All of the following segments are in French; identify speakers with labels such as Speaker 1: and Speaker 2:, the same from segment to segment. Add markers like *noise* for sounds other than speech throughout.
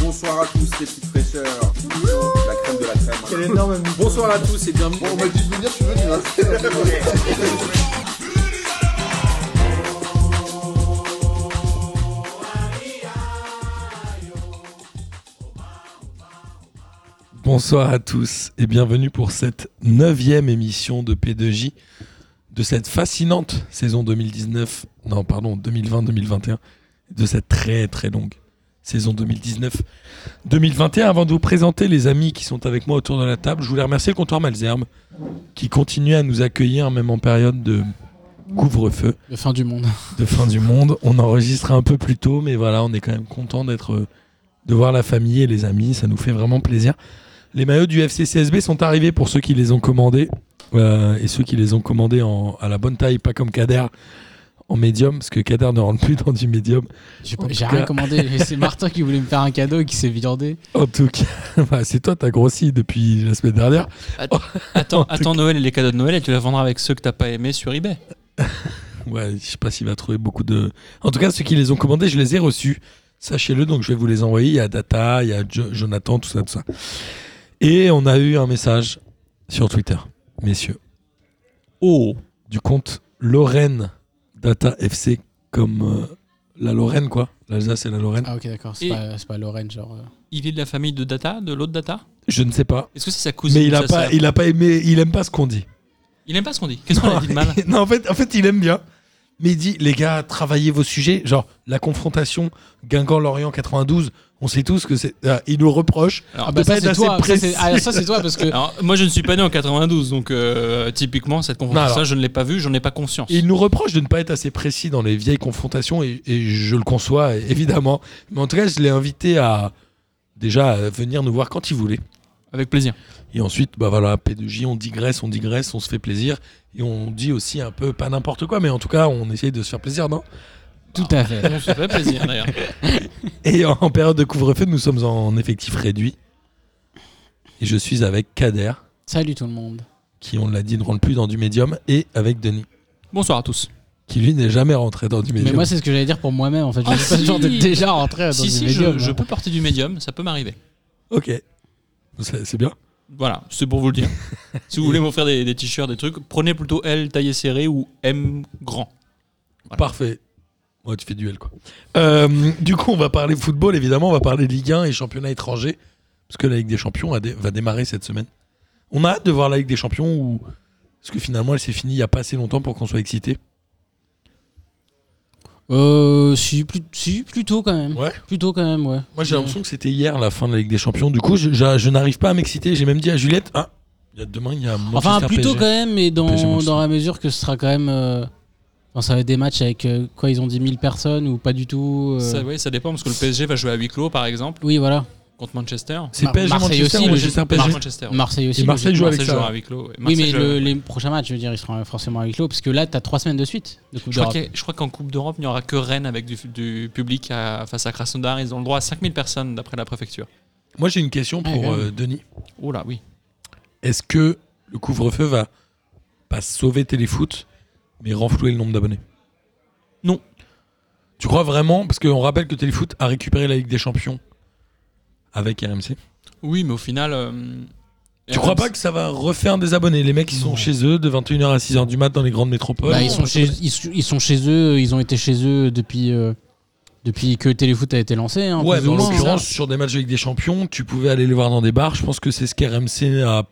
Speaker 1: Bonsoir à tous les petites fraîcheurs. La crème hein. de la crème.
Speaker 2: Quel énorme
Speaker 1: Bonsoir à tous et bienvenue.
Speaker 3: Bon, on m'a dit de venir, je suis venu. hein.
Speaker 4: Bonsoir à tous et bienvenue pour cette neuvième émission de P2J de cette fascinante saison 2019, non pardon 2020-2021, de cette très très longue saison 2019-2021. Avant de vous présenter les amis qui sont avec moi autour de la table, je voulais remercier le comptoir Malzerbe qui continue à nous accueillir même en période de couvre-feu
Speaker 5: De fin du monde.
Speaker 4: de fin du monde. On enregistre un peu plus tôt, mais voilà, on est quand même content d'être, euh, de voir la famille et les amis. Ça nous fait vraiment plaisir. Les maillots du FCCSB sont arrivés pour ceux qui les ont commandés euh, et ceux qui les ont commandés en, à la bonne taille, pas comme Kader en médium, parce que Kader ne rentre plus dans du médium.
Speaker 5: J'ai
Speaker 4: En tout
Speaker 5: j'ai
Speaker 4: cas-
Speaker 5: rien commandé.
Speaker 4: *laughs*
Speaker 5: C'est Martin qui voulait me faire un cadeau et qui s'est viandé.
Speaker 4: En tout cas, *laughs* bah, c'est toi, t'as grossi depuis la semaine dernière.
Speaker 6: Attends,
Speaker 4: *laughs* En tout
Speaker 6: attends Noël et les cadeaux de Noël et tu la vendras avec ceux que t'as pas aimé sur eBay.
Speaker 4: Ouais, je sais pas s'il va trouver beaucoup de. En tout cas, ceux qui les ont commandés, je les ai reçus. Sachez-le, donc je vais vous les envoyer. Il y a Data, il y a Jo- Jonathan, tout ça, tout ça. Et on a eu un message sur Twitter, messieurs. Oh Du compte Lorraine Data FC, comme euh, la Lorraine, quoi. L'Alsace et la Lorraine.
Speaker 5: Ah ok d'accord, c'est
Speaker 6: Et-
Speaker 5: pas, c'est pas Lorraine genre. euh.
Speaker 6: Il est de la famille de Data, de l'autre Data
Speaker 4: Je ne sais pas.
Speaker 6: Est-ce que c'est sa cousine
Speaker 4: Mais il
Speaker 6: ou
Speaker 4: a
Speaker 6: sa
Speaker 4: pas,
Speaker 6: sœur
Speaker 4: il a pas aimé, il aime pas ce qu'on dit.
Speaker 6: Il aime pas ce qu'on dit. Qu'est-ce qu'on a dit de mal
Speaker 4: *laughs* non, en fait, en fait, il aime bien. Mais il dit, les gars, travaillez vos sujets. Genre, la confrontation Guingamp-Lorient 92, on sait tous que c'est. ah, il nous reproche.
Speaker 6: Alors,
Speaker 5: Ah bah
Speaker 4: peut
Speaker 5: ça
Speaker 4: pas être
Speaker 5: c'est
Speaker 4: assez
Speaker 5: toi. Ça c'est
Speaker 4: précis.
Speaker 5: ah, ça,
Speaker 4: *laughs*
Speaker 5: c'est toi parce que
Speaker 6: alors, moi je ne suis pas né en 92, donc euh, typiquement cette confrontation,
Speaker 4: Non, alors-
Speaker 6: je ne l'ai pas vue, j'en ai pas conscience.
Speaker 4: Il nous reproche de ne pas être assez précis dans les vieilles confrontations, et, et je le conçois, *laughs* évidemment. Mais en tout cas, je l'ai invité à déjà à venir nous voir quand il voulait.
Speaker 6: Avec plaisir.
Speaker 4: Et ensuite, bah voilà, P2J, on digresse, on digresse, on se fait plaisir. Et on dit aussi un peu, pas n'importe quoi, mais en tout cas, on essaye de se faire plaisir, non
Speaker 5: tout à fait.
Speaker 6: On se fait plaisir d'ailleurs.
Speaker 4: Et en, en période de couvre-feu, nous sommes en effectif réduit. Et je suis avec Kader,
Speaker 5: Salut tout le
Speaker 4: *laughs*
Speaker 5: monde.
Speaker 4: qui, on l'a dit, ne rentre plus dans du médium, et avec Denis,
Speaker 6: Bonsoir à tous.
Speaker 4: qui, lui, n'est jamais rentré dans du
Speaker 5: Mais,
Speaker 4: médium.
Speaker 5: moi c'est ce que j'allais dire pour moi-même en fait. Je
Speaker 6: Ah,
Speaker 5: suis pas le
Speaker 6: si.
Speaker 5: genre d'être déjà
Speaker 4: Ah,
Speaker 5: rentré dans
Speaker 6: si,
Speaker 5: une
Speaker 6: si, je-
Speaker 5: médium,
Speaker 6: je,
Speaker 5: hein.
Speaker 6: peux porter du médium, ça peut m'arriver.
Speaker 4: Ok. C'est c'est bien.
Speaker 6: Voilà, c'est pour vous le
Speaker 4: *laughs*
Speaker 6: dire. si vous voulez m'offrir des, des t-shirts, des trucs, prenez plutôt L taillé serré ou M grand. Voilà.
Speaker 4: Parfait. Ouais, tu fais duel, quoi. Euh, du coup, on va parler football, évidemment. On va parler Ligue 1 et championnat étranger. Parce que la Ligue des Champions a dé- va démarrer cette semaine. On a hâte de voir la Ligue des Champions. Où... Parce que finalement, elle s'est finie il n'y a pas assez longtemps pour qu'on soit excité.
Speaker 5: Euh si, plus, si plutôt quand même.
Speaker 4: Ouais.
Speaker 5: Plutôt quand même ouais.
Speaker 4: Moi j'ai l'impression que c'était hier la fin de la Ligue des Champions. Du coup, je, je- je n'arrive pas à m'exciter. J'ai même dit à Juliette, ah, il y a demain il y a Manchester
Speaker 5: Euh, Enfin plutôt
Speaker 4: PSG.
Speaker 5: quand même mais
Speaker 4: PSG,
Speaker 5: dans,
Speaker 4: Manchester.
Speaker 5: dans la mesure que ce sera quand même euh, enfin, ça va être des matchs avec euh, quoi ils ont dit 1000 personnes ou pas du tout euh,
Speaker 6: Ça, ouais, ça dépend parce que le PSG va jouer à huis clos par exemple
Speaker 5: Oui voilà.
Speaker 6: contre Manchester.
Speaker 4: C'est
Speaker 5: Mar-
Speaker 4: PSG
Speaker 5: Marseille
Speaker 4: Manchester
Speaker 5: aussi,
Speaker 4: ou
Speaker 5: le-
Speaker 4: Manchester PSG.
Speaker 6: Manchester.
Speaker 5: Marseille aussi.
Speaker 4: Et Marseille joue avec
Speaker 6: Marseille jouera
Speaker 4: ça.
Speaker 6: à huis clos. Et
Speaker 5: Oui,
Speaker 6: Marseille
Speaker 5: mais
Speaker 6: joue-
Speaker 5: le- les prochains matchs, je veux dire, ils seront forcément à huis clos parce que là, t'as trois semaines de suite de Coupe
Speaker 6: Je
Speaker 5: d'Europe.
Speaker 6: crois qu'il y a- je crois qu'en Coupe d'Europe, il n'y aura que Rennes avec du, du public à- face à Krasnodar. Ils ont le droit à 5000 personnes d'après la préfecture.
Speaker 4: Moi j'ai une question
Speaker 5: Ah,
Speaker 4: pour
Speaker 5: quand même.
Speaker 4: euh, Denis.
Speaker 6: Oh là, oui.
Speaker 4: Est-ce que le couvre-feu va pas sauver Téléfoot, mais renflouer le nombre d'abonnés
Speaker 6: Non.
Speaker 4: Tu crois vraiment Parce qu'on rappelle que Téléfoot a récupéré la Ligue des Champions avec RMC.
Speaker 6: Oui, mais au final. euh,
Speaker 4: Tu crois pas que ça va refaire des abonnés Les mecs ils sont chez eux de 21h à 6h du mat dans les grandes métropoles.
Speaker 5: Bah, ils, sont chez, ils, sont- ils sont chez eux, ils ont été chez eux depuis, euh, depuis que Téléfoot a été lancé. hein,
Speaker 4: Ouais,
Speaker 5: plus
Speaker 6: bah,
Speaker 4: mais en
Speaker 5: ou moins.
Speaker 4: l'occurrence, sur des matchs avec des champions, tu pouvais aller les voir dans des bars. Je pense que c'est ce qu'RMC a-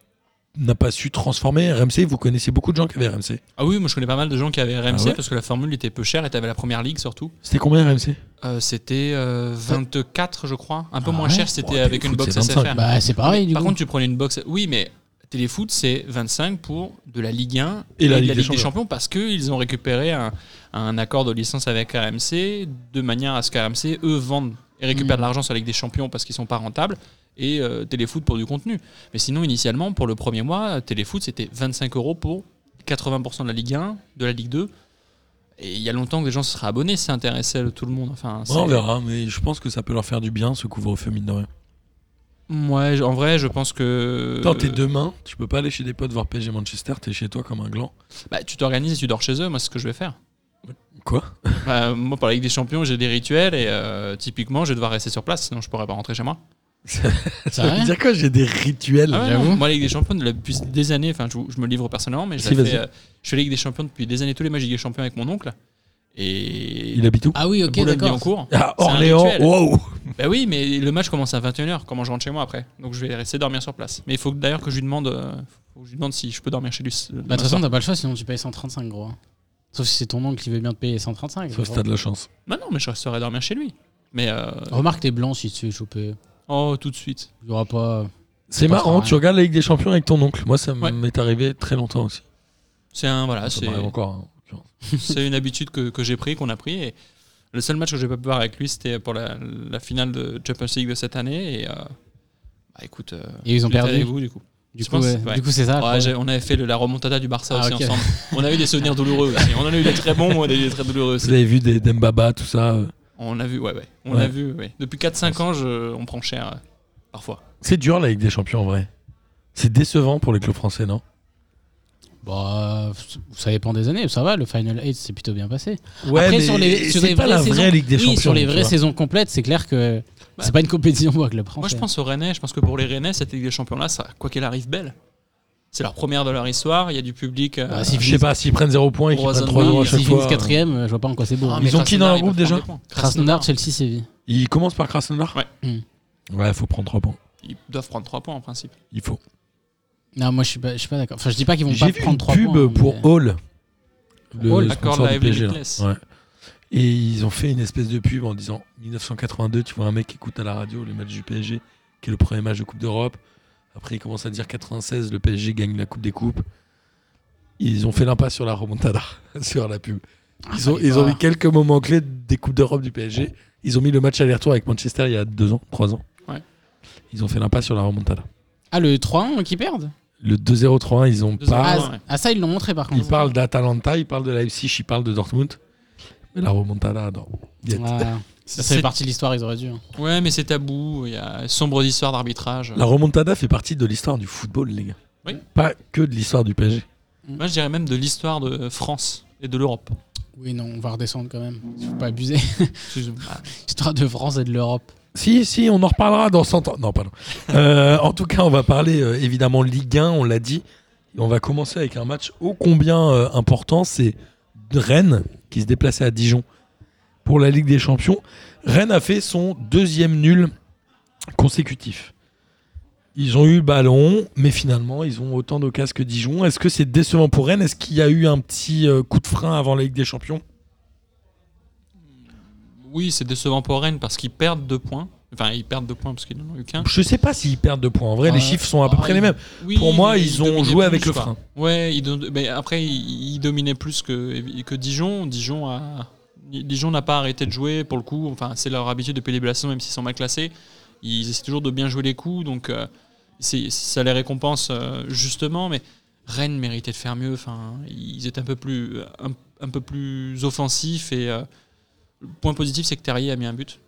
Speaker 4: n'a pas su transformer. RMC, vous connaissez beaucoup de gens qui avaient RMC.
Speaker 6: Ah oui, moi je connais pas mal de gens qui avaient RMC
Speaker 4: Ah ouais
Speaker 6: parce que la formule était peu chère et t'avais la première ligue surtout.
Speaker 4: C'était combien RMC
Speaker 6: Euh, c'était euh, 24, je crois. Un peu
Speaker 5: Ah
Speaker 6: moins
Speaker 5: ouais
Speaker 6: cher, c'était
Speaker 4: Ouais,
Speaker 6: avec
Speaker 4: Téléfoot,
Speaker 6: une box
Speaker 4: c'est 25.
Speaker 6: SFR.
Speaker 5: Bah, c'est pareil, du
Speaker 6: Par
Speaker 5: coup.
Speaker 6: contre, tu prenais une box. Oui, mais Téléfoot, c'est 25 pour de la Ligue 1
Speaker 4: Et la
Speaker 6: de
Speaker 4: Ligue des
Speaker 6: des
Speaker 4: Champions.
Speaker 6: Champions parce qu'ils ont récupéré un, un accord de licence avec AMC de manière à ce qu'AMC, eux, vendent et
Speaker 5: Mm.
Speaker 6: récupèrent de l'argent sur la Ligue des Champions parce qu'ils sont pas rentables et euh, Téléfoot pour du contenu. Mais sinon, initialement, pour le premier mois, Téléfoot, c'était 25 euros pour 80% de la Ligue 1, de la Ligue 2. Et il y a longtemps que les gens se seraient abonnés, ça intéressait tout le monde. Enfin,
Speaker 4: Ouais, On
Speaker 6: c'est-
Speaker 4: verra, mais je pense que ça peut leur faire du bien ce couvre-feu, mine de rien.
Speaker 6: Ouais, en vrai, je pense que.
Speaker 4: Attends, t'es demain, tu peux pas aller chez des potes voir PSG Manchester, t'es chez toi comme un gland.
Speaker 6: Bah, tu t'organises et tu dors chez eux, moi, c'est ce que je vais faire.
Speaker 4: Quoi
Speaker 6: Bah, moi, pour la Ligue des Champions, j'ai des rituels et euh, typiquement, je vais devoir rester sur place, sinon je pourrais pas rentrer chez moi.
Speaker 4: Ça
Speaker 6: *laughs*
Speaker 4: veut dire quoi J'ai des rituels.
Speaker 6: Ah ouais,
Speaker 5: j'avoue.
Speaker 6: non, Moi, la Ligue des Champions, depuis des années, enfin, je, vous- je me livre personnellement, mais je, la
Speaker 4: Si,
Speaker 6: fais,
Speaker 4: vas-y.
Speaker 6: euh, je fais la Ligue des Champions depuis des années, tous les matchs de Ligue des Champions avec mon oncle. Et
Speaker 4: Il habite où
Speaker 5: Ah oui, ok, d'accord.
Speaker 6: Boulogne-Billancourt.
Speaker 4: À
Speaker 6: C'est un
Speaker 4: Ah, Orléans.
Speaker 6: rituel.
Speaker 4: Wow
Speaker 6: Bah oui, mais le match commence à 21h. Comment je rentre chez moi après Donc je vais rester dormir sur place. Mais il faut que- d'ailleurs que je lui demande, euh, faut que je lui demande si je peux dormir chez lui.
Speaker 5: Bah,
Speaker 6: ce- demain
Speaker 5: de toute façon,
Speaker 6: soir.
Speaker 5: t'as pas le choix, sinon tu payes 135, gros. Sauf si c'est ton oncle qui veut bien te payer 135.
Speaker 4: Sauf si
Speaker 5: gros.
Speaker 4: t'as de la chance.
Speaker 6: Bah non, mais je resterai dormir chez lui. Mais euh,
Speaker 5: Remarque, t'es blanc si tu es chopé.
Speaker 6: oh, tout de suite.
Speaker 5: Il y aura pas.
Speaker 4: C'est
Speaker 5: pas
Speaker 4: marrant,
Speaker 5: grave.
Speaker 4: tu regardes la Ligue des Champions avec ton oncle. Moi, ça
Speaker 6: Ouais.
Speaker 4: m'est arrivé très longtemps aussi.
Speaker 6: C'est un voilà,
Speaker 4: ça
Speaker 6: c'est
Speaker 4: m'arrive encore. hein, en l'occurrence.
Speaker 6: c'est une habitude que, que j'ai pris, qu'on a pris. Et le seul match que j'ai pas pu voir avec lui, c'était pour la, la finale de Champions League de cette année. Et euh, bah écoute, euh,
Speaker 5: Et ils ont
Speaker 6: j'étais avec
Speaker 5: perdu.
Speaker 6: vous du coup.
Speaker 5: Du
Speaker 6: Je
Speaker 5: coup,
Speaker 6: pense-
Speaker 5: ouais.
Speaker 6: ouais.
Speaker 5: du coup, c'est ça.
Speaker 6: Ouais,
Speaker 5: le problème.
Speaker 6: j'ai- on avait fait le- la remontada du Barça
Speaker 5: Ah,
Speaker 6: aussi
Speaker 5: ok.
Speaker 6: ensemble. On a eu des souvenirs douloureux aussi. On en a eu des très bons, on a eu des très douloureux aussi.
Speaker 4: Vous avez vu des Dembaba, tout ça. euh,
Speaker 6: On a vu, ouais, ouais. On
Speaker 4: Ouais.
Speaker 6: l'a vu, ouais. Depuis 4-5 ans, je- on prend cher, euh, parfois.
Speaker 4: C'est dur la Ligue des Champions en vrai. C'est décevant pour les clubs français, non
Speaker 5: Bah, ça dépend des années. Ça va, le Final 8 c'est plutôt bien passé.
Speaker 4: Ouais,
Speaker 5: Après, sur les- sur
Speaker 4: c'est
Speaker 5: les
Speaker 4: pas
Speaker 5: vraies
Speaker 4: la
Speaker 5: saisons-
Speaker 4: vraie Ligue des
Speaker 5: oui,
Speaker 4: Champions.
Speaker 5: sur les
Speaker 4: tu
Speaker 5: vraies
Speaker 4: vois.
Speaker 5: saisons complètes, c'est clair que
Speaker 6: Bah.
Speaker 5: c'est pas une compétition pour le prend.
Speaker 6: Moi, je pense aux Rennais. Je pense que pour les Rennais, cette Ligue des Champions-là, ça, quoi qu'elle arrive, belle. C'est leur première de leur histoire. Il y a du public. euh,
Speaker 5: Bah, si-
Speaker 4: Je sais pas, s'ils prennent 0 points et qu'ils
Speaker 6: Roison
Speaker 4: prennent 3
Speaker 6: Lille,
Speaker 4: euros à
Speaker 6: s'ils
Speaker 4: chaque
Speaker 5: S'ils finissent
Speaker 4: fois. euh,
Speaker 5: quatrième, euh, je vois pas en quoi c'est beau.
Speaker 6: Ah,
Speaker 5: hein.
Speaker 6: mais
Speaker 4: Ils ont qui dans leur
Speaker 6: Krasnodar, ils
Speaker 4: groupe,
Speaker 6: peuvent
Speaker 4: déjà
Speaker 6: prendre des points.
Speaker 5: Krasnodar, Chelsea, Séville.
Speaker 4: Ils commencent par Krasnodar
Speaker 6: Ouais.
Speaker 4: Ouais, faut prendre 3 points.
Speaker 6: Ils doivent prendre 3 points en principe.
Speaker 4: Il faut.
Speaker 5: Non, moi, je suis pas, je suis pas d'accord. Enfin, je dis pas qu'ils vont pas
Speaker 4: J'ai vu une
Speaker 5: prendre 3
Speaker 4: pub
Speaker 5: points.
Speaker 4: pour
Speaker 5: mais-
Speaker 4: Hall, le
Speaker 5: Hall,
Speaker 4: sponsor
Speaker 6: Accor
Speaker 4: du
Speaker 6: Live
Speaker 4: PSG. là.
Speaker 6: Limitless.
Speaker 4: Ouais. Et ils ont fait une espèce de pub en disant 1982, tu vois un mec qui écoute à la radio les matchs du PSG, qui est le premier match de Coupe d'Europe. Après, il commence à dire 96, le PSG gagne la Coupe des Coupes. Ils ont fait l'impasse sur la remontada, *laughs* sur la pub. Ils ont,
Speaker 5: fallait
Speaker 4: ils ont
Speaker 5: pas.
Speaker 4: mis quelques moments clés des Coupes d'Europe du PSG. Ils ont mis le match aller-retour avec Manchester il y a deux ans, trois ans.
Speaker 6: Ouais.
Speaker 4: Ils ont fait l'impasse sur la remontada.
Speaker 5: Ah, le 3-1 qui perdent
Speaker 4: Le 2-0-3-1, ils ont
Speaker 6: 2-0-3-1.
Speaker 4: pas.
Speaker 5: ah,
Speaker 6: ouais.
Speaker 5: ah, ça, ils l'ont montré par contre.
Speaker 4: Il parle d'Atalanta, il parle de Leipzig, il parle de Dortmund. Mais la remontada, non. Yet.
Speaker 5: Ah, ça, ça fait partie de l'histoire, ils auraient dû. hein.
Speaker 6: Ouais, mais c'est tabou. Il y a sombre histoire d'arbitrage.
Speaker 4: La remontada fait partie de l'histoire du football, les gars.
Speaker 6: Oui.
Speaker 4: Pas que de l'histoire du PSG.
Speaker 6: Moi, je dirais même de l'histoire de France et de l'Europe.
Speaker 5: Oui, non, on va redescendre quand même. Faut pas abuser. *laughs*
Speaker 6: Ah,
Speaker 5: Histoire de France et de l'Europe.
Speaker 4: Si, si, on en reparlera dans 100 ans. Non, pardon. Euh, en tout cas, on va parler euh, évidemment Ligue 1, on l'a dit. Et on va commencer avec un match ô combien euh, important. C'est Rennes qui se déplaçait à Dijon pour la Ligue des Champions. Rennes a fait son deuxième nul consécutif. Ils ont eu le ballon, mais finalement, ils ont autant d'occasions que Dijon. Est-ce que c'est décevant pour Rennes Est-ce qu'il y a eu un petit euh, coup de frein avant la Ligue des Champions
Speaker 6: Oui, c'est décevant pour Rennes parce qu'ils perdent 2 points. Enfin, ils perdent 2 points parce qu'ils n'en ont eu qu'un.
Speaker 4: Je sais pas s'ils perdent de points. En vrai,
Speaker 5: Ouais.
Speaker 4: les chiffres sont à peu
Speaker 6: Ah,
Speaker 4: près
Speaker 6: ils-
Speaker 4: les mêmes.
Speaker 6: Oui,
Speaker 4: Pour moi,
Speaker 6: mais
Speaker 4: ils ont
Speaker 6: dominaient
Speaker 4: joué avec
Speaker 6: plus,
Speaker 4: le
Speaker 6: quoi.
Speaker 4: frein.
Speaker 6: Ouais, ils don- mais après, ils, ils dominaient plus que, que Dijon. Dijon a- Dijon n'a pas arrêté de jouer pour le coup. Enfin, c'est leur habitude depuis les blessures, même s'ils sont mal classés. Ils essaient toujours de bien jouer les coups, donc euh, c'est- ça les récompense euh, justement. Mais Rennes méritait de faire mieux. Enfin, ils étaient un peu plus, un, un peu plus offensifs. Et euh, le point positif, c'est que Terrier a mis
Speaker 4: *laughs*
Speaker 6: un but.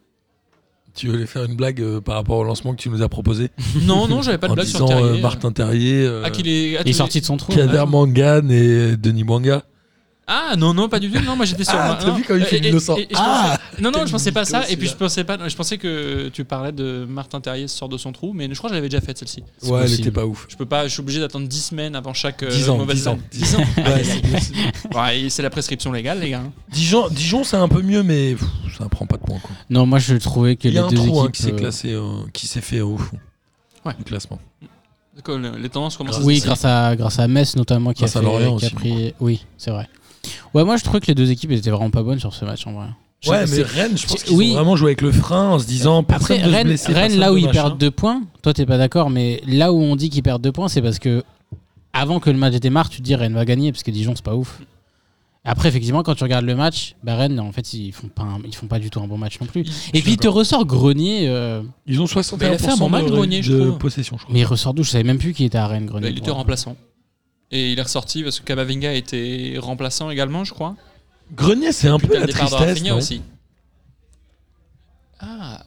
Speaker 4: Tu voulais faire une blague euh, par rapport au lancement que tu nous as proposé
Speaker 6: Non, non, j'avais pas de
Speaker 4: en
Speaker 6: blague
Speaker 4: disant
Speaker 6: sur Terrier.
Speaker 4: euh, Martin Terrier, euh,
Speaker 6: ah, qu'il est,
Speaker 5: Il est
Speaker 6: hein. ah, qu'il est-
Speaker 5: sorti de son trou.
Speaker 4: Kader Mangan et Denis Mwanga.
Speaker 6: Ah non non pas du tout non moi j'étais sur
Speaker 4: Ah,
Speaker 6: ma-
Speaker 4: t'as
Speaker 6: non.
Speaker 4: vu quand il fait
Speaker 6: Et- et-
Speaker 4: l'innocent.
Speaker 6: et- et je
Speaker 4: Ah,
Speaker 6: pensais- non non
Speaker 4: quel
Speaker 6: je pensais pas ça
Speaker 4: mytho,
Speaker 6: et puis je
Speaker 4: celui-là.
Speaker 6: pensais pas je pensais que tu parlais de Martin Terrier sort de son trou mais je crois que j'avais déjà fait celle-ci
Speaker 5: C'est
Speaker 4: Ouais, elle
Speaker 5: possible.
Speaker 4: était pas ouf.
Speaker 6: je peux pas je suis obligé d'attendre 10 semaines avant chaque euh,
Speaker 4: 10 ans,
Speaker 6: mauvaise
Speaker 4: 10 ans.
Speaker 6: vanne.
Speaker 4: 10 ans. *laughs* Ouais, c'est possible.
Speaker 6: *laughs* Ouais, et c'est la prescription légale les gars hein.
Speaker 4: Dijon, Dijon c'est un peu mieux, mais pff, ça prend pas de points. quoi.
Speaker 5: Non, moi, je trouvais que
Speaker 4: Il y
Speaker 5: les
Speaker 4: a un
Speaker 5: deux
Speaker 4: trou hein,
Speaker 5: équipes.
Speaker 4: qui s'est
Speaker 5: euh,
Speaker 4: classé, euh, qui s'est fait au fond
Speaker 6: Ouais.
Speaker 4: du classement.
Speaker 6: D'accord, le- les tendances commencent à se
Speaker 5: Oui,
Speaker 6: dessiner.
Speaker 5: grâce à, grâce à Metz notamment qui
Speaker 4: Grâce à
Speaker 5: a, fait-
Speaker 4: Lorient
Speaker 5: qui a
Speaker 4: aussi.
Speaker 5: pris. Oui, c'est vrai. Ouais, moi je trouvais que les deux équipes étaient vraiment pas bonnes sur ce match en vrai. Je
Speaker 4: Ouais,
Speaker 5: sais
Speaker 4: mais
Speaker 5: pas,
Speaker 4: Rennes, je pense
Speaker 5: c'est-
Speaker 4: qu'ils
Speaker 5: oui.
Speaker 4: ont vraiment joué avec le frein en se disant
Speaker 5: c'est- Après,
Speaker 4: personne ne se
Speaker 5: Rennes,
Speaker 4: blesser,
Speaker 5: Rennes,
Speaker 4: personne
Speaker 5: là
Speaker 4: de
Speaker 5: où ils
Speaker 4: machin.
Speaker 5: perdent deux points, toi t'es pas d'accord, mais là où on dit qu'ils perdent deux points, c'est parce que avant que le match démarre, tu te dis Rennes va gagner parce que Dijon c'est pas ouf. Après, effectivement, quand tu regardes le match, bah Rennes, en fait, ils font pas, un- ils font pas du tout un bon match non plus. Et puis, il te ressort Grenier, euh,
Speaker 4: Ils ont
Speaker 6: Mais il a fait un
Speaker 4: 61%
Speaker 6: bon match, Grenier,
Speaker 4: de,
Speaker 6: je
Speaker 4: de
Speaker 6: trouve.
Speaker 4: possession, je crois.
Speaker 5: mais il ressort d'où Je savais même plus qui était à Rennes,
Speaker 6: Bah,
Speaker 5: Grenier.
Speaker 6: il était
Speaker 5: pour-
Speaker 6: remplaçant et il est ressorti parce que Kamavinga était remplaçant également je crois
Speaker 4: Grenier, c'est un
Speaker 6: Puis
Speaker 4: peu
Speaker 6: t'as le
Speaker 4: la
Speaker 6: départ de
Speaker 4: tristesse.
Speaker 6: Rafinha
Speaker 4: non
Speaker 6: aussi ah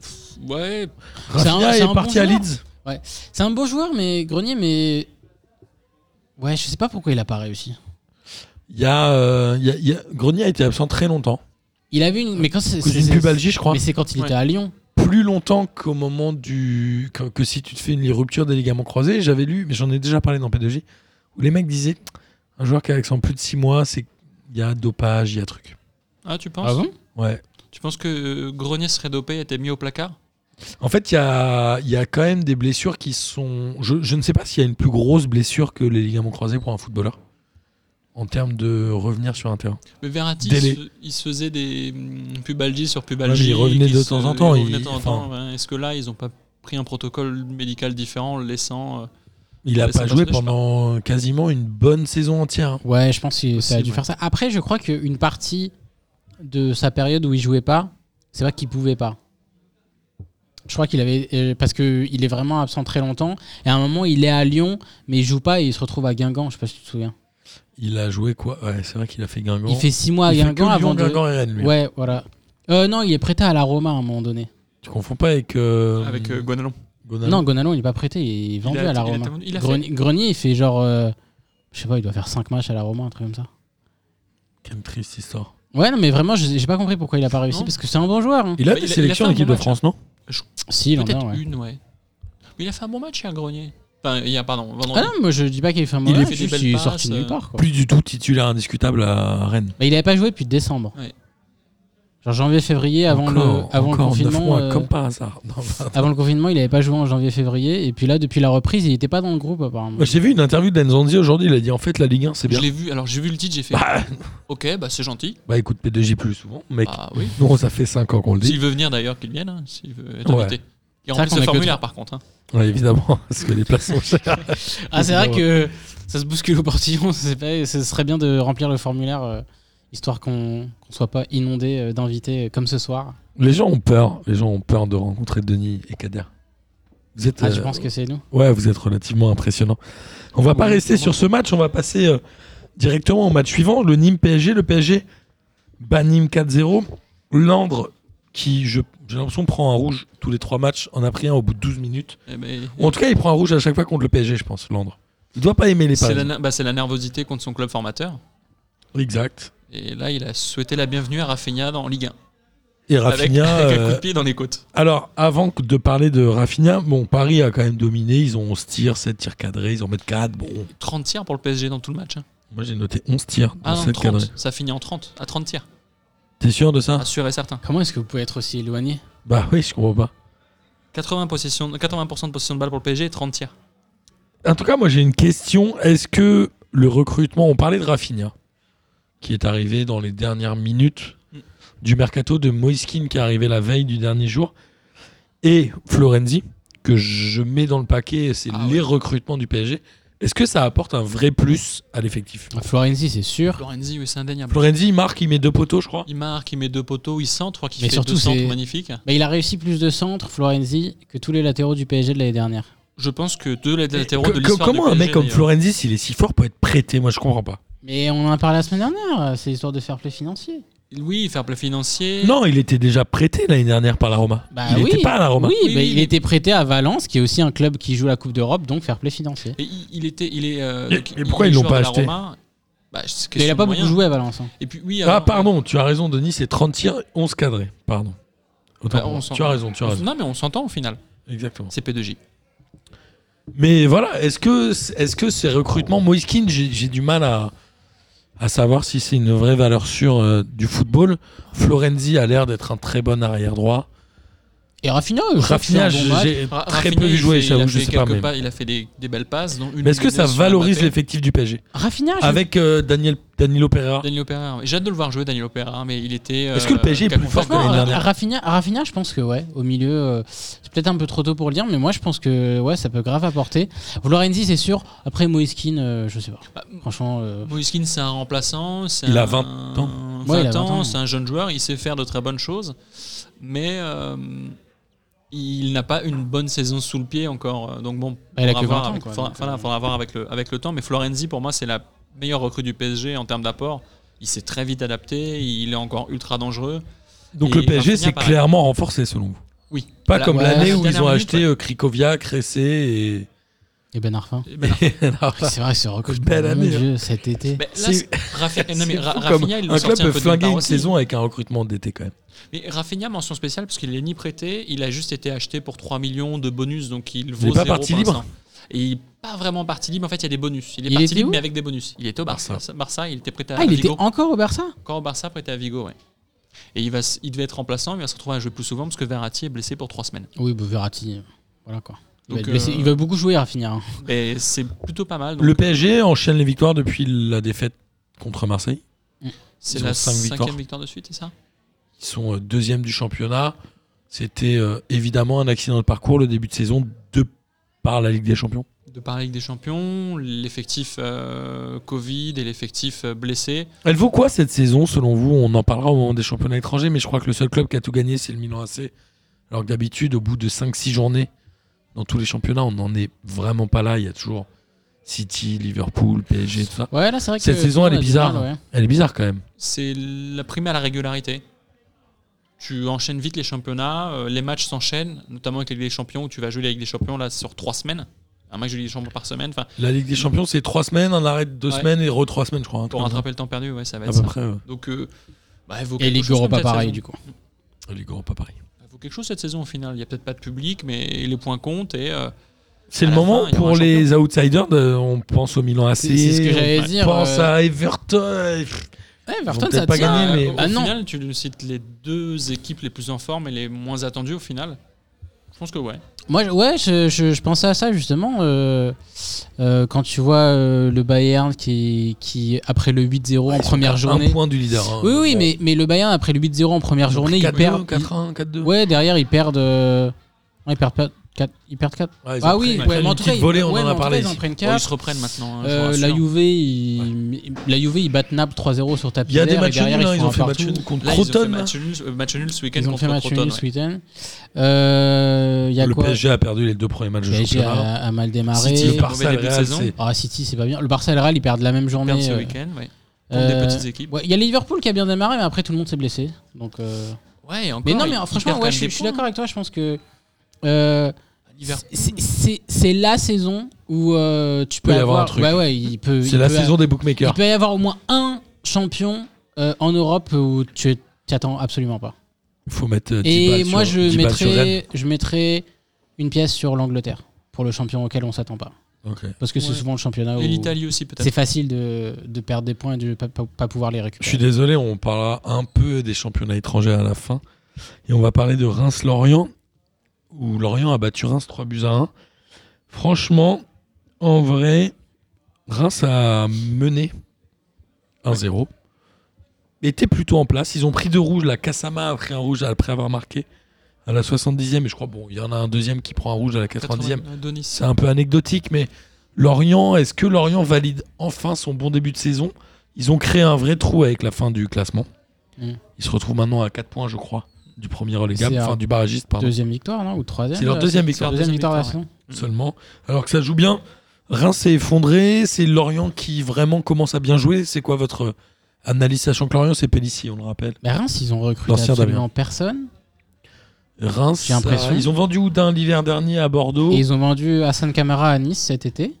Speaker 6: Pff, ouais
Speaker 5: C'est un-
Speaker 4: Rafinha
Speaker 5: c'est un
Speaker 4: est
Speaker 5: bon
Speaker 4: parti à
Speaker 5: joueur.
Speaker 4: Leeds.
Speaker 5: C'est un beau joueur, mais Grenier, mais. Ouais, je sais pas pourquoi il a pas réussi.
Speaker 4: Il y a, euh, il y a- il y a- Grenier a été absent très longtemps.
Speaker 5: Il avait une. Mais quand c'est.
Speaker 4: Cousine
Speaker 5: c'est-
Speaker 4: pubalgie, je crois.
Speaker 5: Mais c'est quand il
Speaker 6: Ouais.
Speaker 5: était à Lyon.
Speaker 4: Plus longtemps qu'au moment du. Que, que si tu te fais une rupture des ligaments croisés. J'avais lu, mais j'en ai déjà parlé dans P2J, où les mecs disaient un joueur qui a accent plus de 6 mois, c'est. Il y a dopage, il y a truc.
Speaker 6: Ah, tu penses
Speaker 5: Ah bon
Speaker 4: Ouais.
Speaker 6: Tu penses que euh, Grenier serait dopé et était mis au placard
Speaker 4: En fait, il y a, il y a quand même des blessures qui sont. Je, je ne sais pas s'il y a une plus grosse blessure que les ligaments croisés pour un footballeur en termes de revenir sur un terrain.
Speaker 6: Mais Verratti, il
Speaker 4: Délai.
Speaker 6: se, il se faisait des mm, pubalgies sur
Speaker 4: Ouais,
Speaker 6: pubalgies.
Speaker 4: mais il revenait
Speaker 6: qui
Speaker 4: de
Speaker 6: se-
Speaker 4: temps en temps,
Speaker 6: il revenait
Speaker 4: il-
Speaker 6: de temps en temps, ouais. Est-ce que là, ils n'ont pas pris un protocole médical différent, en le laissant. euh,
Speaker 4: Il n'a
Speaker 6: Ouais,
Speaker 4: pas
Speaker 6: ça
Speaker 4: joué
Speaker 6: passe, je sais
Speaker 4: pendant quasiment une bonne saison entière. hein.
Speaker 5: Ouais, je pense que ça a
Speaker 6: Possible,
Speaker 5: dû
Speaker 6: ouais.
Speaker 5: faire ça. Après, je crois qu'une partie de sa période où il jouait pas, c'est pas qu'il pouvait pas. Je crois qu'il avait. euh, Parce qu'il est vraiment absent très longtemps. Et à un moment, il est à Lyon, mais il joue pas et il se retrouve à Guingamp. Je sais pas si tu te souviens.
Speaker 4: Il a joué quoi Ouais, c'est vrai qu'il a fait Guingamp.
Speaker 5: Il fait six mois à
Speaker 4: Il fait que
Speaker 5: Guingamp avant
Speaker 4: Lyon,
Speaker 5: de.
Speaker 4: Guingamp et Rennes, lui.
Speaker 5: Ouais, voilà. Euh, non, il est prêté à la Roma à un moment donné.
Speaker 4: Tu confonds pas avec. euh,
Speaker 6: Avec euh, Guanalon.
Speaker 4: Gonalon.
Speaker 5: Non, Gonalon, il est pas prêté, il est vendu
Speaker 6: a-
Speaker 5: à la
Speaker 6: il a
Speaker 5: Roma.
Speaker 6: été- il a
Speaker 5: Grenier, Grenier, il fait genre. euh, je sais pas, il doit faire 5 matchs à la Roma, un truc comme ça.
Speaker 4: Quelle triste histoire.
Speaker 5: Ouais, non, mais vraiment, je- j'ai pas compris pourquoi il a pas réussi,
Speaker 6: Non.
Speaker 5: parce que c'est un bon joueur. hein.
Speaker 4: Il a
Speaker 6: Bah,
Speaker 4: des
Speaker 6: il a- il a
Speaker 4: sélections
Speaker 6: fait
Speaker 4: en
Speaker 6: un
Speaker 4: équipe
Speaker 6: bon
Speaker 4: de France, non
Speaker 5: Si, il en
Speaker 6: Peut-être
Speaker 5: a, ouais.
Speaker 6: une, ouais. Mais il a fait un bon match, hein, Grenier. Enfin, il y a, pardon, vendredi.
Speaker 5: Ah non, moi je dis pas qu'il a fait un
Speaker 4: Il
Speaker 5: mauvais
Speaker 4: a
Speaker 5: match,
Speaker 6: fait des
Speaker 5: juste
Speaker 6: belles
Speaker 5: il est
Speaker 6: passes,
Speaker 5: sorti de nulle
Speaker 6: euh,
Speaker 5: part. Quoi.
Speaker 4: Plus du tout titulaire indiscutable à Rennes.
Speaker 5: Mais il avait pas joué depuis décembre.
Speaker 6: Ouais.
Speaker 5: Genre janvier-février, avant,
Speaker 4: Encore-
Speaker 5: le, avant le
Speaker 4: encore neuf
Speaker 5: confinement.
Speaker 4: mois,
Speaker 5: euh,
Speaker 4: comme par hasard. Non, bah, pardon.
Speaker 5: Avant le confinement, il avait pas joué en janvier-février, et puis là, depuis la reprise, il était pas dans le groupe apparemment.
Speaker 4: bah, J'ai vu une interview d'Enzonzi aujourd'hui, il a dit en fait la Ligue 1 c'est
Speaker 6: Je
Speaker 4: bien.
Speaker 6: l'ai vu, alors j'ai vu le titre, j'ai fait.
Speaker 4: Bah,
Speaker 6: *laughs* Ok, bah c'est gentil.
Speaker 4: Bah écoute, P2J plus souvent, mec.
Speaker 6: Ah oui.
Speaker 4: Non, ça fait 5 ans qu'on le dit.
Speaker 6: S'il veut venir d'ailleurs, qu'il vienne, hein, s'il veut être
Speaker 4: Ouais.
Speaker 6: invité. Il
Speaker 5: C'est vrai
Speaker 6: remplit
Speaker 5: qu'on a
Speaker 6: ce
Speaker 5: que
Speaker 6: formulaire
Speaker 5: trois.
Speaker 6: par contre. hein.
Speaker 4: Ouais, évidemment, *laughs* parce que les places sont chères.
Speaker 5: Ah, c'est vrai que ça se bouscule au portillon. *laughs* c'est pas- Ce serait bien de remplir le formulaire, euh, histoire qu'on qu'on soit pas inondé euh, d'invités euh, comme ce soir.
Speaker 4: Les gens ont peur. Les gens ont peur de rencontrer Denis et Kader. Vous êtes,
Speaker 5: Ah, tu
Speaker 4: euh,
Speaker 5: penses que c'est nous
Speaker 4: ouais, vous êtes relativement impressionnant. On va pas
Speaker 6: Oui,
Speaker 4: rester
Speaker 6: sûrement.
Speaker 4: sur ce match. On va passer euh, directement au match suivant. Le Nîmes PSG. Le PSG bat Nîmes 4-0. Landre qui, je- j'ai l'impression, prend un rouge tous les trois matchs. En a pris un au bout de 12 minutes.
Speaker 6: Eh ben,
Speaker 4: Ou en tout cas, il prend un rouge à chaque fois contre le PSG, je pense. Landre. Il doit pas aimer les
Speaker 6: c'est la,
Speaker 4: paris.
Speaker 6: na- bah, c'est la nervosité contre son club formateur.
Speaker 4: Exact.
Speaker 6: Et là, il a souhaité la bienvenue à Rafinha en Ligue 1.
Speaker 4: Et
Speaker 6: Avec,
Speaker 4: Rafinha.
Speaker 6: *laughs* avec un
Speaker 4: euh,
Speaker 6: coup de pied dans les côtes.
Speaker 4: Alors, avant que de parler de Rafinha, bon, Paris a quand même dominé. Ils ont 11 tirs, 7 tirs cadrés, ils en mettent 4. Bon,
Speaker 6: 30 tirs pour le PSG dans tout le match. hein.
Speaker 4: moi j'ai noté 11 tirs,
Speaker 6: Ah
Speaker 4: dans
Speaker 6: non,
Speaker 4: 7 cadrés.
Speaker 6: 30. Ça finit en 30. À 30 tirs.
Speaker 4: T'es sûr de ça
Speaker 6: Ah, sûr et certain.
Speaker 5: Comment est-ce que vous pouvez être aussi éloigné
Speaker 4: Bah oui, je comprends pas.
Speaker 6: 80%, possession- 80 de possession de balle pour le PSG et 30 tirs.
Speaker 4: En tout cas, moi j'ai une question. Est-ce que le recrutement, on parlait de Rafinha, qui est arrivé dans les dernières minutes
Speaker 6: Mm.
Speaker 4: du mercato, de Moiskin qui est arrivé la veille du dernier jour, et Florenzi, que je mets dans le paquet, c'est
Speaker 6: Ah
Speaker 4: les recrutements du PSG. Est-ce que ça apporte un vrai plus à l'effectif
Speaker 5: Florenzi, c'est sûr.
Speaker 6: Lorenzi, oui, c'est indéniable.
Speaker 4: Florenzi, il marque, il met deux poteaux, je crois.
Speaker 6: Il marque, il met deux poteaux, il centre, je crois qu'il
Speaker 5: Mais
Speaker 6: fait
Speaker 5: surtout,
Speaker 6: deux centres
Speaker 5: c'est-
Speaker 6: magnifiques.
Speaker 5: Mais Bah, il a réussi plus de centres, Florenzi, que tous les latéraux du PSG de l'année dernière.
Speaker 6: Je pense que deux latéraux
Speaker 4: Co-
Speaker 6: de
Speaker 4: co-
Speaker 6: l'histoire
Speaker 4: comment
Speaker 6: du
Speaker 4: un
Speaker 6: PSG,
Speaker 4: mec comme
Speaker 6: d'ailleurs.
Speaker 4: Florenzi, s'il est si fort, peut être prêté Moi, je comprends pas.
Speaker 5: Mais on en a parlé la semaine dernière, euh, c'est l'histoire de fair play financier.
Speaker 6: Oui, faire play financier.
Speaker 4: Non, il était déjà prêté l'année dernière par la Roma.
Speaker 5: Bah
Speaker 4: il
Speaker 5: oui.
Speaker 4: était pas à la Roma.
Speaker 5: Oui,
Speaker 6: Oui,
Speaker 5: mais
Speaker 6: oui,
Speaker 5: il
Speaker 6: mais-
Speaker 5: était prêté à Valence, qui est aussi un club qui joue la Coupe d'Europe, donc fair play financier.
Speaker 6: Et il, il était, il est. euh,
Speaker 4: Et-
Speaker 6: donc,
Speaker 4: et
Speaker 6: il-
Speaker 4: pourquoi
Speaker 6: il est
Speaker 4: ils l'ont
Speaker 6: joueur
Speaker 4: pas
Speaker 6: de la
Speaker 4: acheté
Speaker 6: Roma. Bah,
Speaker 5: Mais
Speaker 6: c'est
Speaker 5: il
Speaker 6: question
Speaker 5: a pas
Speaker 6: de
Speaker 5: beaucoup
Speaker 6: moyens.
Speaker 5: joué à Valence. hein.
Speaker 6: Et puis oui.
Speaker 4: Ah,
Speaker 6: alors-
Speaker 4: pardon, tu as raison, Denis, c'est 30 tirs, 11 cadrés. Pardon. Autant
Speaker 6: Bah,
Speaker 4: pour
Speaker 6: on
Speaker 4: moi.
Speaker 6: s'en-
Speaker 4: tu as raison, tu as raison.
Speaker 6: Non, mais on s'entend au final.
Speaker 4: Exactement.
Speaker 6: C'est P2J.
Speaker 4: Mais voilà, est-ce que, est-ce que ces recrutements, Moiskin, j'ai j'ai du mal à, à savoir si c'est une vraie valeur sûre euh, du football. Florenzi a l'air d'être un très bon arrière-droit.
Speaker 5: Et Rafinha, je crois que c'est un
Speaker 4: Rafinha,
Speaker 5: bon match.
Speaker 4: j'ai
Speaker 6: Ra-
Speaker 4: très
Speaker 6: Rafinha,
Speaker 4: peu vu
Speaker 6: il
Speaker 4: jouer,
Speaker 6: fait- il a
Speaker 4: j'avoue, je
Speaker 6: fait
Speaker 4: sais pas.
Speaker 6: quelques
Speaker 4: Mais,
Speaker 6: pas- il a fait des, des belles passes. dont une
Speaker 4: mais est-ce que ça
Speaker 6: lumineuse sur
Speaker 4: valorise
Speaker 6: Mbappé. Ah,
Speaker 4: l'effectif du PSG
Speaker 5: Rafinha, je-
Speaker 4: avec euh, Daniel, Danilo Pereira.
Speaker 6: Daniel Opéra. J'ai hâte de le voir jouer, Daniel Opéra, mais il était. euh,
Speaker 4: Est-ce que le PSG est plus fort que
Speaker 5: Non,
Speaker 4: l'année
Speaker 5: Ra-
Speaker 4: dernière.
Speaker 5: Rafinha, Rafinha, je pense que ouais, au milieu, euh, c'est peut-être un peu trop tôt pour le dire, mais moi je pense que ouais, ça peut grave apporter. Florenzi, c'est sûr. Après Moïskine, je sais pas.
Speaker 6: Bah,
Speaker 5: Franchement, euh,
Speaker 6: Moïskine, Ah, c'est un remplaçant. c'est
Speaker 4: Il a
Speaker 6: un-
Speaker 4: 20 ans.
Speaker 6: 20
Speaker 5: Ouais, il a 20 ans.
Speaker 6: c'est un jeune joueur. Il sait faire de très bonnes choses, mais euh, il n'a pas une bonne saison sous le pied encore. euh, Donc bon,
Speaker 5: Bah, il a
Speaker 6: faudra
Speaker 5: que 20
Speaker 6: voir
Speaker 5: ans,
Speaker 6: avec-
Speaker 5: quoi,
Speaker 6: faudra-
Speaker 5: donc,
Speaker 6: voilà,
Speaker 5: euh.
Speaker 6: faudra voir avec le avec le temps. Mais Florenzi, pour moi, c'est la meilleure recrue du PSG en termes d'apport. Il s'est très vite adapté. Il est encore ultra dangereux.
Speaker 4: Donc
Speaker 6: Et
Speaker 4: le PSG
Speaker 6: Rafinha,
Speaker 4: s'est
Speaker 6: pareil.
Speaker 4: clairement renforcé selon vous.
Speaker 6: Oui.
Speaker 4: Pas
Speaker 6: Voilà.
Speaker 4: comme
Speaker 5: ouais,
Speaker 4: l'année
Speaker 6: la
Speaker 4: où ils
Speaker 6: dernière
Speaker 4: ont
Speaker 6: minute,
Speaker 4: acheté euh, Krikoviak, Cressé et
Speaker 5: Et Ben Arfa.
Speaker 6: Ben Arfa.
Speaker 4: *laughs* Alors,
Speaker 5: C'est vrai, ce record.
Speaker 4: Belle année,
Speaker 5: Mon
Speaker 4: hein.
Speaker 5: Dieu, cet été.
Speaker 6: Ben, là,
Speaker 4: C'est-
Speaker 6: c'est- Rafi- non, mais
Speaker 4: *laughs* c'est
Speaker 6: Ra-
Speaker 4: fou
Speaker 6: Rafinha,
Speaker 4: comme
Speaker 6: ils l'ont
Speaker 4: un club
Speaker 6: sorti un
Speaker 4: peut
Speaker 6: peu de nulle
Speaker 4: flinguer
Speaker 6: part
Speaker 4: une
Speaker 6: aussi.
Speaker 4: saison avec un recrutement d'été quand même.
Speaker 6: Mais Rafinha, mention spéciale, parce qu'il est ni prêté, il a juste été acheté pour 3 millions de bonus, donc il vaut
Speaker 4: est pas
Speaker 6: zéro
Speaker 4: parti
Speaker 6: pour
Speaker 4: libre.
Speaker 6: l'instant. Et il n'est pas vraiment parti libre, en fait, il y a des bonus. Il est
Speaker 5: Il
Speaker 6: parti
Speaker 5: était
Speaker 6: libre,
Speaker 5: où
Speaker 6: mais avec des bonus. Il était au Barça. Barça, il était
Speaker 4: euh,
Speaker 6: prêté à
Speaker 5: Ah, il était
Speaker 6: Vigo.
Speaker 5: encore au Barça
Speaker 6: Encore au Barça, prêté à Vigo, ouais. Et il, va, s- il devait être remplaçant, il va se retrouver à jouer plus souvent parce que Verratti est blessé pour 3 semaines.
Speaker 5: Oui, bah, Verratti. euh, Voilà quoi. Il va,
Speaker 6: Donc,
Speaker 5: être blessé.
Speaker 6: euh,
Speaker 5: Il va beaucoup jouer hein. à finir.
Speaker 6: Et c'est plutôt pas mal. donc
Speaker 4: Le PSG enchaîne les victoires depuis la défaite contre Marseille.
Speaker 6: c'est
Speaker 4: ils ont
Speaker 6: la
Speaker 4: cinq
Speaker 6: cinquième
Speaker 4: victoires.
Speaker 6: victoire. de suite, c'est ça
Speaker 4: Ils sont euh, deuxième du championnat. C'était euh, évidemment un accident de parcours le début de saison de par la Ligue des Champions.
Speaker 6: De par la Ligue des Champions, l'effectif euh, Covid et l'effectif euh, blessé.
Speaker 4: Elle vaut quoi cette saison selon vous On en parlera au moment des championnats étrangers, mais je crois que le seul club qui a tout gagné c'est le Milan AC. Alors que d'habitude, au bout de 5-6 journées dans tous les championnats, on n'en est vraiment pas là. Il y a toujours City, Liverpool, PSG, tout ça.
Speaker 5: Ouais, là, c'est vrai
Speaker 4: Cette
Speaker 5: que
Speaker 4: saison,
Speaker 5: tout le
Speaker 4: elle est
Speaker 5: monde a du mal,
Speaker 4: bizarre.
Speaker 5: ouais.
Speaker 4: Elle est bizarre quand même.
Speaker 6: c'est la prime à la régularité. Tu enchaînes vite les championnats, euh, les matchs s'enchaînent, notamment avec la Ligue des Champions où tu vas jouer la Ligue des Champions là sur trois semaines, un match de Ligue des Champions par semaine, enfin
Speaker 4: La Ligue des Champions, c'est trois semaines, un arrêt de deux
Speaker 6: Ouais.
Speaker 4: semaines et re trois semaines, je crois. hein,
Speaker 6: pour
Speaker 4: comme ça.
Speaker 6: rattraper le temps perdu, ouais ça va
Speaker 4: à
Speaker 6: être
Speaker 4: peu
Speaker 6: ça.
Speaker 4: près. ouais.
Speaker 6: Donc euh, bah, elle vaut
Speaker 5: Et
Speaker 6: quelque
Speaker 5: Ligue
Speaker 6: chose
Speaker 5: Europa,
Speaker 6: comme cette
Speaker 5: pareil,
Speaker 6: saison.
Speaker 5: du coup.
Speaker 4: La Ligue Europa Paris.
Speaker 6: Elle vaut quelque chose cette saison au final. Il y a peut-être pas de public, mais les points comptent et euh,
Speaker 4: C'est
Speaker 6: À
Speaker 4: le
Speaker 6: la
Speaker 4: moment
Speaker 6: fin, il y aura
Speaker 4: pour
Speaker 6: un
Speaker 4: les outsiders, de- on pense au Milan AC,
Speaker 5: C'est- c'est ce que j'allais
Speaker 4: on
Speaker 5: dire,
Speaker 4: pense
Speaker 5: euh,
Speaker 4: à Everton. et pff,
Speaker 5: Ouais,
Speaker 4: Ils
Speaker 5: Everton,
Speaker 4: vont
Speaker 5: ça
Speaker 4: peut-être pas
Speaker 5: tient,
Speaker 4: gagner,
Speaker 5: euh,
Speaker 4: mais-
Speaker 5: au
Speaker 6: au
Speaker 5: bah non.
Speaker 6: final tu cites les deux équipes les plus en forme et les moins attendues au final. Je pense que ouais.
Speaker 5: Moi, je- ouais, je, je- je pensais à ça justement. euh, euh, quand tu vois euh, le Bayern qui, qui, après le 8-0 en
Speaker 4: ils sont
Speaker 5: première
Speaker 4: qu'à
Speaker 5: journée.
Speaker 4: Un point du leader. hein.
Speaker 5: Oui, oui,
Speaker 4: Bon,
Speaker 5: mais, mais le Bayern, après le 8-0 en première
Speaker 4: ils ont
Speaker 5: journée,
Speaker 4: pris
Speaker 5: ils
Speaker 4: 4-2,
Speaker 5: perdent.
Speaker 4: 4-1, 4-2.
Speaker 5: ils- ouais, derrière, ils perdent. euh, ouais, ils perdent pas. 4, ils perdent 4.
Speaker 4: Ouais, ils ont
Speaker 5: Ah
Speaker 4: pris-
Speaker 5: oui, ouais,
Speaker 4: ils prennent
Speaker 5: mais
Speaker 4: une
Speaker 5: en tout cas,
Speaker 4: petite
Speaker 5: ils-
Speaker 4: volée, on
Speaker 5: ouais,
Speaker 4: en
Speaker 5: mais
Speaker 4: a
Speaker 5: tout cas,
Speaker 4: parlé
Speaker 5: ils en
Speaker 4: ici.
Speaker 5: prennent
Speaker 6: Bon, ils
Speaker 5: 4.
Speaker 6: se reprennent maintenant. hein, je vous
Speaker 5: Euh, la
Speaker 6: rassure.
Speaker 5: Juve, ils, la Juve, ils battent Naples 3-0 sur tapis
Speaker 4: Il y a des
Speaker 5: vert, et
Speaker 4: matchs nuls,
Speaker 5: derrière,
Speaker 4: hein, ils
Speaker 5: font
Speaker 4: ont
Speaker 5: un
Speaker 4: fait match
Speaker 5: partout.
Speaker 4: nul contre hein.
Speaker 6: Là, ils ont fait
Speaker 4: Croton.
Speaker 6: match nul, euh, match nul ce week-end
Speaker 5: Ils ont
Speaker 6: contre
Speaker 5: fait match
Speaker 6: Croton,
Speaker 5: nul
Speaker 6: ouais.
Speaker 5: ce week-end. Euh, Il y a
Speaker 4: Le
Speaker 5: quoi
Speaker 4: PSG a perdu les deux premiers matchs de
Speaker 5: PSG
Speaker 4: championnat.
Speaker 5: a, a mal démarré.
Speaker 6: City,
Speaker 4: Le Barça,
Speaker 6: mauvais
Speaker 4: le
Speaker 6: début de
Speaker 4: Real,
Speaker 6: saison.
Speaker 4: c'est-
Speaker 5: Ah, City, c'est pas bien. Le Barça et le Real, ils perdent la même
Speaker 6: On
Speaker 5: journée.
Speaker 6: perd ce
Speaker 5: euh,
Speaker 6: week-end, ouais. Contre des
Speaker 5: euh,
Speaker 6: petites équipes.
Speaker 5: ouais, Il y a Liverpool qui a bien démarré, mais après tout le monde s'est blessé. Donc, euh,
Speaker 6: Ouais, et encore,
Speaker 5: Mais non,
Speaker 6: ils-
Speaker 5: mais
Speaker 6: ils
Speaker 5: franchement,
Speaker 6: perdent
Speaker 5: ouais,
Speaker 6: quand
Speaker 5: je,
Speaker 6: même
Speaker 5: suis-
Speaker 6: des
Speaker 5: je suis
Speaker 6: points.
Speaker 5: d'accord avec toi. Je pense que euh,
Speaker 6: Liverpool.
Speaker 5: c'est- c'est c'est la saison où euh, tu peux
Speaker 4: peut y avoir
Speaker 5: avoir.
Speaker 4: un truc.
Speaker 5: Ouais, ouais, il peut.
Speaker 4: C'est
Speaker 5: il
Speaker 4: la
Speaker 5: peut-
Speaker 4: saison des
Speaker 5: Il
Speaker 4: bookmakers.
Speaker 5: peut y avoir au moins un champion euh, en Europe où tu t'y attends absolument pas.
Speaker 4: Il faut mettre euh, 10
Speaker 5: Et
Speaker 4: balles
Speaker 5: moi,
Speaker 4: sur-
Speaker 5: je
Speaker 4: 10 balles sur Rennes.
Speaker 5: mettrais, je mettrais une pièce sur l'Angleterre pour le champion auquel on s'attend pas.
Speaker 4: Ok.
Speaker 5: Parce que c'est
Speaker 6: Ouais.
Speaker 5: souvent le championnat
Speaker 6: Et
Speaker 5: où
Speaker 6: l'Italie aussi,
Speaker 5: c'est
Speaker 6: peut-être.
Speaker 5: facile de, de perdre des points et de ne pas, pas- pas pouvoir les
Speaker 4: Je
Speaker 5: récupérer.
Speaker 4: suis désolé, on parlera un peu des championnats étrangers à la fin. Et on va parler de Reims-Lorient, où Lorient a battu Reims 3 buts à 1. Franchement, en vrai, Reims a mené 1-0. Était plutôt en place. Ils ont pris deux rouges. La Kassama a pris un rouge après avoir marqué à la 70e. Et je crois, bon, il y en a un deuxième qui prend un rouge à la 90e.
Speaker 6: 80, euh, Denis.
Speaker 4: C'est un peu anecdotique, mais Lorient, est-ce que Lorient valide enfin son bon début de saison Ils ont créé un vrai trou avec la fin du classement.
Speaker 5: Mm.
Speaker 4: Ils se retrouvent maintenant à 4 points, je crois, du premier relégable,
Speaker 5: C'est
Speaker 4: enfin
Speaker 5: leur
Speaker 4: du barragiste, pardon.
Speaker 5: Deuxième victoire, non Ou troisième
Speaker 4: C'est leur
Speaker 5: là,
Speaker 4: deuxième
Speaker 5: c'est leur
Speaker 4: victoire
Speaker 5: deuxième
Speaker 6: Deuxième
Speaker 5: victoire de la
Speaker 6: victoire,
Speaker 5: saison.
Speaker 4: seulement. Alors que ça joue bien. Reims s'est effondré, c'est Lorient qui vraiment commence à bien jouer. C'est quoi votre analyse Sachant que Lorient, c'est Pellissier, on le rappelle.
Speaker 5: Mais Reims, ils ont recruté
Speaker 4: L'ancien
Speaker 5: absolument
Speaker 4: Damien.
Speaker 5: personne.
Speaker 4: Reims,
Speaker 5: J'ai l'impression.
Speaker 4: euh, ils ont vendu Oudin l'hiver dernier à Bordeaux.
Speaker 5: Et
Speaker 4: Ils...
Speaker 5: ils ont vendu Hassan Kamara à Nice cet été.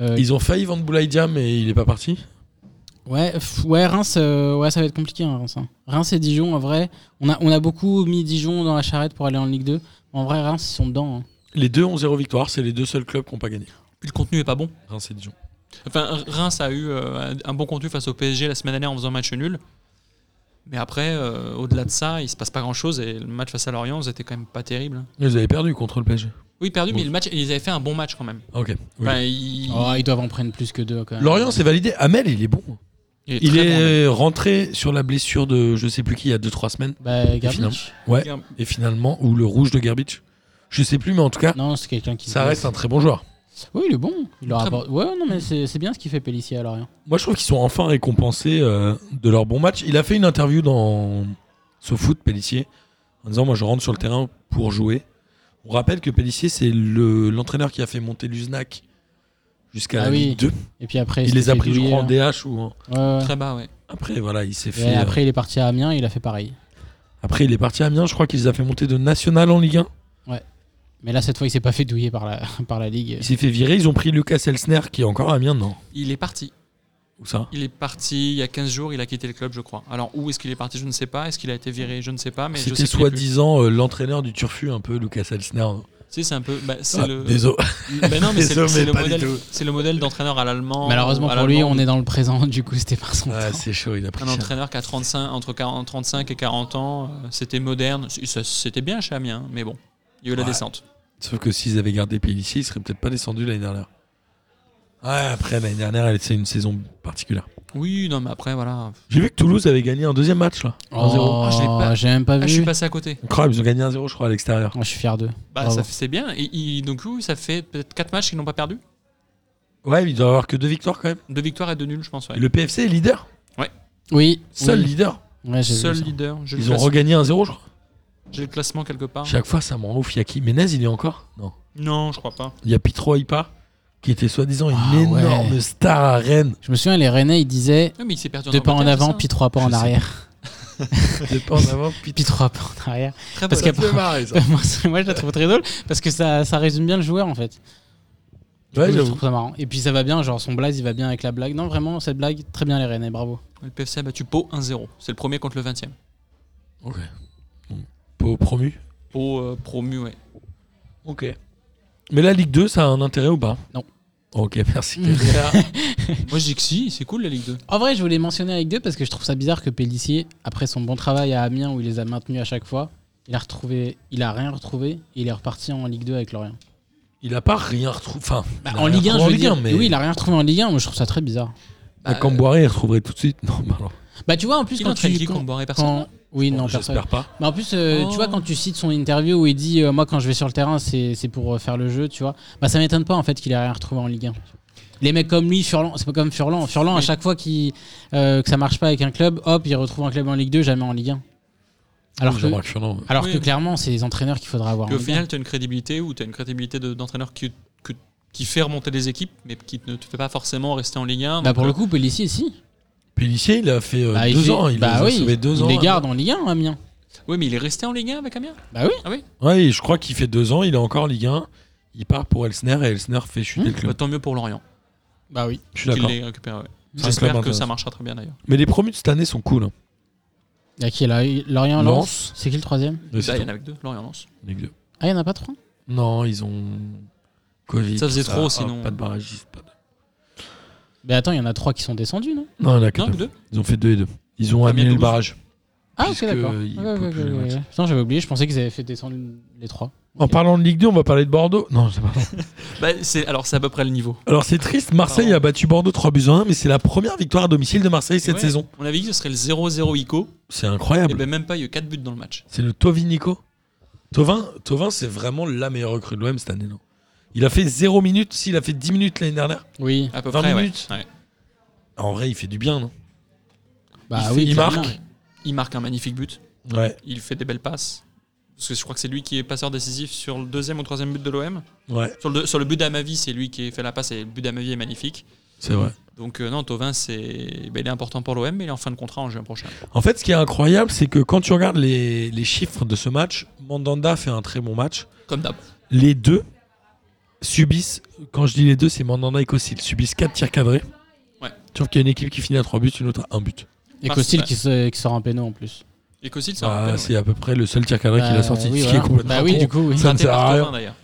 Speaker 5: Euh,
Speaker 4: ont failli vendre Boulaïdia, mais il n'est pas parti.
Speaker 5: Ouais, pff, ouais, Reims, euh, ouais, ça va être compliqué. hein, Reims, hein. Reims et Dijon, en vrai, on a, on a beaucoup mis Dijon dans la charrette pour aller en Ligue 2. En vrai, Reims, ils sont dedans. hein.
Speaker 4: Les deux ont zéro victoire, c'est les deux seuls clubs qui n'ont pas gagné.
Speaker 6: Puis Le contenu est pas bon.
Speaker 4: Reims et Dijon.
Speaker 6: Enfin, Reims a eu euh, un bon contenu face au PSG la semaine dernière en faisant match nul. Mais après, euh, au-delà de ça, il se passe pas grand-chose et le match face à Lorient, c'était quand même pas terrible.
Speaker 4: Ils avaient perdu contre le PSG.
Speaker 6: Oui, perdu,
Speaker 4: Oui.
Speaker 6: mais le match, ils avaient fait un bon match quand même.
Speaker 4: Ok. oui.
Speaker 6: Enfin, il-
Speaker 5: Oh, ils doivent en prendre plus que deux. Quand même.
Speaker 4: Lorient, c'est validé. Amel, il est bon.
Speaker 6: il est
Speaker 4: Il
Speaker 6: très bon, mais-
Speaker 4: est rentré sur la blessure de je sais plus qui il y a 2-3 semaines.
Speaker 5: Bah, Garbage.
Speaker 4: finalement. Ouais. Et finalement, ou le rouge de Gerbich. Je sais plus, mais en tout cas,
Speaker 5: Non, c'est quelqu'un qui.
Speaker 4: ça reste un très bon joueur.
Speaker 5: Oui, il est bon. Il leur
Speaker 6: Très
Speaker 5: apporte- Ouais, non, mais c'est c'est bien ce qu'il fait Pellissier à Lorient.
Speaker 4: Moi, je trouve qu'ils sont enfin récompensés euh, de leur bon match. Il a fait une interview dans SoFoot, Pellissier, en disant Moi, je rentre sur le terrain pour jouer. On rappelle que Pellissier, c'est le- l'entraîneur qui a fait monter l'Uznac jusqu'à
Speaker 5: Ah
Speaker 4: la
Speaker 5: oui.
Speaker 4: Ligue 2.
Speaker 5: Et puis après,
Speaker 4: Il les a pris, je crois, en DH ou en-
Speaker 5: hein. Ouais, ouais.
Speaker 6: Très bas, ouais.
Speaker 4: Après, voilà, il s'est
Speaker 5: Et
Speaker 4: fait. euh,
Speaker 5: après, il est parti à Amiens, il a fait pareil.
Speaker 4: Après, il est parti à Amiens. Je crois qu'il les a fait monter de National en Ligue 1.
Speaker 5: Ouais. Mais là, cette fois, il s'est pas fait douiller par la, *laughs* par la Ligue.
Speaker 4: Il s'est fait virer, ils ont pris Lucas Elsner qui est encore à Amiens, non
Speaker 6: Il est parti.
Speaker 4: Ou ça
Speaker 6: Il est parti il y a 15 jours, il a quitté le club, je crois. Alors, où est-ce qu'il est parti Je ne sais pas. Est-ce qu'il a été viré Je ne sais pas. Mais je sais
Speaker 4: C'était
Speaker 6: qu'il est plus.
Speaker 4: soi-disant euh, l'entraîneur du Turfu, un peu, Lucas Elsner.
Speaker 6: Si, c'est un peu. bah, c'est
Speaker 4: Ah,
Speaker 6: le... *laughs*
Speaker 4: Désolé.
Speaker 6: Bah non, mais c'est le,
Speaker 4: Désolé,
Speaker 6: c'est le
Speaker 4: pas du
Speaker 6: modèle,
Speaker 4: tout.
Speaker 6: c'est le modèle d'entraîneur à l'allemand.
Speaker 5: Malheureusement
Speaker 6: à
Speaker 5: pour lui,
Speaker 6: l'allemand,
Speaker 5: on est dans le présent. Du coup, c'était pas son
Speaker 4: Ah,
Speaker 5: temps.
Speaker 4: c'est chaud, il a pris
Speaker 6: Un
Speaker 4: cher.
Speaker 6: entraîneur qui a 35, entre 40, 35 et 40 ans, euh, c'était moderne. C- ça- C'était bien chez Amiens, hein, mais bon, il y a eu la
Speaker 4: Ouais.
Speaker 6: descente.
Speaker 4: Sauf que s'ils avaient gardé Pellissier, ils seraient peut-être pas descendus l'année dernière. Ouais, après, l'année dernière, elle- c'est une saison particulière.
Speaker 6: Oui, non, mais après, voilà.
Speaker 4: J'ai vu que Toulouse avait gagné un deuxième match, là. 1-0.
Speaker 5: Oh,
Speaker 6: Ah, je l'ai pas-
Speaker 5: j'ai même pas
Speaker 6: Ah, je suis
Speaker 5: vu.
Speaker 6: passé à côté.
Speaker 4: Incroyable, ils ont gagné 1-0, je crois, à l'extérieur.
Speaker 5: Moi, je suis fier d'eux.
Speaker 6: Bah,
Speaker 5: Bravo.
Speaker 6: ça fait- c'est bien. Et il- donc, oui, ça fait peut-être 4 matchs qu'ils n'ont pas perdu.
Speaker 4: Ouais, ils doivent avoir que deux victoires quand même.
Speaker 6: Deux victoires et deux nuls, je pense. ouais.
Speaker 4: Et le PFC est leader.
Speaker 5: Oui.
Speaker 4: Seul
Speaker 5: oui.
Speaker 4: leader.
Speaker 5: Ouais, j'ai vu
Speaker 6: Seul
Speaker 5: ça.
Speaker 6: leader. J'ai le,
Speaker 4: Ils ont
Speaker 6: classe-
Speaker 4: regagné 1-0, je crois.
Speaker 6: j'ai le classement quelque part.
Speaker 4: Chaque fois, ça me rend ouf. Il y a qui Menez, il est encore Non.
Speaker 6: Non, je crois pas.
Speaker 4: Il y a Pitro Ipa, qui était soi-disant une
Speaker 5: Ah ouais.
Speaker 4: énorme star à Rennes.
Speaker 5: Je me souviens, les Rennais, ils disaient
Speaker 6: Oui, Ah, mais il s'est perdu
Speaker 5: deux pas en
Speaker 6: Angleterre,
Speaker 5: avant,
Speaker 6: c'est
Speaker 5: puis trois pas
Speaker 4: Je
Speaker 5: en
Speaker 4: sais
Speaker 5: arrière.
Speaker 4: De pas en avant, Pitro.
Speaker 5: *laughs* Puis trois pas en *laughs* arrière.
Speaker 6: ça Très
Speaker 5: parce
Speaker 6: bonne-
Speaker 5: qu'à- moi, c'est- moi, je la trouve très drôle parce que ça, ça résume bien le joueur en fait. Du
Speaker 4: Ouais,
Speaker 5: coup, je
Speaker 4: j'avoue.
Speaker 5: trouve ça marrant. Et puis ça va bien, genre son blaze, il va bien avec la blague. Non, vraiment, cette blague, très bien les Rennais, bravo.
Speaker 6: Le PFC a battu Pau 1-0. C'est le premier contre le 20 e
Speaker 4: Ok. Bon. Pau promu.
Speaker 6: Pau euh,
Speaker 5: *laughs*
Speaker 6: promu, ouais.
Speaker 4: Ok. Mais la Ligue 2, ça a un intérêt ou pas
Speaker 5: Non. Mm.
Speaker 4: Ok, merci.
Speaker 6: Moi, je dis que si, c'est cool la Ligue 2.
Speaker 5: En vrai, je voulais mentionner avec deux parce que je trouve ça bizarre que Pellissier, après son bon travail à Amiens où il les a maintenus à chaque fois, il a retrouvé, il a rien retrouvé et il est reparti en Ligue 2 avec Lorient.
Speaker 4: il a pas rien retrouvé. Enfin,
Speaker 5: Bah,
Speaker 4: il a
Speaker 5: en
Speaker 4: rien
Speaker 5: Ligue 1,
Speaker 4: retrouvé
Speaker 5: je
Speaker 4: en
Speaker 5: veux
Speaker 4: Ligue
Speaker 5: dire.
Speaker 4: 1, mais
Speaker 5: Oui, euh, il a rien retrouvé en Ligue 1. Moi, je trouve ça très bizarre.
Speaker 4: la Camboiré, il retrouverait tout de suite. Non, bah alors.
Speaker 5: Bah, tu vois, en plus
Speaker 6: Il
Speaker 5: quand
Speaker 6: entraîne
Speaker 5: tu
Speaker 6: qui
Speaker 5: quand-
Speaker 6: Comboiré personne
Speaker 5: quand- oui,
Speaker 4: Bon,
Speaker 5: non, personne.
Speaker 4: J'espère pas.
Speaker 5: Mais en plus, euh,
Speaker 6: Oh.
Speaker 5: tu vois, quand tu cites son interview où il dit euh, Moi, quand je vais sur le terrain, c'est c'est pour euh, faire le jeu, tu vois. Bah, ça m'étonne pas en fait qu'il ait rien retrouvé en Ligue 1. Les mecs comme lui, Furlan, c'est pas comme Furlan. Furlan, à
Speaker 6: Oui.
Speaker 5: chaque fois qu'il euh, que ça marche pas avec un club, hop, il retrouve un club en Ligue 2, jamais en Ligue 1. Alors, que,
Speaker 4: Jean-Marc Furlan, ouais.
Speaker 5: alors
Speaker 6: Oui.
Speaker 5: que clairement, c'est les entraîneurs qu'il faudra avoir.
Speaker 6: Puis
Speaker 5: en
Speaker 6: au
Speaker 5: Ligue
Speaker 6: final, tu as une crédibilité ou tu as une crédibilité de- d'entraîneur qui, que- qui fait remonter les équipes, mais qui ne te fait pas forcément rester en Ligue 1.
Speaker 5: 1. bah,
Speaker 6: Donc,
Speaker 5: pour
Speaker 6: euh,
Speaker 5: le coup, Pellissier, si.
Speaker 4: Pellissier, il a fait euh,
Speaker 5: Bah, il
Speaker 4: deux
Speaker 5: fait-
Speaker 4: ans. Il
Speaker 5: bah
Speaker 4: les a
Speaker 5: oui,
Speaker 4: sauvés deux
Speaker 5: il
Speaker 4: ans. hein. euh.
Speaker 5: les garde en Ligue 1, Amiens.
Speaker 6: Oui, mais il est resté en Ligue 1 avec Amiens
Speaker 5: Bah oui.
Speaker 4: Ouais, et je crois qu'il fait deux ans. Il est encore en Ligue 1. Il part pour Elsner et Elsner fait chuter
Speaker 5: Mmh.
Speaker 4: le club.
Speaker 6: Bah, Tant mieux pour Lorient.
Speaker 5: Bah oui.
Speaker 4: Je suis
Speaker 6: Qu'il
Speaker 4: d'accord.
Speaker 6: l'ait récupéré. ouais.
Speaker 4: un club
Speaker 6: J'espère que
Speaker 4: intéressant.
Speaker 6: ça marchera très bien d'ailleurs.
Speaker 4: Mais les promus de cette année sont cool. hein.
Speaker 5: Il y a qui là Lorient, Lens.
Speaker 4: Lens.
Speaker 5: C'est qui le troisième
Speaker 4: Mais
Speaker 6: Bah,
Speaker 4: c'est
Speaker 6: Il y en
Speaker 4: tout.
Speaker 6: a avec deux, Lorient Lens.
Speaker 4: Ligue 2.
Speaker 5: Ah, il n'y en a pas trois
Speaker 4: Non, ils ont Covid.
Speaker 6: Ça faisait
Speaker 4: tout
Speaker 6: trop,
Speaker 4: Ah,
Speaker 6: sinon.
Speaker 4: Pas de barragiste. pas de-
Speaker 5: Mais Bah, attends, il y en a trois qui sont descendus, non
Speaker 4: Non, il y en a que
Speaker 6: Non,
Speaker 4: deux.
Speaker 6: avec deux
Speaker 4: Ils ont fait deux et deux. Ils ont
Speaker 6: Ah,
Speaker 4: annulé
Speaker 6: bien
Speaker 4: le
Speaker 6: douze.
Speaker 4: barrage.
Speaker 5: Ah, ok,
Speaker 4: Puisque,
Speaker 5: d'accord.
Speaker 4: euh,
Speaker 5: Ouais,
Speaker 4: il
Speaker 5: ouais,
Speaker 4: peut
Speaker 5: ouais,
Speaker 4: plus les
Speaker 5: ouais,
Speaker 4: matchs.
Speaker 5: ouais. Putain, j'avais oublié, je pensais qu'ils avaient fait descendre les trois.
Speaker 4: En parlant de Ligue 2, on va parler de Bordeaux. Non, c'est pas vrai.
Speaker 6: Bah, c'est- Alors, c'est à peu près le niveau.
Speaker 4: Alors c'est triste, Marseille
Speaker 6: Pardon.
Speaker 4: a battu Bordeaux 3 buts à 1, mais c'est la première victoire à domicile de Marseille cette
Speaker 6: Ouais,
Speaker 4: saison.
Speaker 6: On avait dit que ce serait le 0-0 ICO.
Speaker 4: C'est
Speaker 6: Et
Speaker 5: Ah, bah.
Speaker 4: incroyable.
Speaker 6: ben même pas, il y a eu 4 buts dans le match.
Speaker 4: C'est le Tovinico. Tovin, Tovin c'est vraiment la meilleure recrue de l'OM cette année. Non il a fait 0 minutes, s'il a fait 10 minutes l'année dernière.
Speaker 5: Oui,
Speaker 6: À peu
Speaker 4: 20
Speaker 6: près, ouais.
Speaker 4: minutes.
Speaker 6: Ouais.
Speaker 4: En vrai, il fait du bien, non
Speaker 5: bah
Speaker 4: il
Speaker 5: oui,
Speaker 4: fait- il
Speaker 5: clairement.
Speaker 4: marque.
Speaker 6: Il marque un magnifique but.
Speaker 4: Ouais,
Speaker 6: Il fait des belles passes. Parce que je crois que c'est lui qui est passeur décisif sur le deuxième ou troisième but de l'OM.
Speaker 4: ouais,
Speaker 6: Sur le, deux- sur le but d'Amavi, c'est lui qui fait la passe et le but d'Amavi est magnifique.
Speaker 4: c'est vrai.
Speaker 6: Donc euh, non, Tovin, c'est, ben, il est important pour l'OM, mais il est en fin de contrat en juin prochain.
Speaker 4: En fait, ce qui est incroyable, c'est que quand tu regardes les, les chiffres de ce match, Mandanda fait un très bon match.
Speaker 6: Comme d'hab.
Speaker 4: Les deux subissent, quand je dis les deux, c'est Mandanda et Kossil, subissent 4 tirs cadrés.
Speaker 6: Ouais.
Speaker 4: Sauf qu'il y a une équipe qui finit à 3 buts, une autre à 1 but.
Speaker 5: Et
Speaker 6: Enfin,
Speaker 5: Costil
Speaker 6: c'est-
Speaker 5: qui, se- qui sort un péno en plus.
Speaker 6: Et Kossil, c'est un
Speaker 4: Ah,
Speaker 6: rappel, ouais.
Speaker 4: c'est à peu près le seul tir cadré qu'il
Speaker 5: Bah,
Speaker 4: a sorti,
Speaker 5: oui,
Speaker 4: ce qui
Speaker 5: voilà.
Speaker 4: est complètement
Speaker 5: Bah oui,
Speaker 4: con.
Speaker 5: du coup, oui.
Speaker 4: Ça ne
Speaker 6: Raté
Speaker 4: sert
Speaker 6: par
Speaker 4: à rien.
Speaker 6: Tovin, d'ailleurs.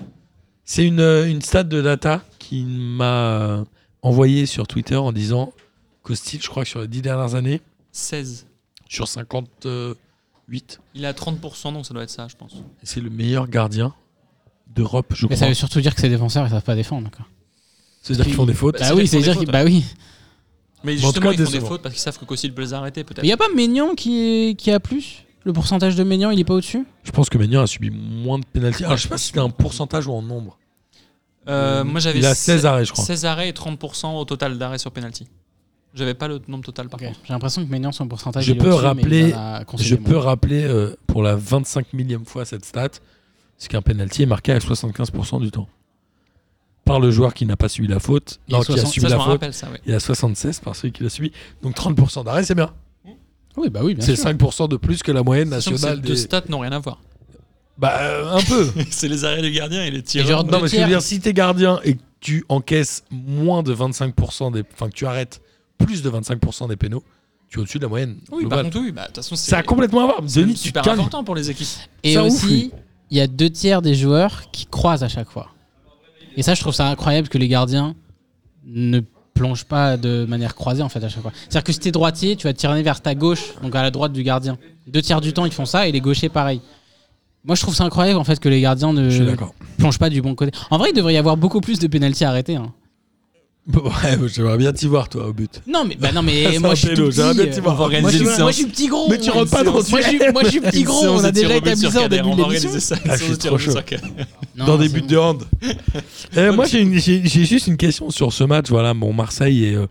Speaker 4: C'est une, euh, une stat de data qui m'a envoyé sur Twitter en disant Costil, je crois que sur les 10 dernières années,
Speaker 6: 16.
Speaker 4: sur 58,
Speaker 6: Il est à 30%, donc ça doit être ça, je pense.
Speaker 4: c'est le meilleur gardien d'Europe, je
Speaker 5: Mais ça
Speaker 4: crois.
Speaker 5: veut surtout dire que ses défenseurs, ils savent pas défendre. Quoi.
Speaker 4: C'est-à-dire qu'ils font des fautes.
Speaker 6: Bah,
Speaker 5: Bah,
Speaker 6: c'est
Speaker 5: oui,
Speaker 6: qu'ils font
Speaker 5: c'est
Speaker 6: des
Speaker 5: dire
Speaker 6: fautes,
Speaker 5: qu'ils. Bah oui.
Speaker 6: Mais
Speaker 4: Bon, en tout
Speaker 6: justement,
Speaker 4: cas,
Speaker 6: ils font des
Speaker 4: décevant.
Speaker 6: fautes parce qu'ils savent que Kossil peut les arrêter, peut-être.
Speaker 5: Mais y a pas Maignan qui, est- qui a plus Le pourcentage de Maignan, il est pas au-dessus
Speaker 4: Je pense que Maignan a subi moins de pénalités. Alors, je sais pas si c'était un pourcentage ou en nombre.
Speaker 6: Euh, moi, j'avais
Speaker 4: Il a 16 arrêts, je crois.
Speaker 6: 16 arrêts et 30% au total d'arrêts sur penalty. J'avais pas le nombre total, par
Speaker 5: Ok.
Speaker 6: contre.
Speaker 5: J'ai l'impression que Maignan, son pourcentage.
Speaker 4: Je
Speaker 5: il est
Speaker 4: peux
Speaker 5: au-dessus, mais
Speaker 4: rappeler-
Speaker 5: il en a concédé
Speaker 4: Je
Speaker 5: moins.
Speaker 4: peux rappeler euh, pour la 25 millième fois cette stat, c'est qu'un penalty est marqué à 75% du temps. Par le joueur qui n'a pas subi la faute,
Speaker 5: Et à
Speaker 4: non, qui a
Speaker 5: 60,
Speaker 4: subi
Speaker 6: Ça, je
Speaker 4: la
Speaker 6: me
Speaker 4: faute,
Speaker 6: rappelle, ça, ouais.
Speaker 4: et à 76 par celui qui l'a subi. Donc 30% d'arrêt, c'est bien.
Speaker 5: Oui, bah oui, bien
Speaker 4: C'est
Speaker 5: sûr.
Speaker 4: 5% de plus que la moyenne
Speaker 6: Sachant que ces
Speaker 4: nationale.
Speaker 6: Deux
Speaker 4: Des...
Speaker 6: stats n'ont rien à voir.
Speaker 4: Bah, euh, un
Speaker 6: *laughs*
Speaker 4: peu.
Speaker 6: c'est les arrêts du gardien et les
Speaker 5: Et
Speaker 6: tirs.
Speaker 5: genre,
Speaker 4: non, mais je veux
Speaker 5: tiers.
Speaker 4: dire, si t'es gardien et que tu encaisses moins de 25% des. Enfin, que tu arrêtes plus de 25% des pénaux, tu es au-dessus de la moyenne.
Speaker 6: Oui, par
Speaker 4: globale.
Speaker 6: contre, oui. bah, De toute façon, c'est
Speaker 4: ça a complètement à voir.
Speaker 6: c'est
Speaker 4: Denis, tu te
Speaker 6: super
Speaker 4: calmes.
Speaker 6: important pour les équipes.
Speaker 5: Et
Speaker 4: Ça ouf,
Speaker 5: aussi,
Speaker 4: lui.
Speaker 5: il y a deux tiers des joueurs qui croisent à chaque fois. Et ça, je trouve ça incroyable que les gardiens ne plongent pas de manière croisée en fait à chaque fois. C'est-à-dire que si t'es droitier, tu vas te tirer vers ta gauche, donc à la droite du gardien. Deux tiers du temps, ils font ça et les gauchers pareil. Moi, je trouve ça incroyable en fait que les gardiens
Speaker 4: Je
Speaker 6: Euh,
Speaker 4: suis
Speaker 5: ne
Speaker 4: d'accord. *laughs*
Speaker 5: plongent pas du bon côté. En vrai, il devrait y avoir beaucoup plus de pénalties arrêtés. hein.
Speaker 4: Bon, ouais, j'aimerais bien t'y voir, toi, au but.
Speaker 5: Non mais bah non mais
Speaker 4: *laughs* C'est
Speaker 5: moi
Speaker 4: un
Speaker 5: je suis
Speaker 4: pédo,
Speaker 5: tout
Speaker 4: j'aimerais
Speaker 5: petit,
Speaker 4: bien t'y
Speaker 5: euh,
Speaker 4: voir.
Speaker 6: va organiser
Speaker 5: moi, je suis-
Speaker 6: une
Speaker 5: moi,
Speaker 6: séance.
Speaker 5: je suis petit gros.
Speaker 4: Mais tu
Speaker 5: moi,
Speaker 4: rentres pas
Speaker 5: une
Speaker 4: dans
Speaker 5: séance. moi, je, suis-
Speaker 4: le
Speaker 5: moi, je
Speaker 4: *laughs*
Speaker 5: suis petit
Speaker 6: Une
Speaker 5: gros,
Speaker 6: séance
Speaker 5: on a
Speaker 6: de tir
Speaker 5: déjà
Speaker 6: au but
Speaker 5: été
Speaker 6: sur
Speaker 5: bizarre au
Speaker 6: Kader,
Speaker 5: début
Speaker 6: On
Speaker 5: de
Speaker 6: va
Speaker 5: l'émission.
Speaker 6: organiser ça. une
Speaker 4: Ah, je
Speaker 6: séance
Speaker 4: suis
Speaker 6: de tir
Speaker 4: trop
Speaker 6: au but
Speaker 4: chaud.
Speaker 6: sur Kader.
Speaker 5: Non,
Speaker 4: dans des
Speaker 5: c'est
Speaker 4: buts
Speaker 5: bon. *laughs*
Speaker 4: de hand. Euh, moi, j'ai une- j'ai j'ai juste une question sur ce match. Voilà, mon Marseille est euh,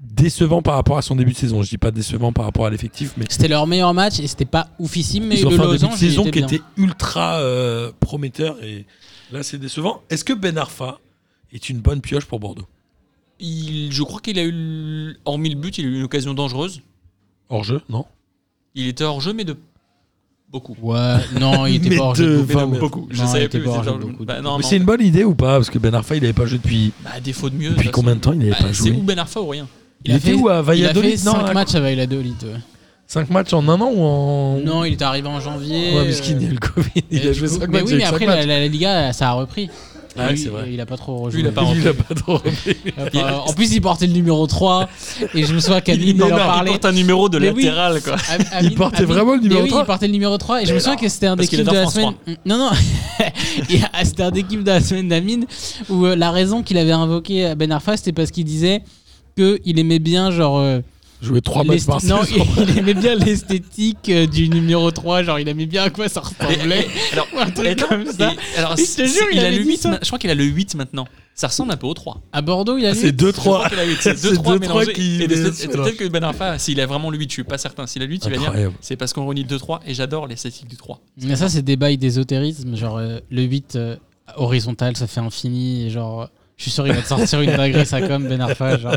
Speaker 4: décevant par rapport à son début de saison. Je dis pas décevant par rapport à l'effectif, mais
Speaker 5: C'était leur meilleur match et c'était pas oufissime, mais
Speaker 4: ils ont
Speaker 5: le
Speaker 4: fait un début de
Speaker 5: losange il
Speaker 4: saison qui
Speaker 5: bien.
Speaker 4: était ultra euh, prometteur et là, c'est décevant. Est-ce que Ben Arfa est une bonne pioche pour Bordeaux
Speaker 6: Il, je crois qu'il a eu, l- hormis le but, il a eu une occasion dangereuse.
Speaker 4: Hors jeu, non
Speaker 6: Il était hors jeu, mais de beaucoup.
Speaker 5: Ouais, non, il était
Speaker 4: *laughs* Mais
Speaker 5: pas hors
Speaker 4: de
Speaker 5: jeu de beaucoup.
Speaker 4: vingt
Speaker 5: mais-
Speaker 4: mètres.
Speaker 6: Beaucoup. Je
Speaker 5: Non, il
Speaker 6: savais
Speaker 5: était
Speaker 6: plus.
Speaker 5: pas
Speaker 6: mais
Speaker 5: hors
Speaker 6: c'était
Speaker 5: jeu
Speaker 6: hors
Speaker 5: de
Speaker 6: jeu.
Speaker 5: beaucoup.
Speaker 6: Bah, non,
Speaker 4: Mais
Speaker 6: non.
Speaker 4: c'est une bonne idée ou pas Parce que Ben Arfa, il n'avait pas joué depuis,
Speaker 6: Bah, à défaut de mieux. de
Speaker 4: depuis
Speaker 6: toute façon.
Speaker 4: combien de temps il n'avait
Speaker 6: Bah,
Speaker 4: pas
Speaker 6: C'est
Speaker 4: joué
Speaker 6: où Ben Arfa ou rien
Speaker 4: Il était où à
Speaker 5: Il a
Speaker 4: Valladolid
Speaker 5: fait
Speaker 4: Non, hein.
Speaker 5: 5
Speaker 4: à-
Speaker 5: matchs à Valladolid. ouais.
Speaker 4: cinq matchs en un an ou en.
Speaker 5: Non, il est arrivé en janvier.
Speaker 4: Ouais, puisqu'il y a eu le Covid.
Speaker 5: euh,
Speaker 4: Il a
Speaker 5: et
Speaker 4: joué
Speaker 5: du coup-
Speaker 4: 5
Speaker 5: Mais oui,
Speaker 4: matchs. avec
Speaker 5: mais
Speaker 4: cinq
Speaker 5: après,
Speaker 4: matchs.
Speaker 5: la, la- la Liga, ça a repris.
Speaker 4: Ah
Speaker 5: Lui,
Speaker 4: oui, c'est vrai.
Speaker 5: Il a pas trop
Speaker 6: Lui,
Speaker 5: rejoué.
Speaker 6: il a pas rentré.
Speaker 4: Il a pas trop
Speaker 5: Enfin, en plus, il portait le numéro 3. et je me souviens qu'Amine, il en
Speaker 6: il
Speaker 5: parlait.
Speaker 6: porte un numéro de
Speaker 5: Mais oui.
Speaker 6: latéral,
Speaker 5: *laughs*
Speaker 6: quoi.
Speaker 5: Am- Amine-
Speaker 4: Il portait
Speaker 5: Amine-
Speaker 4: vraiment le
Speaker 5: mais
Speaker 4: numéro
Speaker 5: oui,
Speaker 4: 3.
Speaker 5: il portait le numéro 3 et je me souviens que c'était un des
Speaker 6: Parce qu'il
Speaker 5: clips de
Speaker 6: adore
Speaker 5: la semaine.
Speaker 6: France hein.
Speaker 5: Non, *laughs* non, Il a- c'était un des clips de la semaine d'Amine où euh, la raison qu'il avait invoqué à Ben Arfa c'était parce qu'il disait qu'il aimait bien genre. euh,
Speaker 4: Jouer 3 matchs
Speaker 5: l'est-
Speaker 4: par
Speaker 5: non,
Speaker 4: saison.
Speaker 5: *laughs* il aimait bien l'esthétique euh, du numéro 3, genre il aimait bien à quoi ça
Speaker 6: Et- *laughs*
Speaker 5: ressemblait.
Speaker 6: et- alors,
Speaker 5: un truc
Speaker 6: attends,
Speaker 5: comme ça.
Speaker 6: et- alors,
Speaker 5: Et je te jure, il
Speaker 6: a
Speaker 5: avait
Speaker 6: le
Speaker 5: dit
Speaker 6: 8,
Speaker 5: ça.
Speaker 6: ma- je crois qu'il a le 8 maintenant. Ça ressemble un peu au 3.
Speaker 5: À Bordeaux, il a
Speaker 4: Ah, *laughs* C'est
Speaker 5: lu.
Speaker 4: 2-3.
Speaker 6: qu'il a 8.
Speaker 5: *laughs*
Speaker 6: C'est
Speaker 4: C'est
Speaker 6: 2-3
Speaker 4: deux,
Speaker 6: mélangés.
Speaker 4: trois qui-
Speaker 6: Et des-
Speaker 4: mais-
Speaker 6: et peut-être que Ben Arfa, s'il a vraiment le 8, je suis pas certain. S'il a le 8, il va dire
Speaker 4: Incroyable.
Speaker 6: c'est parce qu'on réunit 2-3 et j'adore l'esthétique du 3.
Speaker 5: Mais ça, c'est des bails d'ésotérisme. Genre, euh, le 8 euh, horizontal, ça fait infini. Et genre, euh, je suis sûr, il va te sortir une dinguerie, ça comme Ben Arfa. Genre.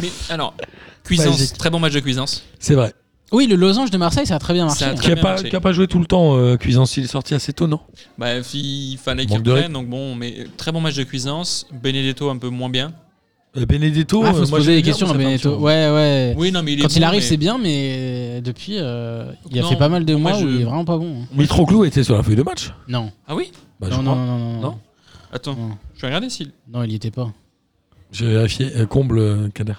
Speaker 6: Mais alors,
Speaker 5: Bah,
Speaker 6: Cuisance,
Speaker 4: Magique.
Speaker 6: très bon match de Cuisance.
Speaker 4: C'est vrai.
Speaker 5: Oui, le losange de Marseille, ça a très bien marché.
Speaker 6: Ça a
Speaker 5: hein.
Speaker 6: très-
Speaker 4: Qui a,
Speaker 6: bien
Speaker 4: pas,
Speaker 6: marché.
Speaker 4: qui a pas joué tout le temps, euh, Cuisance. Il est sorti assez tôt, non
Speaker 6: Bah, il fallait
Speaker 4: Manque
Speaker 6: qu'il
Speaker 4: de
Speaker 6: prenne, donc bon, mais très bon match de Cuisance. Benedetto un peu moins bien.
Speaker 4: Euh, Benedetto.
Speaker 5: Ah, faut
Speaker 4: euh,
Speaker 5: se
Speaker 4: moi,
Speaker 5: poser
Speaker 4: j'aime
Speaker 5: des
Speaker 4: bien
Speaker 5: questions à
Speaker 4: cette
Speaker 5: Benedetto.
Speaker 4: version.
Speaker 5: Ouais, ouais.
Speaker 6: Oui, non, mais il est
Speaker 5: Quand il
Speaker 6: bon,
Speaker 5: arrive,
Speaker 6: mais-
Speaker 5: c'est bien, mais depuis, euh, il a
Speaker 6: Non,
Speaker 5: fait pas mal de
Speaker 6: moi,
Speaker 5: mois où
Speaker 6: je-
Speaker 5: il est vraiment pas bon. hein.
Speaker 4: Mitroglou était sur la feuille de match.
Speaker 5: Non.
Speaker 6: Ah oui
Speaker 4: Bah, je
Speaker 5: non,
Speaker 4: crois.
Speaker 5: non, non, non, non,
Speaker 4: Non
Speaker 6: Attends,
Speaker 5: Non.
Speaker 6: je vais regarder s'il.
Speaker 5: Non, il y était pas.
Speaker 4: J'ai vérifié. euh, comble euh, Kader.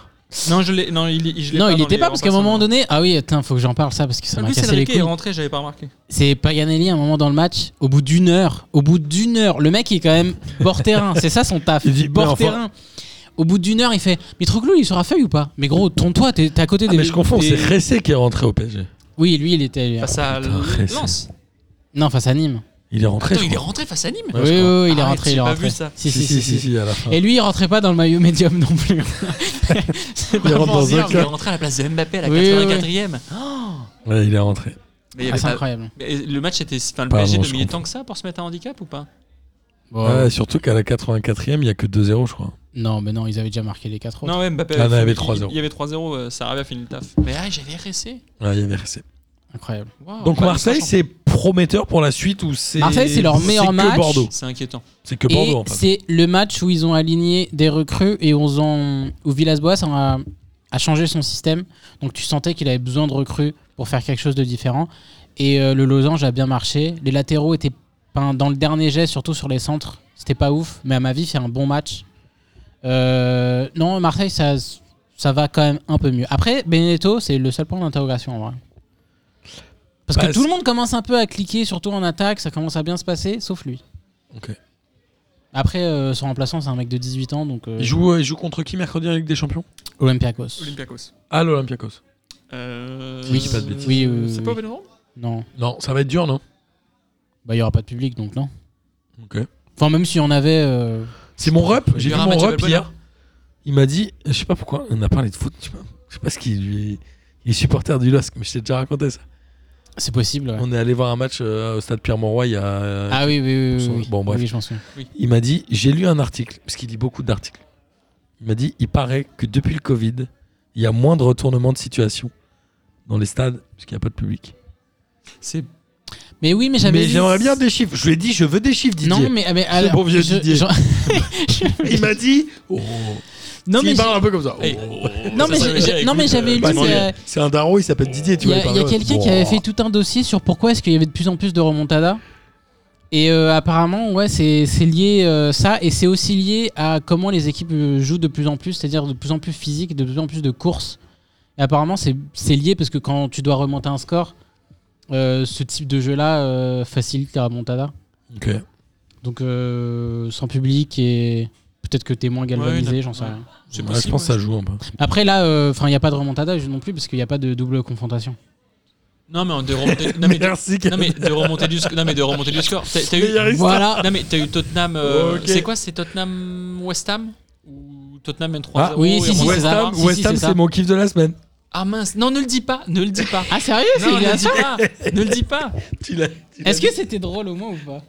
Speaker 6: Non, je l'ai. Non, il, je l'ai
Speaker 5: Non,
Speaker 6: pas
Speaker 5: il
Speaker 6: dans
Speaker 5: était
Speaker 6: les
Speaker 5: pas parce qu'à un
Speaker 6: remplaçants,
Speaker 5: moment
Speaker 6: non.
Speaker 5: donné. Ah oui, attends, faut que j'en parle ça parce que ça
Speaker 6: Ah,
Speaker 5: m'a
Speaker 6: Luis
Speaker 5: cassé les
Speaker 6: Enrique est
Speaker 5: couilles.
Speaker 6: rentré, j'avais pas remarqué.
Speaker 5: C'est Paganelli à un moment dans le match, au bout d'une heure, au bout d'une heure, le mec il est quand même bord terrain, c'est ça son taf,
Speaker 4: Il dit,
Speaker 5: bord
Speaker 4: mais enfin-
Speaker 5: terrain. Au bout d'une heure, il fait Mitroglou, il est sur la feuille ou pas Mais gros, ton toi, t'es t'es à côté
Speaker 4: Ah,
Speaker 5: des.
Speaker 4: mais je confonds,
Speaker 5: des-
Speaker 4: c'est Ressé qui est rentré au PSG.
Speaker 5: Oui, lui, il était.
Speaker 6: Face à
Speaker 4: putain,
Speaker 6: Lens.
Speaker 5: Non, face à Nîmes.
Speaker 4: Il est rentré.
Speaker 6: Attends,
Speaker 4: je
Speaker 6: il est
Speaker 4: crois.
Speaker 6: rentré face à Nîmes
Speaker 4: Ouais,
Speaker 5: oui,
Speaker 4: je
Speaker 5: oui,
Speaker 4: crois.
Speaker 5: oui, il est
Speaker 6: Arrête,
Speaker 5: rentré,
Speaker 6: j'ai
Speaker 5: il est
Speaker 6: pas
Speaker 5: rentré.
Speaker 6: vu ça.
Speaker 5: Si, si, si, si,
Speaker 4: à la fin.
Speaker 5: Et lui, il rentrait pas dans le maillot médium non
Speaker 6: *laughs*
Speaker 5: plus. C'est pas
Speaker 4: Il rentre
Speaker 5: pour
Speaker 4: dans
Speaker 5: dire,
Speaker 4: un
Speaker 5: mais-
Speaker 6: Il est rentré à la place de Mbappé à la
Speaker 5: Oui,
Speaker 6: 84e. Oh
Speaker 4: Ouais, il est rentré.
Speaker 6: Mais il y
Speaker 5: Ah,
Speaker 6: avait
Speaker 5: c'est
Speaker 6: pas-
Speaker 5: incroyable.
Speaker 6: Mais le match était. Enfin, le
Speaker 4: Pardon,
Speaker 6: PSG
Speaker 4: je
Speaker 6: dominait
Speaker 4: comprends.
Speaker 6: tant que ça pour se mettre un handicap ou pas
Speaker 4: Ouais, surtout qu'à la 84e, il n'y a que 2-0, je crois.
Speaker 5: Non, mais non, ils avaient déjà marqué les 4 autres.
Speaker 6: Non, ouais, Mbappé.
Speaker 4: Ah, non, il y avait
Speaker 6: fini-
Speaker 4: 3-0.
Speaker 6: Il y avait 3-0, euh, Sarabia finit le taf. Mais ah, j'avais RSC.
Speaker 4: Ouais, il y avait Ressé.
Speaker 5: Incroyable.
Speaker 6: Waouh.
Speaker 4: Donc
Speaker 6: Bah,
Speaker 4: Marseille,
Speaker 6: ça,
Speaker 4: c'est prometteur pour la suite ou c'est.
Speaker 5: Marseille, c'est leur meilleur
Speaker 4: que
Speaker 5: match.
Speaker 4: Bordeaux.
Speaker 6: C'est inquiétant.
Speaker 4: C'est que
Speaker 5: Et
Speaker 4: Bordeaux, en fait.
Speaker 5: c'est le match où ils ont aligné des recrues et où, ils ont- où Villas-Boas a, a changé son système. Donc tu sentais qu'il avait besoin de recrues pour faire quelque chose de différent. Et euh, le losange a bien marché. Les latéraux étaient enfin, dans le dernier jet, surtout sur les centres. C'était pas ouf, mais à ma vie, c'est un bon match. Euh, non, Marseille, ça, ça va quand même un peu mieux. Après, Benedetto, c'est le seul point d'interrogation en vrai. Parce
Speaker 4: Bah,
Speaker 5: que tout le monde commence un peu à cliquer, surtout en attaque, ça commence à bien se passer, sauf lui.
Speaker 4: Ok.
Speaker 5: Après, euh, son remplaçant, c'est un mec de 18 ans, donc euh,
Speaker 4: Il joue, euh, il joue contre qui mercredi avec des champions
Speaker 5: Olympiakos.
Speaker 6: Olympiakos.
Speaker 4: À l'Olympiakos.
Speaker 6: Euh,
Speaker 4: Oui, je dis pas de bêtises.
Speaker 5: Oui, oui, oui,
Speaker 6: C'est pas au
Speaker 5: oui.
Speaker 6: Vélodrome
Speaker 5: Non,
Speaker 4: Non, ça va être dur, non
Speaker 5: bah il y aura pas de public, donc non.
Speaker 4: Ok.
Speaker 5: Enfin, même si on avait, euh,
Speaker 4: C'est mon rep. J'ai
Speaker 6: Il y
Speaker 4: vu
Speaker 6: aura
Speaker 4: mon
Speaker 6: Mathieu
Speaker 4: rep
Speaker 6: Balbuena.
Speaker 4: hier. Il m'a dit, je sais pas pourquoi, on a parlé de foot. Je sais pas, je sais pas ce qu'il lui est. Il est supporter du LOSC, mais je t'ai déjà raconté ça.
Speaker 5: c'est possible. ouais.
Speaker 4: On est allé voir un match euh, au stade Pierre-Monroy il y a. euh,
Speaker 5: Ah oui, oui, oui, oui,
Speaker 4: Son-
Speaker 5: oui.
Speaker 4: bon, bref.
Speaker 5: Oui, je m'en souviens.
Speaker 4: Il m'a dit, j'ai lu un article, parce qu'il lit beaucoup d'articles. Il m'a dit, il paraît que depuis le Covid, il y a moins de retournements de situation dans les stades, parce qu'il n'y a pas de public.
Speaker 6: C'est.
Speaker 5: Mais oui, mais j'avais.
Speaker 4: Mais
Speaker 5: dit-
Speaker 4: j'aimerais bien des chiffres. Je lui ai dit, je veux des chiffres, Didier.
Speaker 5: Non, mais. ah, mais alors,
Speaker 4: bon vieux Didier.
Speaker 5: je-
Speaker 4: Il m'a dit. Oh.
Speaker 5: Non, mais.
Speaker 4: il parle un peu comme ça.
Speaker 6: Eh,
Speaker 4: Oh.
Speaker 5: Non,
Speaker 6: ça
Speaker 5: mais
Speaker 6: serait
Speaker 5: j'ai-
Speaker 6: bien,
Speaker 5: j'ai- non, mais
Speaker 6: écoute,
Speaker 5: j'avais
Speaker 6: euh,
Speaker 5: lu,
Speaker 6: bah,
Speaker 5: c'est,
Speaker 6: c'est-
Speaker 5: euh,
Speaker 4: C'est un daron, il s'appelle Didier.
Speaker 5: Il
Speaker 4: Tu
Speaker 5: y
Speaker 4: vois,
Speaker 5: a,
Speaker 4: il
Speaker 5: il y a
Speaker 4: parle-
Speaker 5: quelqu'un qui avait fait tout un dossier sur pourquoi est-ce qu'il y avait de plus en plus de remontada. Et euh, apparemment, ouais, c'est c'est lié euh, ça, et c'est aussi lié à comment les équipes euh, jouent de plus en plus, c'est-à-dire de plus en plus physique, de plus en plus de courses. Et apparemment, c'est c'est lié parce que quand tu dois remonter un score, euh, ce type de jeu-là euh, facilite la remontada.
Speaker 4: Ok.
Speaker 5: Donc, euh, sans public et peut-être que t'es moins galvanisé,
Speaker 6: Ouais,
Speaker 5: j'en sais
Speaker 6: ouais.
Speaker 5: rien.
Speaker 6: c'est
Speaker 4: Ouais, Ah, je
Speaker 6: possible,
Speaker 4: pense que
Speaker 6: ouais.
Speaker 4: ça joue un peu.
Speaker 5: Après, là, euh, enfin, il n'y a pas de remontada non plus parce qu'il n'y a pas de double confrontation.
Speaker 6: Non, mais de remonter,
Speaker 5: *laughs*
Speaker 6: non, mais de,
Speaker 4: Merci,
Speaker 6: non, mais de remonter du sc- non, mais de remonter du score. T'as t'as eu, Ah,
Speaker 5: Voilà,
Speaker 6: non, mais t'as eu Tottenham. euh,
Speaker 4: Ok.
Speaker 6: C'est quoi C'est Tottenham West Ham ou Tottenham 23
Speaker 4: Ah,
Speaker 5: oui, si, si,
Speaker 4: West
Speaker 5: c'est ça.
Speaker 4: Ham,
Speaker 5: Si, si,
Speaker 4: West Ham,
Speaker 5: c'est ça.
Speaker 4: c'est mon kiff de la semaine.
Speaker 6: Ah mince, non, ne le dis pas, ne le dis pas.
Speaker 5: Ah sérieux c'est
Speaker 6: Non, ne,
Speaker 5: il a
Speaker 6: le dis
Speaker 5: ça
Speaker 6: pas, ne le dis pas.
Speaker 4: Tu l'as- tu l'as
Speaker 5: Est-ce que c'était drôle au moins ou pas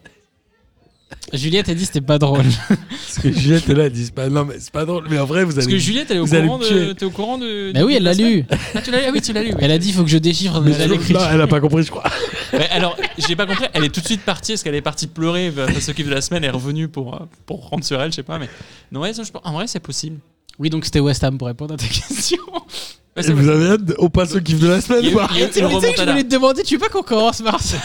Speaker 5: Juliette a dit c'était pas
Speaker 4: *laughs*
Speaker 5: drôle.
Speaker 4: Parce que Juliette est là, elle dit c'est pas, non, mais c'est pas drôle, mais en vrai, vous
Speaker 6: Parce
Speaker 4: allez.
Speaker 6: que Juliette, elle est au
Speaker 4: Vous allez
Speaker 6: courant
Speaker 4: me
Speaker 6: de.
Speaker 4: tuer.
Speaker 6: T'es au courant de.
Speaker 5: Mais Bah oui,
Speaker 6: de-
Speaker 5: elle l'a lu.
Speaker 6: Ah, tu l'as lu Ah oui, tu l'as lu. oui.
Speaker 5: Elle a dit faut que je déchiffre
Speaker 4: Mais
Speaker 5: de la
Speaker 4: je-
Speaker 5: écriture.
Speaker 4: non, elle a pas compris, je crois.
Speaker 6: Ouais, alors, j'ai pas compris. Elle est tout de suite partie. Est-ce qu'elle est partie pleurer Parce que de la semaine elle est revenue pour, euh, pour rendre sur elle, je sais pas. Mais non, ouais, ça, je pense- en vrai, c'est possible.
Speaker 5: Oui, donc c'était West Ham pour répondre à ta
Speaker 4: *laughs*
Speaker 5: question.
Speaker 6: Ouais, c'est
Speaker 4: Et vous avez hâte de- au pas ce kiff de la
Speaker 6: Il y a
Speaker 4: semaine
Speaker 6: eu-
Speaker 4: quoi.
Speaker 6: il y a eu
Speaker 5: Tu sais
Speaker 6: une
Speaker 5: que je
Speaker 6: remontada.
Speaker 5: voulais te demander, tu veux pas qu'on commence Mars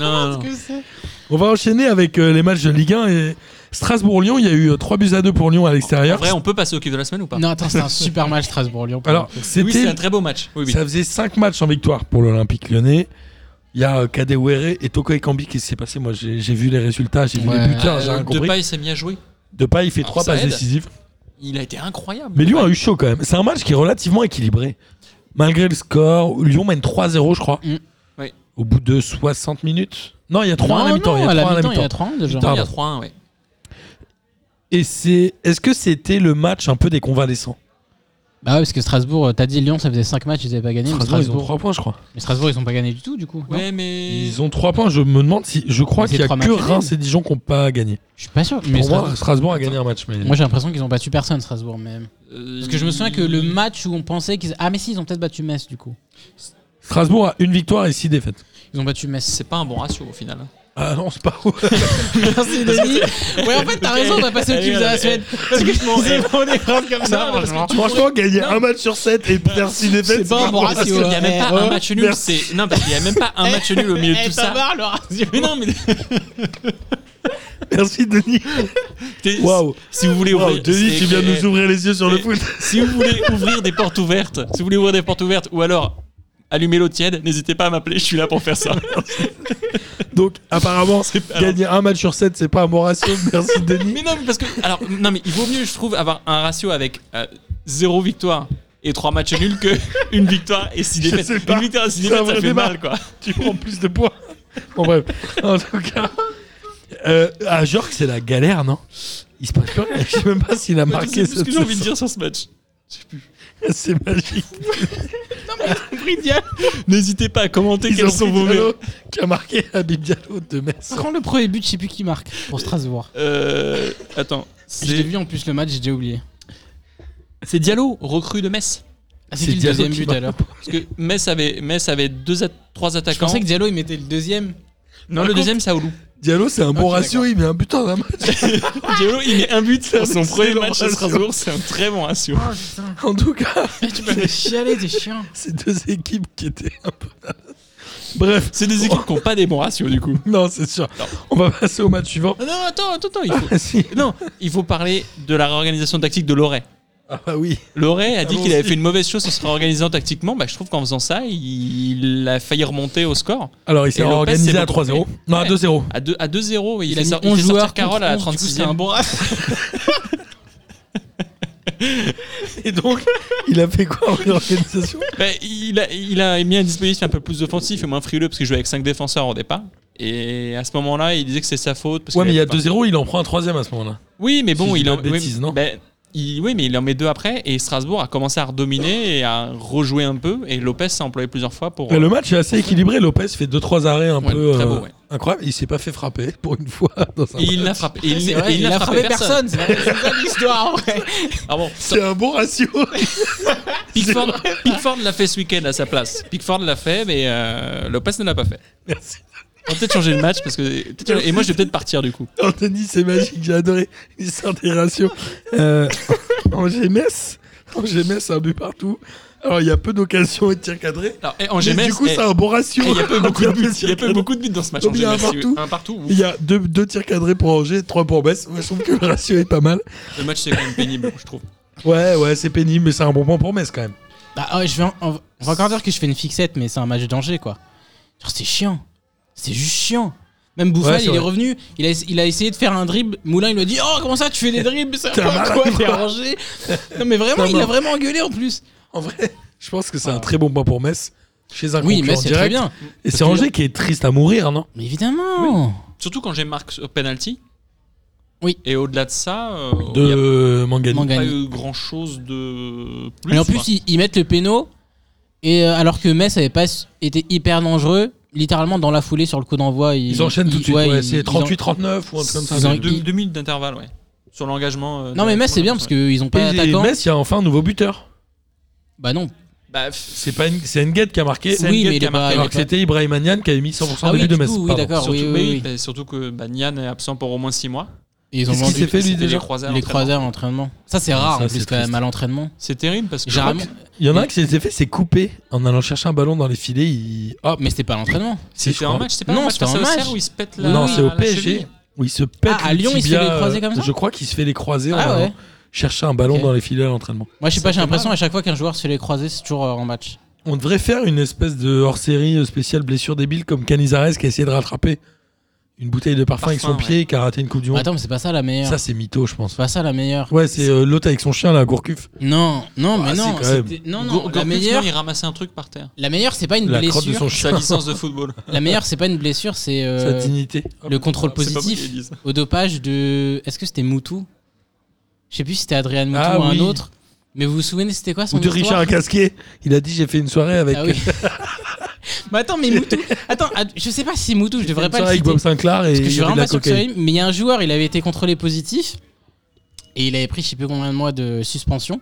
Speaker 6: Non, non, non.
Speaker 5: que c'est
Speaker 4: On va enchaîner avec euh, les matchs de Ligue 1 et Strasbourg-Lyon. Il y a eu 3 buts à 2 pour Lyon à
Speaker 6: En
Speaker 4: l'extérieur.
Speaker 6: vrai, on peut passer au kiff de la semaine ou pas
Speaker 5: Non, attends, c'était un super match Strasbourg-Lyon. pour
Speaker 4: Alors,
Speaker 5: le coup.
Speaker 6: Oui, c'est
Speaker 4: c'était
Speaker 6: un très beau match. Oui, oui.
Speaker 4: Ça faisait 5 matchs en victoire pour l'Olympique lyonnais. Il y a euh, Kadewere et Toko Ekambi qui s'est passé. Moi, j'ai j'ai vu les résultats, j'ai vu
Speaker 5: Ouais.
Speaker 4: les buteurs, j'ai
Speaker 6: Euh,
Speaker 4: rien compris.
Speaker 6: Depay s'est mis à jouer.
Speaker 4: Depay, il fait
Speaker 6: Alors,
Speaker 4: 3
Speaker 6: ça
Speaker 4: passes
Speaker 6: aide.
Speaker 4: décisives.
Speaker 6: Il a été incroyable.
Speaker 4: Mais Lyon a eu chaud quand même. C'est un match qui est relativement équilibré. Malgré le score, Lyon mène 3-0, je crois.
Speaker 5: Mm.
Speaker 6: Oui.
Speaker 4: Au bout de 60 minutes. Non, il y a 3 à la
Speaker 5: Non,
Speaker 4: mi-temps.
Speaker 5: non,
Speaker 4: il y a
Speaker 5: à la
Speaker 4: 3 à la
Speaker 5: mi-temps, il y a
Speaker 4: mi-temps.
Speaker 5: 3 ans déjà.
Speaker 4: Putain.
Speaker 6: Il y a
Speaker 4: pardon.
Speaker 6: 3-1, ouais.
Speaker 4: Et c'est. Est-ce que c'était le match un peu des convalescents
Speaker 5: Bah ouais, parce que Strasbourg, euh, t'as dit Lyon, ça faisait 5 matchs, ils avaient pas gagné. mais
Speaker 4: Strasbourg, ils ont
Speaker 5: Strasbourg,
Speaker 4: 3 points, je crois.
Speaker 5: mais Strasbourg, ils ont pas gagné du tout du coup. non
Speaker 6: Ouais, mais.
Speaker 4: Ils ont 3 points. Je me demande si. Je crois
Speaker 5: Mais
Speaker 4: qu'il y
Speaker 5: c'est
Speaker 4: a
Speaker 5: trois
Speaker 4: que
Speaker 5: matchs nuls.
Speaker 4: Reims et Dijon qui n'ont pas gagné.
Speaker 5: Je suis pas sûr. Mais
Speaker 4: Pour moi,
Speaker 5: Strasbourg-
Speaker 4: Strasbourg a gagné un match. Mais...
Speaker 5: moi, j'ai l'impression qu'ils ont battu personne Strasbourg même.
Speaker 6: Euh,
Speaker 5: Parce que je me souviens que le match où on pensait qu'ils. Ah, mais si, ils ont peut-être battu Metz du coup.
Speaker 4: Strasbourg a une victoire et 6 défaites.
Speaker 5: Ils ont battu Metz.
Speaker 6: C'est pas un bon ratio au final.
Speaker 4: Ah non, c'est pas *laughs* ouf.
Speaker 5: Merci, Denis. Ouais, en fait, t'as raison, on va passer au
Speaker 6: Allez,
Speaker 5: kiff de la
Speaker 6: allez,
Speaker 5: semaine.
Speaker 6: Parce que je m'en
Speaker 5: des phrases comme
Speaker 6: ça, franchement.
Speaker 4: Franchement, gagner un match sur 7 et perdre 6 défaites.
Speaker 5: C'est pas un bon
Speaker 6: Parce qu'il
Speaker 5: ratio.
Speaker 6: n'y a même pas
Speaker 5: ouais.
Speaker 6: un match nul.
Speaker 4: merci.
Speaker 6: c'est- Non, parce qu'il n'y a même Eh, pas un match nul au milieu de tout ça.
Speaker 5: le ratio.
Speaker 6: Mais *laughs* non, mais
Speaker 4: Merci, Denis.
Speaker 6: t'es-
Speaker 4: Waouh.
Speaker 6: si vous voulez
Speaker 4: Wow,
Speaker 6: ouvrir,
Speaker 4: Denis,
Speaker 6: c'est-
Speaker 4: tu viens de nous ouvrir les yeux sur le *laughs*
Speaker 6: Et-
Speaker 4: foot.
Speaker 6: Si vous voulez ouvrir des portes ouvertes, si vous voulez ouvrir des portes ouvertes, ou alors allumer l'eau tiède, n'hésitez pas à m'appeler. Je suis là pour faire ça.
Speaker 4: Donc, apparemment,
Speaker 6: alors-
Speaker 4: gagner un match sur 7, c'est pas un bon *laughs* ratio. Merci, Denis.
Speaker 6: *laughs* Mais non, mais parce que alors non, mais il vaut mieux, je trouve, avoir un ratio avec 0 victoire et 3 matchs nuls que *laughs* une victoire et 6
Speaker 4: Je
Speaker 6: défaites.
Speaker 4: sais pas.
Speaker 6: Une victoire et 6
Speaker 4: C'est
Speaker 6: défaites,
Speaker 4: un
Speaker 6: ça
Speaker 4: vrai
Speaker 6: fait
Speaker 4: débat.
Speaker 6: mal, quoi.
Speaker 4: tu prends plus de points. Bon, bref. En tout cas, euh, à Jorg, c'est la galère, non Il se passe plus rien. Je sais même pas s'il a
Speaker 6: Je sais
Speaker 4: marqué
Speaker 6: plus ce
Speaker 4: cette
Speaker 6: que j'ai envie de
Speaker 4: saison.
Speaker 6: dire sur ce match.
Speaker 4: C'est magique.
Speaker 5: Bridia,
Speaker 6: N'hésitez pas à commenter
Speaker 4: Ils ont
Speaker 6: quels
Speaker 4: son
Speaker 6: sont vos meilleurs.
Speaker 4: qui a marqué Habib Diallo de Metz.
Speaker 5: prends le premier but, je sais plus qui marque pour Strasbourg.
Speaker 6: Euh, attends,
Speaker 5: Je l'ai
Speaker 6: c'est
Speaker 5: vu en plus le match, j'ai déjà oublié.
Speaker 6: c'est Diallo, recrue de Metz.
Speaker 5: Ah,
Speaker 4: C'est
Speaker 5: c'est qui le
Speaker 4: Diallo
Speaker 5: deuxième
Speaker 4: qui
Speaker 5: but
Speaker 4: marque.
Speaker 5: alors
Speaker 6: Parce que Metz avait, Metz avait deux at- trois
Speaker 5: Je
Speaker 6: attaquants.
Speaker 5: pensais que Diallo il mettait le deuxième.
Speaker 6: Non, le deuxième, c'est Aoulou.
Speaker 4: Diallo, c'est un bon
Speaker 5: Ok,
Speaker 4: ratio. Il met un but en un match.
Speaker 6: Ah, Diallo, il met un but sur son
Speaker 4: excellent
Speaker 6: premier match à
Speaker 4: ratio.
Speaker 6: Strasbourg. C'est un très bon ratio.
Speaker 5: Oh putain,
Speaker 4: En tout cas,
Speaker 5: *laughs* tu peux me chialer, t'es chiant.
Speaker 4: ces deux équipes qui étaient un peu. Bref,
Speaker 6: C'est des équipes qui n'ont pas des bons ratios, du coup.
Speaker 4: non, c'est sûr.
Speaker 6: Non.
Speaker 4: On va passer au match suivant.
Speaker 6: Ah Non, attends, attends, attends. Il faut...
Speaker 4: Si.
Speaker 6: Non, il faut parler de la réorganisation tactique de Loret.
Speaker 4: Ah bah oui.
Speaker 6: Loret a dit qu'il
Speaker 4: Allons-y.
Speaker 6: avait fait une mauvaise chose en se réorganisant tactiquement. Bah, je trouve qu'en faisant ça, il a failli remonter au score.
Speaker 4: Alors il
Speaker 6: Et
Speaker 4: s'est
Speaker 6: Lopez s'est
Speaker 4: organisé à
Speaker 6: beaucoup
Speaker 4: 3-0. Non, à
Speaker 6: Ouais.
Speaker 4: 2-0.
Speaker 6: À, deux- à 2-0, il,
Speaker 5: Il
Speaker 6: fait
Speaker 5: a mis
Speaker 6: sor- il
Speaker 5: 11
Speaker 6: fait sortir
Speaker 5: joueurs
Speaker 6: Carole à la
Speaker 5: 36 C'est
Speaker 6: 36e.
Speaker 5: un bon ratio.
Speaker 4: Et donc, il a fait quoi en *laughs* réorganisation
Speaker 6: *laughs* Bah, il, a, il a mis un dispositif un peu plus offensif et moins frileux parce qu'il jouait avec 5 défenseurs au départ. Et à ce moment-là, il disait que c'est sa faute. Parce
Speaker 4: Ouais,
Speaker 6: qu'il
Speaker 4: mais il y a
Speaker 6: avait pas-
Speaker 4: 2-0, il en prend un troisième à ce moment-là.
Speaker 6: Oui, mais
Speaker 4: Si
Speaker 6: bon,
Speaker 4: je
Speaker 6: il
Speaker 4: dis
Speaker 6: en
Speaker 4: pas de
Speaker 6: oui,
Speaker 4: bêtises, non
Speaker 6: ben, il- oui, mais il en met deux après et Strasbourg a commencé à redominer et à rejouer un peu et Lopez s'est employé plusieurs fois pour
Speaker 4: Mais Bah, le match est assez équilibré. Lopez fait 2-3 arrêts un
Speaker 6: Ouais,
Speaker 4: peu
Speaker 6: très
Speaker 4: euh,
Speaker 6: beau, ouais.
Speaker 4: incroyables. Il s'est pas fait frapper pour une fois *laughs* dans un
Speaker 6: et il
Speaker 4: match.
Speaker 6: l'a frappé. Et
Speaker 5: C'est
Speaker 6: il,
Speaker 5: vrai,
Speaker 6: et il n'a frappé, personne.
Speaker 5: c'est vrai, c'est ça l'histoire en vrai.
Speaker 6: Ah bon,
Speaker 4: C'est un bon *laughs* ratio.
Speaker 6: Pickford, Pickford l'a fait ce week-end à sa place. Pickford l'a fait, mais euh, Lopez ne l'a pas fait.
Speaker 4: Merci.
Speaker 6: On va peut-être changer le match parce que. peut-être- Et moi, je vais peut-être partir du coup.
Speaker 4: Anthony, c'est magique, j'ai adoré l'histoire des ratios. Euh, en GMS, en GMS, c'est un but partout. Alors, il y a peu d'occasions et de tirs cadrés.
Speaker 6: Alors, eh, en
Speaker 4: Mais
Speaker 6: GMS,
Speaker 4: du coup,
Speaker 6: eh,
Speaker 4: c'est un bon ratio.
Speaker 6: eh, il y a pas eu beaucoup de buts. Il y a pas eu
Speaker 4: cadrés.
Speaker 6: beaucoup de buts dans ce match. en
Speaker 4: Donc, il y a un
Speaker 6: GMS, oui.
Speaker 4: partout.
Speaker 6: Un partout. oui.
Speaker 4: Il y a deux, deux tirs cadrés pour Angers, trois pour Metz. Moi, je trouve que le ratio est pas mal.
Speaker 6: Le match, c'est quand même pénible, je trouve.
Speaker 4: Ouais, ouais, c'est pénible, mais c'est un bon point pour Metz quand même.
Speaker 5: Bah, ouais, je vais en- on, on va encore dire que je fais une fixette, mais c'est un match d'Angers, quoi. Genre, c'est chiant. C'est juste chiant. Même Bouffal,
Speaker 4: Ouais, c'est
Speaker 5: il est
Speaker 4: vrai.
Speaker 5: revenu, il a, il a essayé de faire un dribble. Moulin, il lui a dit Oh, comment ça, tu fais des dribbles
Speaker 4: *laughs*
Speaker 5: C'est
Speaker 4: T'es un
Speaker 5: quoi,
Speaker 4: malade,
Speaker 5: quoi,
Speaker 4: quoi.
Speaker 5: t'es Angers Non, mais vraiment,
Speaker 4: Non,
Speaker 5: il
Speaker 4: mais-
Speaker 5: a vraiment engueulé en plus.
Speaker 4: En vrai, je pense que c'est
Speaker 6: Ah.
Speaker 4: un très bon point pour Metz. Chez un
Speaker 5: Oui,
Speaker 4: concurrent
Speaker 5: mais c'est
Speaker 4: direct.
Speaker 5: très bien.
Speaker 4: Et c'est
Speaker 5: Parce que-
Speaker 4: Angers qui est triste à mourir, non
Speaker 5: Mais évidemment
Speaker 6: Surtout quand j'ai marque sur penalty.
Speaker 5: Oui.
Speaker 6: Et au-delà de ça, euh, il n'y a
Speaker 4: De Mangani.
Speaker 5: Mangani.
Speaker 6: pas
Speaker 5: Gagné.
Speaker 6: eu grand-chose de plus.
Speaker 5: Et en
Speaker 6: quoi.
Speaker 5: plus, ils, ils mettent le péno, et euh, alors que Metz avait pas s- été hyper dangereux, littéralement dans la foulée sur le coup d'envoi. Ils,
Speaker 4: Ils enchaînent
Speaker 5: ils-
Speaker 4: tout de suite.
Speaker 5: ouais,
Speaker 4: ouais,
Speaker 5: ils- ils
Speaker 4: c'est
Speaker 5: en-
Speaker 4: 38-39 ou un truc comme ça.
Speaker 5: ils ont-
Speaker 6: Deux- deux,
Speaker 5: ils-
Speaker 6: minutes d'intervalle, ouais. Sur l'engagement. euh,
Speaker 5: Non, mais
Speaker 6: de-
Speaker 5: Metz, c'est bien parce qu'ils ont pas
Speaker 4: Et
Speaker 5: d'attaquant.
Speaker 4: Metz, il y a enfin un nouveau buteur.
Speaker 5: Bah non.
Speaker 6: Bah, pff,
Speaker 4: C'est pas une- c'est Nguet qui a marqué.
Speaker 6: C'est
Speaker 5: Oui,
Speaker 6: Engel
Speaker 5: mais
Speaker 6: qui
Speaker 5: il
Speaker 6: a
Speaker 5: est pas.
Speaker 6: marqué,
Speaker 5: il est
Speaker 4: Alors que
Speaker 5: pas-
Speaker 4: c'était Ibrahim Niane qui avait mis 100%
Speaker 5: Ah
Speaker 4: des
Speaker 5: oui,
Speaker 4: buts de
Speaker 5: du
Speaker 4: Metz.
Speaker 5: coup, oui,
Speaker 4: pardon.
Speaker 5: d'accord.
Speaker 6: surtout,
Speaker 5: oui, oui,
Speaker 6: mais oui,
Speaker 5: oui.
Speaker 6: bah, surtout que bah, Nian est absent pour au moins 6 mois.
Speaker 5: Ils ont
Speaker 4: Qu'est-ce qui
Speaker 5: vendu
Speaker 4: s'est fait lui
Speaker 6: C'était les
Speaker 4: déjà
Speaker 6: croisés à
Speaker 5: les
Speaker 6: l'entraînement.
Speaker 5: croisés à l'entraînement. Ça, c'est rare
Speaker 4: Ça,
Speaker 5: en
Speaker 4: c'est
Speaker 5: plus quand même
Speaker 4: triste.
Speaker 5: à l'entraînement.
Speaker 6: C'est terrible parce que.
Speaker 5: Généralement.
Speaker 4: Il y en a un qui s'est fait, c'est coupé en allant chercher un ballon dans les filets. Il... Hop,
Speaker 5: Mais c'était pas à l'entraînement.
Speaker 4: si, je
Speaker 6: C'était un
Speaker 4: crois.
Speaker 6: match, c'est pas
Speaker 5: Non,
Speaker 6: un match
Speaker 5: c'était
Speaker 6: face
Speaker 5: un
Speaker 6: à Auxerre
Speaker 5: match.
Speaker 6: où il se pète la.
Speaker 4: Non, c'est au
Speaker 6: la cheville.
Speaker 4: PSG où il se pète.
Speaker 5: Ah, à
Speaker 4: le
Speaker 5: Lyon, il se fait
Speaker 4: tibia,
Speaker 5: les croiser comme ça
Speaker 4: Je crois qu'il se fait les croiser en
Speaker 5: Ah
Speaker 4: allant
Speaker 5: ouais.
Speaker 4: chercher un ballon
Speaker 5: Ok.
Speaker 4: dans les filets à l'entraînement.
Speaker 5: Moi, je sais pas, j'ai
Speaker 6: fait
Speaker 5: l'impression à chaque fois qu'un joueur se fait les croisés, c'est toujours euh, en match.
Speaker 4: On devrait faire une espèce de hors-série spéciale blessure débile comme Canizares qui a essayé de rattraper une bouteille de parfum, avec son
Speaker 6: Parfum, ouais.
Speaker 4: pied et qui a raté une coupe du monde.
Speaker 5: Bah, Attends, mais hein. c'est pas ça la meilleure.
Speaker 4: Ça c'est mytho, je pense.
Speaker 5: C'est pas ça la meilleure.
Speaker 4: Ouais, c'est euh, l'autre avec son chien là, Gourcuff.
Speaker 5: Non, non,
Speaker 4: Ah,
Speaker 5: mais
Speaker 4: si,
Speaker 5: non.
Speaker 4: quand même.
Speaker 5: c'était- Non,
Speaker 6: Go-
Speaker 5: non. la
Speaker 6: Gourcuff,
Speaker 5: meilleure,
Speaker 6: non, il ramassait un truc par terre.
Speaker 5: la meilleure, c'est pas une
Speaker 4: La crotte de
Speaker 5: blessure.
Speaker 4: son
Speaker 6: Sa
Speaker 4: chien,
Speaker 6: licence de football.
Speaker 5: La meilleure, c'est pas une blessure, c'est euh,
Speaker 4: sa dignité.
Speaker 5: le contrôle
Speaker 6: C'est pas moi qui
Speaker 5: positif
Speaker 6: l'ai dit, ça.
Speaker 5: au dopage de. Est-ce que c'était Moutou Je sais plus si c'était Adrien Moutou
Speaker 4: Ah
Speaker 5: ou un
Speaker 4: oui.
Speaker 5: autre. Mais vous vous souvenez, c'était quoi son
Speaker 4: Ou de
Speaker 5: histoire
Speaker 4: Richard Casquet. Il a dit j'ai fait une soirée avec,
Speaker 5: Ah oui. *laughs* mais attends, mais Moutou. Attends, ad- je sais pas si Moutou, je
Speaker 4: une
Speaker 5: devrais pas
Speaker 4: soirée
Speaker 5: le
Speaker 4: avec
Speaker 5: citer.
Speaker 4: Bob Sinclair et
Speaker 5: Parce que je
Speaker 4: il y
Speaker 5: suis
Speaker 4: avait
Speaker 5: vraiment
Speaker 4: de la
Speaker 5: pas sûr que ça
Speaker 4: cocaïne.
Speaker 5: arrive, mais il y a un joueur, il avait été contrôlé positif et il avait pris je sais plus combien de mois de suspension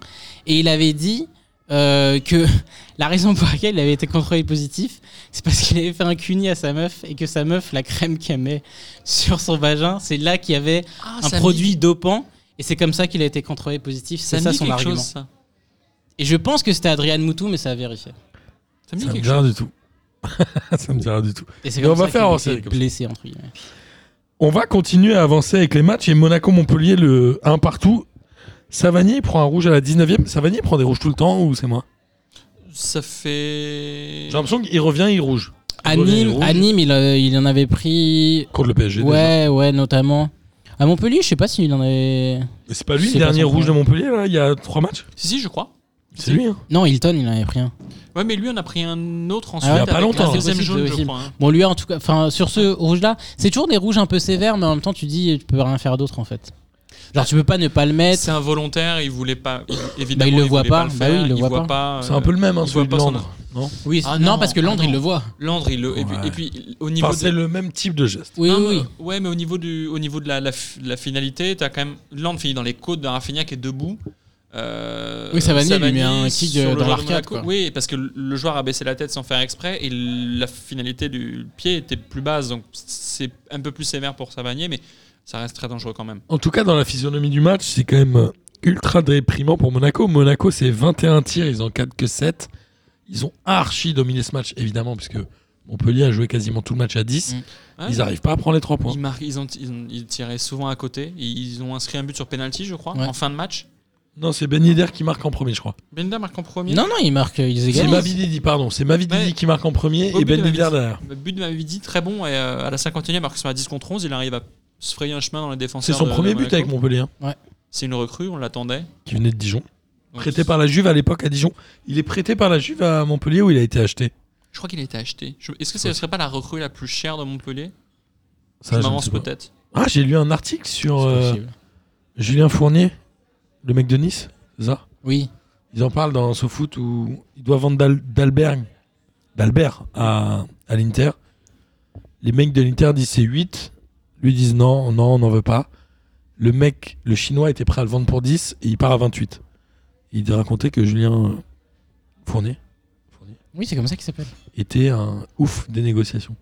Speaker 5: et il avait dit euh, que *laughs* la raison pour laquelle il avait été contrôlé positif, c'est parce qu'il avait fait un cuni à sa meuf et que sa meuf, la crème qu'elle met sur son vagin, c'est là qu'il y avait
Speaker 6: Ah,
Speaker 5: un
Speaker 6: ça me
Speaker 5: produit
Speaker 6: dit-
Speaker 5: dopant et c'est comme ça qu'il a été contrôlé positif. C'est
Speaker 6: ça me
Speaker 5: ça
Speaker 6: dit
Speaker 5: son
Speaker 6: quelque
Speaker 5: argument.
Speaker 6: chose, ça.
Speaker 5: Et je pense que c'était Adrian Moutou, mais ça a vérifié.
Speaker 6: Ça me dit
Speaker 4: Ça me
Speaker 6: quelque
Speaker 4: dit
Speaker 6: chose.
Speaker 4: rien du tout. *laughs* Ça me dit rien du tout.
Speaker 5: Et c'est
Speaker 4: Mais
Speaker 5: comme
Speaker 4: on va
Speaker 5: ça
Speaker 4: faire
Speaker 5: qu'il
Speaker 4: en
Speaker 5: était
Speaker 4: série comme ça.
Speaker 5: blessé entre guillemets.
Speaker 4: On va continuer à avancer avec les matchs et Monaco-Montpellier, le 1 partout. Savanier prend un rouge à la 19ème. Savanier prend des rouges tout le temps ou c'est moi
Speaker 6: Ça fait.
Speaker 4: J'ai l'impression qu'il revient, il rouge.
Speaker 5: À
Speaker 4: Bonnet
Speaker 5: Nîmes,
Speaker 4: rouge.
Speaker 5: à Nîmes, il, a- il en avait pris
Speaker 4: Contre le PSG. déjà.
Speaker 5: Ouais, ouais, notamment. À Montpellier, je sais pas s'il en avait.
Speaker 4: Mais c'est pas lui
Speaker 5: C'est
Speaker 4: le
Speaker 5: pas
Speaker 4: dernier
Speaker 5: son
Speaker 4: rouge de
Speaker 5: problème.
Speaker 4: Montpellier, là, il y a trois matchs
Speaker 6: Si, si, je crois.
Speaker 4: C'est lui, hein
Speaker 5: Non, Hilton, il en avait pris un.
Speaker 6: Ouais, mais lui, on a pris un autre ensuite.
Speaker 5: Ah ouais,
Speaker 4: il y a pas
Speaker 6: avec
Speaker 4: longtemps.
Speaker 6: La deuxième
Speaker 5: C'est
Speaker 6: jaune,
Speaker 5: possible,
Speaker 6: je
Speaker 5: c'est
Speaker 6: crois. hein.
Speaker 5: Bon, lui, en tout cas, enfin, sur ce rouge-là, c'est toujours des rouges un peu sévères, mais en même temps, tu dis, tu peux rien faire d'autre, en fait. Genre, tu peux pas ne pas le mettre.
Speaker 6: C'est involontaire, il voulait pas. il- Évidemment,
Speaker 5: le
Speaker 6: il
Speaker 5: voit
Speaker 6: voulait
Speaker 5: pas.
Speaker 6: le
Speaker 5: Bah
Speaker 6: faire,
Speaker 5: oui, il le voit pas.
Speaker 6: pas. euh,
Speaker 4: C'est un peu le même, hein,
Speaker 6: il
Speaker 4: celui
Speaker 6: voit
Speaker 4: de
Speaker 6: pas son
Speaker 4: Landre. Non
Speaker 5: Oui,
Speaker 6: Ah
Speaker 5: non,
Speaker 6: non,
Speaker 5: parce que
Speaker 6: ah
Speaker 5: Landre,
Speaker 6: non.
Speaker 5: il le voit.
Speaker 6: Landre, il le. et puis-
Speaker 4: Ouais.
Speaker 6: Et puis, il- au niveau
Speaker 4: Enfin,
Speaker 6: de.
Speaker 4: c'est le même type de geste.
Speaker 5: Oui,
Speaker 6: Non,
Speaker 5: oui, oui.
Speaker 6: mais- euh, Ouais, mais au niveau, du, au niveau de la, la, f- la finalité, t'as quand même. Landre finit dans les côtes d'un Rafinha qui est debout. Euh,
Speaker 5: Oui, Savani, il lui met
Speaker 6: Savani
Speaker 5: un kick,
Speaker 6: sur
Speaker 5: euh,
Speaker 6: le
Speaker 5: dans
Speaker 6: joueur de
Speaker 5: l'arcade,
Speaker 6: Monaco.
Speaker 5: quoi.
Speaker 6: Oui, parce que le- le joueur a baissé la tête sans faire exprès et la finalité du pied était plus basse, donc c'est un peu plus sévère pour Savanier, mais ça reste très dangereux quand même.
Speaker 4: En tout cas, dans la physionomie du match, c'est quand même euh, ultra déprimant pour Monaco. Monaco, c'est 21 tirs, ils en cadrent que 7. Ils ont archi dominé ce match, évidemment, puisque Montpellier a joué quasiment tout le match à 10.
Speaker 5: Mm.
Speaker 6: Ouais.
Speaker 4: Ils n'arrivent pas à prendre les 3 points.
Speaker 6: hein. Ils, marquent- ils ont, ils, ont- ils tiraient souvent à côté. Ils ils ont inscrit un but sur penalty, je crois,
Speaker 5: Ouais.
Speaker 6: en fin de match.
Speaker 4: Non, c'est Ben Yedder qui marque en premier, je crois.
Speaker 6: Benda marque en premier.
Speaker 5: Non, non, il marque, ils
Speaker 4: C'est
Speaker 5: égalisent.
Speaker 4: Mavididi, pardon. C'est Mavididi
Speaker 6: Ouais.
Speaker 4: qui marque en premier
Speaker 6: Au
Speaker 4: et
Speaker 6: but
Speaker 4: Ben
Speaker 6: de
Speaker 4: Yedder
Speaker 6: Mavididi.
Speaker 4: derrière.
Speaker 6: Le but de Mavidi, très bon. Et euh, à la 51e, alors qu'ils sont à 10 contre 11, il arrive à se frayer un chemin dans les défenseurs.
Speaker 4: C'est son
Speaker 6: de- de
Speaker 4: premier but
Speaker 6: Monaco.
Speaker 4: avec Montpellier, hein,
Speaker 6: C'est une recrue, on l'attendait.
Speaker 4: qui venait de Dijon.
Speaker 6: Donc,
Speaker 4: Prêté par la Juve à l'époque à Dijon. Il est prêté par la Juve à Montpellier où il a été acheté.
Speaker 6: Je crois qu'il a été acheté. Je- Est-ce que ce ne serait pas la recrue la plus chère de Montpellier
Speaker 4: Ça, je
Speaker 6: Je
Speaker 4: ne
Speaker 6: m'avance
Speaker 4: sais pas.
Speaker 6: peut-être.
Speaker 4: Ah, j'ai lu un article sur
Speaker 5: C'est
Speaker 4: euh,
Speaker 5: possible.
Speaker 4: Julien Fournier, le mec de Nice. c'est Ça
Speaker 5: Oui.
Speaker 4: Ils en parlent dans SoFoot où il doit vendre Dal- d'Albert d'Albert à, à l'Inter. Les mecs de l'Inter disent c'est 8. Lui disent non, non, on n'en veut pas. Le mec, le chinois était prêt à le vendre pour 10 et il part à 28. Il racontait que Julien euh, Fournier
Speaker 5: Oui, c'est comme ça qu'il s'appelle.
Speaker 4: était un ouf des négociations.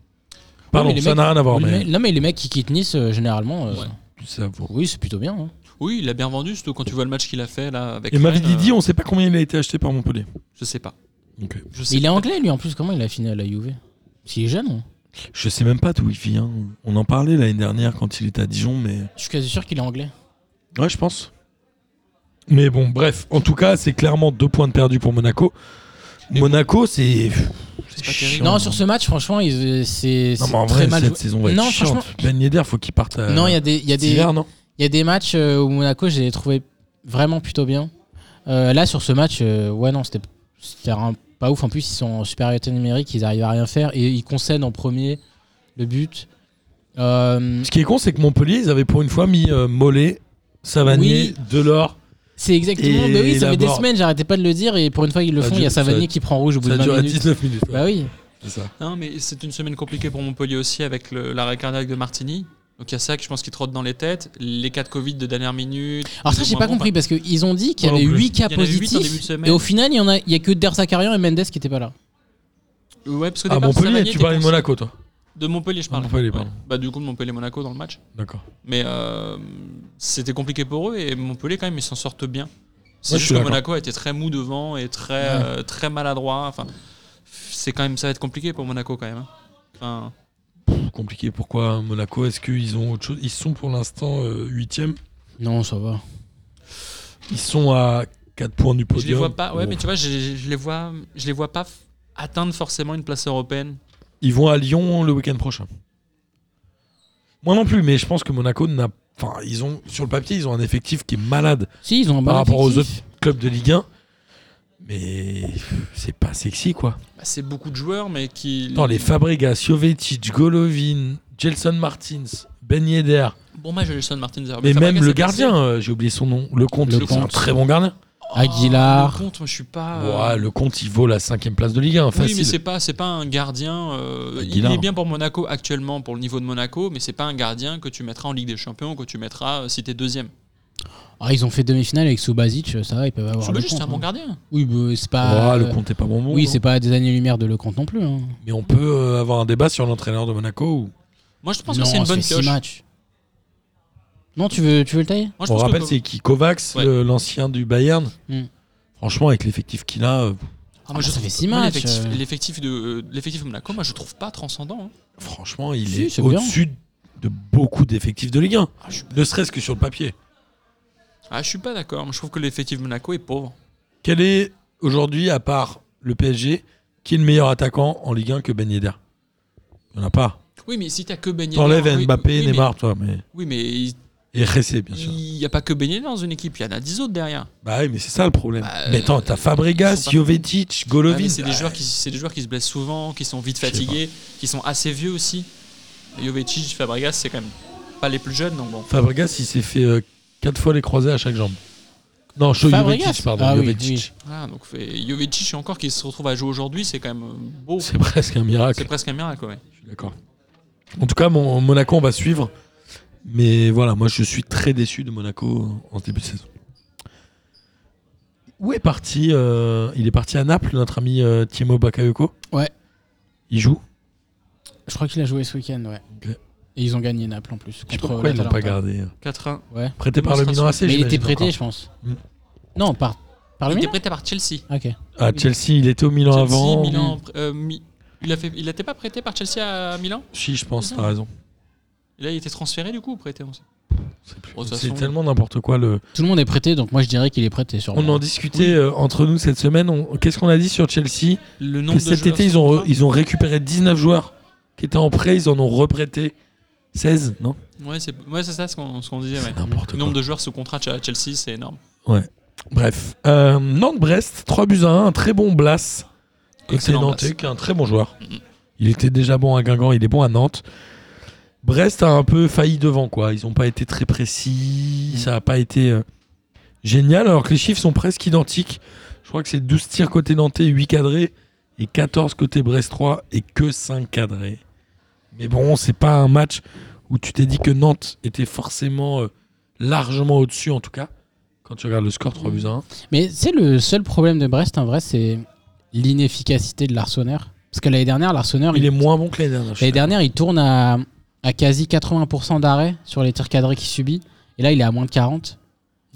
Speaker 4: Pardon,
Speaker 5: mais les
Speaker 4: ça
Speaker 5: mecs-
Speaker 4: n'a rien à voir,
Speaker 5: Oui,
Speaker 4: mais
Speaker 5: mais- Non, mais les mecs qui quittent Nice, euh, généralement, euh,
Speaker 6: Ouais.
Speaker 4: ça vaut.
Speaker 5: oui, c'est plutôt bien. hein.
Speaker 6: Oui, il a bien vendu, surtout quand tu vois le match qu'il a fait là avec.
Speaker 4: Et
Speaker 6: Rennes,
Speaker 4: Mavidi,
Speaker 6: euh,
Speaker 4: on sait pas combien il a été acheté par Montpellier.
Speaker 6: Je sais pas.
Speaker 4: Ok.
Speaker 6: Je sais
Speaker 5: Mais il est
Speaker 6: pas.
Speaker 5: anglais, lui, en plus. Comment il a fini à la Juve Parce qu'il est jeune. hein.
Speaker 4: Je sais même pas d'où il vient. On en parlait l'année dernière quand il était à Dijon, mais.
Speaker 5: Je suis quasi sûr qu'il est anglais.
Speaker 4: Ouais, je pense. Mais bon, bref, en tout cas, c'est clairement deux points de perdu pour Monaco. Monaco, c'est. C'est
Speaker 6: pas
Speaker 4: chiant.
Speaker 6: terrible.
Speaker 5: Non, sur ce match, franchement, ils- euh, c'est
Speaker 4: Non,
Speaker 5: c'est
Speaker 4: mais en
Speaker 5: très
Speaker 4: vrai,
Speaker 5: mal
Speaker 4: cette
Speaker 5: joué.
Speaker 4: saison va être
Speaker 5: Non,
Speaker 4: chiante.
Speaker 5: franchement-
Speaker 4: Ben Yedder, faut qu'il parte. à-
Speaker 5: Non, il y a des, il y a
Speaker 4: cet
Speaker 5: des,
Speaker 4: hiver, non
Speaker 5: il y a des matchs euh, où Monaco, j'ai trouvé vraiment plutôt bien. Euh, là, sur ce match, euh, ouais, non, c'était c'était un- pas ouf. En plus, ils sont en supériorité numérique, ils arrivent à rien faire et ils concèdent en premier le but. Euh,
Speaker 4: Ce qui est con, c'est que Montpellier, ils avaient pour une fois mis euh, Mollet, Savanier,
Speaker 5: Oui.
Speaker 4: Delors.
Speaker 5: c'est exactement.
Speaker 4: Et
Speaker 5: bah oui, ça
Speaker 4: la
Speaker 5: fait des
Speaker 4: barre-
Speaker 5: semaines, j'arrêtais pas de le dire. Et pour une fois, ils le
Speaker 4: Ça
Speaker 5: font. Il y
Speaker 4: dure-
Speaker 5: a Savanier qui prend rouge au bout
Speaker 4: Ça
Speaker 5: de 20
Speaker 4: dure à
Speaker 5: minutes.
Speaker 4: 19 minutes. ouais.
Speaker 5: Bah oui.
Speaker 4: C'est ça.
Speaker 6: Non, mais c'est une semaine compliquée pour Montpellier aussi avec le- l'arrêt cardiaque de Martini. Donc il y a ça que je pense qui trotte dans les têtes. Les cas de Covid de dernière minute.
Speaker 5: Alors ça,
Speaker 6: plus
Speaker 5: j'ai
Speaker 6: ou
Speaker 5: pas
Speaker 6: moins bons,
Speaker 5: compris parce qu'ils ont dit qu'il y
Speaker 4: Moi
Speaker 5: avait
Speaker 4: non plus.
Speaker 5: 8 cas
Speaker 6: Il y en avait huit en début de
Speaker 5: positifs.
Speaker 6: semaine.
Speaker 5: Et au final, il y en a, il y a que Derzakarian et Mendes qui étaient pas là.
Speaker 6: pas- Ouais, parce que
Speaker 4: Ah, Montpellier, tu parles de Monaco, toi
Speaker 6: De Montpellier, je
Speaker 4: Ah,
Speaker 6: parle.
Speaker 4: Montpellier, pardon.
Speaker 6: Bah, du coup, de Montpellier-Monaco dans le match.
Speaker 4: D'accord.
Speaker 6: Mais euh, c'était compliqué pour eux et Montpellier, quand même, ils s'en sortent bien.
Speaker 4: Ouais,
Speaker 6: C'est
Speaker 4: je
Speaker 6: juste
Speaker 4: suis
Speaker 6: que
Speaker 4: d'accord.
Speaker 6: Monaco a été très mou devant et très,
Speaker 5: Ouais.
Speaker 6: euh, très maladroit. Enfin, c'est quand même, ça va être compliqué pour Monaco quand même. hein. Enfin,
Speaker 4: Compliqué. Pourquoi Monaco Est-ce qu'ils ont autre chose Ils sont pour l'instant 8
Speaker 5: Non, ça va.
Speaker 4: Ils sont à 4 points du podium.
Speaker 6: je les vois pas. Ouais,
Speaker 4: Bon.
Speaker 6: mais tu vois, je, je les vois, je les vois pas f- atteindre forcément une place européenne.
Speaker 4: Ils vont à Lyon le week-end prochain. Moi non plus, mais je pense que Monaco n'a. Enfin, ils ont sur le papier, ils ont un effectif qui est malade
Speaker 5: Si, ils ont un bon
Speaker 4: par rapport aux
Speaker 5: effectif.
Speaker 4: autres clubs de Ligue 1. Mais pff, c'est pas sexy quoi.
Speaker 6: Bah, c'est beaucoup de joueurs, mais qui.
Speaker 4: Attends, les Fabregas, Jovetic, Golovin, Jelson Martins, Ben Yedder,
Speaker 6: Bon match, Jason Martins.
Speaker 4: mais
Speaker 6: Ah, Fabregas
Speaker 4: même le
Speaker 6: est passé.
Speaker 4: gardien, euh, j'ai oublié son nom, le Comte,
Speaker 5: Le
Speaker 4: c'est un
Speaker 5: Comte. Ah.
Speaker 4: très bon gardien.
Speaker 6: Oh,
Speaker 5: Aguilar.
Speaker 6: Le compte, moi, je suis pas. euh,
Speaker 4: Ouais, le Comte, il vaut la cinquième place de Ligue 1,
Speaker 6: Oui, mais
Speaker 4: facile.
Speaker 6: c'est pas, c'est pas un gardien. euh, il
Speaker 4: Aguilar.
Speaker 6: est bien pour Monaco actuellement, pour le niveau de Monaco, mais c'est pas un gardien que tu mettras en Ligue des Champions, que tu mettras euh, si t'es deuxième.
Speaker 5: Ah, ils ont fait demi-finale avec Subasic, euh, ça va, ils peuvent avoir.
Speaker 6: Je
Speaker 5: le
Speaker 6: juste un
Speaker 5: compte,
Speaker 6: bon
Speaker 5: hein.
Speaker 6: gardien.
Speaker 5: Oui, bah, c'est pas.
Speaker 4: Ouais, Ah, le Comte est pas bon. hein.
Speaker 5: oui,
Speaker 4: non
Speaker 5: c'est pas à des années-lumière de le compte non plus. hein.
Speaker 4: Mais on peut euh, avoir un débat sur l'entraîneur de Monaco ou
Speaker 6: Moi, je pense
Speaker 5: non,
Speaker 6: que c'est une
Speaker 5: ça
Speaker 6: bonne
Speaker 5: fait
Speaker 6: pioche.
Speaker 5: six matchs. Non, tu veux, tu veux le tailler
Speaker 6: Moi, je
Speaker 4: On
Speaker 6: pense que-
Speaker 4: rappelle, c'est qui Kovacs,
Speaker 6: Ouais.
Speaker 4: le- l'ancien du Bayern.
Speaker 5: Hmm.
Speaker 4: Franchement, avec l'effectif qu'il a, euh,
Speaker 6: Ah, moi,
Speaker 5: Ah,
Speaker 6: je
Speaker 5: ça fait
Speaker 6: trouve-
Speaker 5: six
Speaker 6: moi,
Speaker 5: matchs,
Speaker 6: l'effectif-
Speaker 5: euh.
Speaker 6: L'effectif de euh, l'effectif de Monaco, moi, je trouve pas transcendant. hein.
Speaker 4: franchement, il
Speaker 5: Si,
Speaker 4: est
Speaker 5: c'est bien.
Speaker 4: au-dessus de beaucoup d'effectifs de Ligue 1.
Speaker 6: Ah, je suis-
Speaker 4: Ne serait-ce que sur le papier.
Speaker 6: Ah, je suis pas d'accord. Moi, Je trouve que l'effectif de Monaco est pauvre.
Speaker 4: Quel est aujourd'hui, à part le PSG, qui est le meilleur attaquant en Ligue 1 que Ben Yedder Il n'y en a pas.
Speaker 6: Oui, mais si t'as que Ben Yedder,
Speaker 4: T'enlèves
Speaker 6: oui,
Speaker 4: Mbappé,
Speaker 6: oui, mais-
Speaker 4: Neymar, toi. Mais...
Speaker 6: Oui, mais il
Speaker 4: Et Ressé, bien sûr.
Speaker 6: il y a pas que Ben Yedder dans une équipe. Il y en a 10 autres derrière.
Speaker 4: Bah oui, mais c'est ça le problème.
Speaker 6: Bah,
Speaker 4: mais attends, t'as Fabregas,
Speaker 6: ils sont pas-
Speaker 4: Jovetic,
Speaker 6: Ouais, mais
Speaker 4: Golovin.
Speaker 6: c'est des
Speaker 4: Ah,
Speaker 6: joueurs qui c'est des joueurs qui se blessent souvent, qui sont vite
Speaker 4: Je sais pas.
Speaker 6: fatigués, qui sont assez vieux aussi. Jovetic, Fabregas, c'est quand même pas les plus jeunes donc bon.
Speaker 4: Fabregas, il s'est fait 4 fois les croisés à chaque jambe. Non, Cho
Speaker 5: Fabregas
Speaker 4: Jovetic, pardon.
Speaker 5: Ah oui,
Speaker 4: Jovetic.
Speaker 5: oui.
Speaker 6: Voilà, donc fait- Jovetic encore qui se retrouve à jouer aujourd'hui, c'est quand même euh, beau.
Speaker 4: Oh. C'est presque un miracle.
Speaker 6: C'est presque un miracle ouais.
Speaker 4: Je suis d'accord. En tout cas, mon, Monaco, on va suivre. Mais voilà, moi, je suis très déçu de Monaco en ce début de saison. Où est parti euh, Il est parti à Naples, notre ami euh, Thiemo Bakayoko.
Speaker 5: Ouais.
Speaker 4: Il joue.
Speaker 5: Je crois qu'il a joué ce week-end, ouais.
Speaker 4: Ok.
Speaker 5: Et ils ont gagné Naples en plus.
Speaker 4: Je sais pas
Speaker 5: contre
Speaker 4: pourquoi ils l'ont pas
Speaker 5: l'Atalanta.
Speaker 4: gardé.
Speaker 6: 4-1.
Speaker 5: Ouais.
Speaker 4: Prêté par le Milan AC.
Speaker 5: Mais il
Speaker 4: j'imagine,
Speaker 5: était prêté,
Speaker 4: encore.
Speaker 5: je pense.
Speaker 4: Mm.
Speaker 5: Non, par, par le
Speaker 6: Il était
Speaker 5: Milan
Speaker 6: prêté par Chelsea.
Speaker 5: Ok.
Speaker 4: À Ah, Chelsea, il était au Milan
Speaker 6: Chelsea,
Speaker 4: avant.
Speaker 6: Milan, euh, Mi- il a fait il n'était pas prêté par Chelsea à Milan
Speaker 4: Si, je pense,
Speaker 6: C'est ça.
Speaker 4: t'as raison.
Speaker 6: Là, il était transféré du coup ou prêté on sait.
Speaker 4: C'est plus-
Speaker 6: Oh, de toute
Speaker 4: C'est
Speaker 6: façon-
Speaker 4: tellement n'importe quoi. Le...
Speaker 5: Tout le monde est prêté, donc moi je dirais qu'il est prêté sûrement.
Speaker 4: On en discutait euh, entre nous cette semaine. On- Qu'est-ce qu'on a dit sur Chelsea
Speaker 6: Le nombre
Speaker 4: que
Speaker 6: de
Speaker 4: cet
Speaker 6: joueurs
Speaker 4: été, ils
Speaker 6: sur
Speaker 4: ont,
Speaker 6: le
Speaker 4: ils ont récupéré 19 joueurs qui étaient en prêt, ils en ont reprêté 16, non
Speaker 6: contrat. Ouais, c'est ouais, c'est ça ce qu'on ce qu'on disait
Speaker 4: C'est
Speaker 6: ouais.
Speaker 4: n'importe
Speaker 6: Le
Speaker 4: quoi.
Speaker 6: nombre de joueurs sous contrat à Chelsea, c'est énorme.
Speaker 4: Bref, Euh, Nantes-Brest, 3 buts à 1, un très bon Blas. Côté
Speaker 6: Excellent
Speaker 4: Nantais,
Speaker 6: Blas.
Speaker 4: qui est un très bon joueur.
Speaker 6: Mhm.
Speaker 4: Il était déjà bon à Guingamp, il est bon à Nantes. Brest a un peu failli devant, quoi. Ils n'ont pas été très précis,
Speaker 6: Mm.
Speaker 4: ça n'a pas été euh, génial, alors que les chiffres sont presque identiques. Je crois que c'est 12 tirs côté Nantais, 8 cadrés, et 14 côté Brest 3, et que 5 cadrés. Mais bon, c'est pas un match où tu t'es dit que Nantes était forcément euh, largement au-dessus, en tout cas, quand tu regardes le score 3 buts à 1.
Speaker 5: Mais c'est le seul problème de Brest, en vrai, c'est hein. l'inefficacité de l'arseneur. Parce que l'année dernière, l'Arseneur,
Speaker 4: Il
Speaker 5: il-
Speaker 4: est moins bon que l'année dernière. je
Speaker 5: l'année
Speaker 4: suis d'accord.
Speaker 5: dernière, il tourne à, à quasi 80% d'arrêt sur les tirs cadrés qu'il subit. Et là, il est à moins de 40.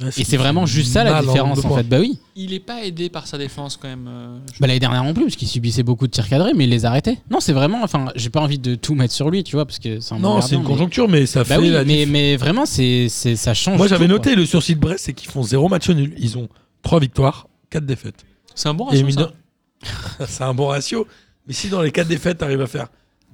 Speaker 4: Ouais,
Speaker 5: Et c'est vraiment juste ça la
Speaker 4: mal en
Speaker 5: différence
Speaker 4: deux
Speaker 5: en
Speaker 4: points.
Speaker 5: fait. Bah oui.
Speaker 6: Il est pas aidé par sa défense quand même. euh, je-
Speaker 5: Bah, l'année dernière non plus, parce qu'il subissait beaucoup de tirs cadrés, mais il les arrêtait. Non, c'est vraiment. Enfin, j'ai pas envie de tout mettre sur lui, tu vois, parce que c'est un bon
Speaker 4: Non, c'est
Speaker 5: gardien,
Speaker 4: une
Speaker 5: mais-
Speaker 4: conjoncture, mais ça fait
Speaker 5: Bah oui,
Speaker 4: la
Speaker 5: mais,
Speaker 4: diff.
Speaker 5: mais vraiment, c'est, c'est- ça change.
Speaker 4: Moi, j'avais
Speaker 5: tout,
Speaker 4: noté le sursis de Brest, c'est qu'ils font zéro match nul. Ils ont trois victoires, quatre défaites.
Speaker 6: C'est un bon
Speaker 4: Et
Speaker 6: ratio,
Speaker 4: mine
Speaker 6: ça.
Speaker 4: de- *laughs* c'est un bon ratio. Mais si dans les quatre défaites, t'arrives à faire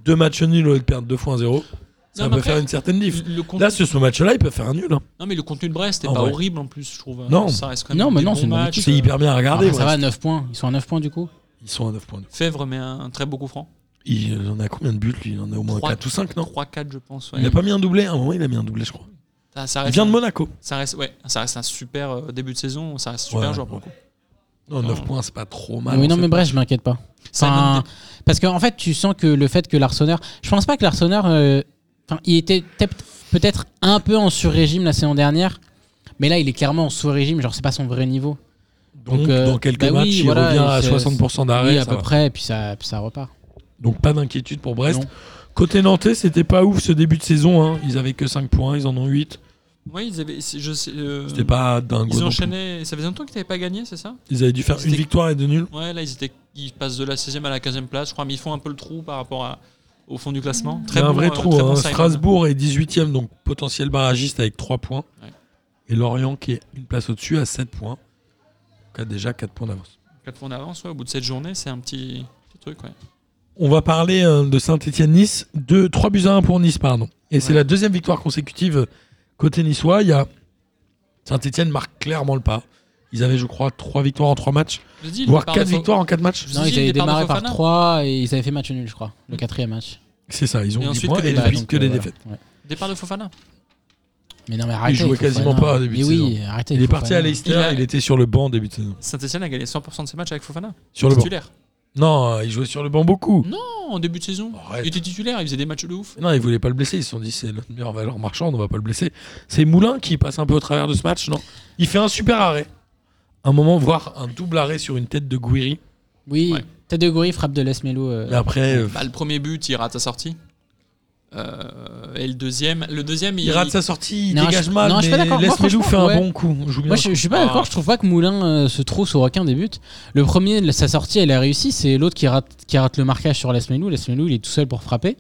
Speaker 4: deux matchs nuls au lieu de perdre deux fois un zéro, ça
Speaker 6: Non, mais
Speaker 4: peut
Speaker 6: après,
Speaker 4: faire une certaine diff.
Speaker 6: Le contenu-
Speaker 4: Là, sur ce match-là, ils peuvent faire un nul. hein.
Speaker 6: Non, mais le contenu de Brest est
Speaker 4: En
Speaker 6: pas
Speaker 4: vrai.
Speaker 6: horrible en plus, je trouve. hein.
Speaker 4: Non.
Speaker 6: ça reste quand même
Speaker 5: Non, mais
Speaker 6: des
Speaker 5: non,
Speaker 6: bons
Speaker 5: c'est une bonne
Speaker 6: matchs,
Speaker 5: équipe.
Speaker 4: C'est
Speaker 6: euh,
Speaker 4: hyper bien à
Speaker 5: quoi.
Speaker 4: regarder.
Speaker 5: Après, ça va à
Speaker 4: Brest.
Speaker 5: 9 points. Ils sont à 9 points du coup.
Speaker 4: Ils sont à 9 points.
Speaker 6: Fèvre met un, un très beau coup franc.
Speaker 4: Il en a combien de buts, lui Il en a au moins
Speaker 6: Trois.
Speaker 4: 4 ou 5, non
Speaker 6: 3-4, je pense. ouais.
Speaker 4: Il n'a pas mis un doublé. À un moment, il a mis un doublé, je crois.
Speaker 6: Ça, ça
Speaker 4: Il
Speaker 6: reste,
Speaker 4: vient de Monaco.
Speaker 6: ça reste, ouais, ça reste un super euh, début de saison. Ça reste super
Speaker 4: Ouais,
Speaker 6: joueur pour le coup.
Speaker 4: Non,
Speaker 6: Non.
Speaker 4: 9 points, Bah c'est pas trop mal.
Speaker 5: oui,
Speaker 4: on
Speaker 5: non,
Speaker 4: sait
Speaker 5: mais
Speaker 4: pas.
Speaker 5: bref, je m'inquiète pas.
Speaker 6: Ça
Speaker 5: Enfin,
Speaker 6: donne
Speaker 5: parce qu'en fait, tu sens que le fait que l'Arseneur. Je pense pas que l'Arseneur. euh, Enfin, il était peut- peut-être un peu en sur-régime la saison dernière. Mais là, il est clairement en sous-régime. Genre, c'est pas son vrai niveau.
Speaker 4: Donc,
Speaker 5: Donc, euh,
Speaker 4: dans quelques
Speaker 5: bah oui,
Speaker 4: matchs, il
Speaker 5: voilà,
Speaker 4: revient à
Speaker 5: c'est-
Speaker 4: 60% d'arrêt.
Speaker 5: Oui, à
Speaker 4: Ah ça
Speaker 5: peu
Speaker 4: va.
Speaker 5: près. Et puis ça, puis ça repart.
Speaker 4: Donc, pas d'inquiétude pour Brest.
Speaker 5: Non.
Speaker 4: Côté Nantais, c'était pas ouf ce début de saison. hein. Ils avaient que 5 points, ils en ont 8.
Speaker 6: Ouais, ils avaient, c'est- je sais, euh,
Speaker 4: C'était pas dingue.
Speaker 6: Ils enchaînaient. Ça faisait longtemps qu'ils n'avaient pas gagné, c'est ça
Speaker 4: Ils avaient dû faire une
Speaker 6: C'était-
Speaker 4: victoire et deux nuls.
Speaker 6: Ouais, là, ils, étaient, ils passent de la 16e à la 15e place, je crois, mais ils font un peu le trou par rapport à- au fond du classement.
Speaker 4: C'est
Speaker 6: Très
Speaker 4: un
Speaker 6: bon,
Speaker 4: vrai
Speaker 6: euh,
Speaker 4: trou.
Speaker 6: très bon
Speaker 4: hein.
Speaker 6: sign.
Speaker 4: Strasbourg est 18ème, donc potentiel barragiste avec 3 points.
Speaker 6: Ouais.
Speaker 4: Et Lorient qui est une place au-dessus à 7 points. Donc, a déjà 4 points d'avance.
Speaker 6: Quatre points d'avance, ouais, au bout de cette journée, c'est un petit, petit truc. Ouais.
Speaker 4: On va parler euh, de Saint-Etienne-Nice. 3 buts à 1 pour Nice, pardon. Et c'est
Speaker 6: Ouais.
Speaker 4: la deuxième victoire consécutive euh, côté niçois. Il y a... Saint-Etienne marque clairement le pas. Ils avaient, je crois, 3 victoires en 3 matchs,
Speaker 6: Je dis,
Speaker 4: voire
Speaker 6: le
Speaker 4: 4
Speaker 6: départ de Fo-
Speaker 4: victoires en 4 matchs.
Speaker 6: Je
Speaker 5: Non,
Speaker 6: dis,
Speaker 5: ils
Speaker 6: le
Speaker 5: avaient
Speaker 6: départ de
Speaker 5: démarré par
Speaker 6: Fofana.
Speaker 5: 3 et ils avaient fait match nul, je crois. Le quatrième match.
Speaker 4: C'est ça, ils ont
Speaker 6: Et
Speaker 4: 10
Speaker 6: ensuite
Speaker 4: points
Speaker 6: que
Speaker 4: et
Speaker 6: des
Speaker 4: depuis
Speaker 6: défaites.
Speaker 4: que
Speaker 5: euh,
Speaker 4: des
Speaker 5: voilà.
Speaker 4: défaites.
Speaker 5: Ouais.
Speaker 6: Départ de Fofana.
Speaker 5: Mais non, mais arrêtez.
Speaker 4: jouait
Speaker 5: faut faire-
Speaker 4: quasiment
Speaker 5: non.
Speaker 4: pas au début
Speaker 5: Mais
Speaker 4: de
Speaker 5: oui, arrêtez.
Speaker 4: Il est
Speaker 5: faut
Speaker 4: parti
Speaker 5: faire-
Speaker 4: à Leicester,
Speaker 6: Il a-
Speaker 4: il était sur le banc en début de saison.
Speaker 6: Saint-Etienne a gagné 100% de ses matchs avec Fofana.
Speaker 4: Sur le banc.
Speaker 6: titulaire. Hmm.
Speaker 4: Non, euh, il jouait sur le banc beaucoup.
Speaker 6: Non, en début de saison.
Speaker 4: Arrête.
Speaker 6: Il était titulaire, il faisait des matchs de ouf.
Speaker 4: Non, ils voulaient pas le blesser. Ils se sont dit, c'est notre meilleure valeur marchande, on va pas le blesser. C'est Moulin qui passe un peu au travers de ce match, non Il fait un super arrêt. Un moment, voire un double arrêt sur une tête de Guiri.
Speaker 5: Oui,
Speaker 6: Ouais.
Speaker 5: tête de gorille frappe de Les Melo.
Speaker 4: Mais après, euh,
Speaker 6: Bah, le premier but, il rate sa sortie. Euh, et le deuxième, le deuxième
Speaker 4: il rate sa sortie, il
Speaker 5: Non,
Speaker 4: dégage
Speaker 5: je-
Speaker 4: mal.
Speaker 5: non, je suis pas
Speaker 4: mais
Speaker 5: d'accord. Moi,
Speaker 4: Laisse Melou
Speaker 5: franchement,
Speaker 4: fait un
Speaker 5: ouais.
Speaker 4: bon coup. Joue bien.
Speaker 5: Moi, je, je suis pas
Speaker 6: Ah.
Speaker 5: d'accord. Je trouve pas que Moulin euh, se trouve sur aucun des buts. Le premier, la- sa sortie, elle a réussi. C'est l'autre qui rate, qui rate le marquage sur Les Melo. Les Melo, il est tout seul pour frapper.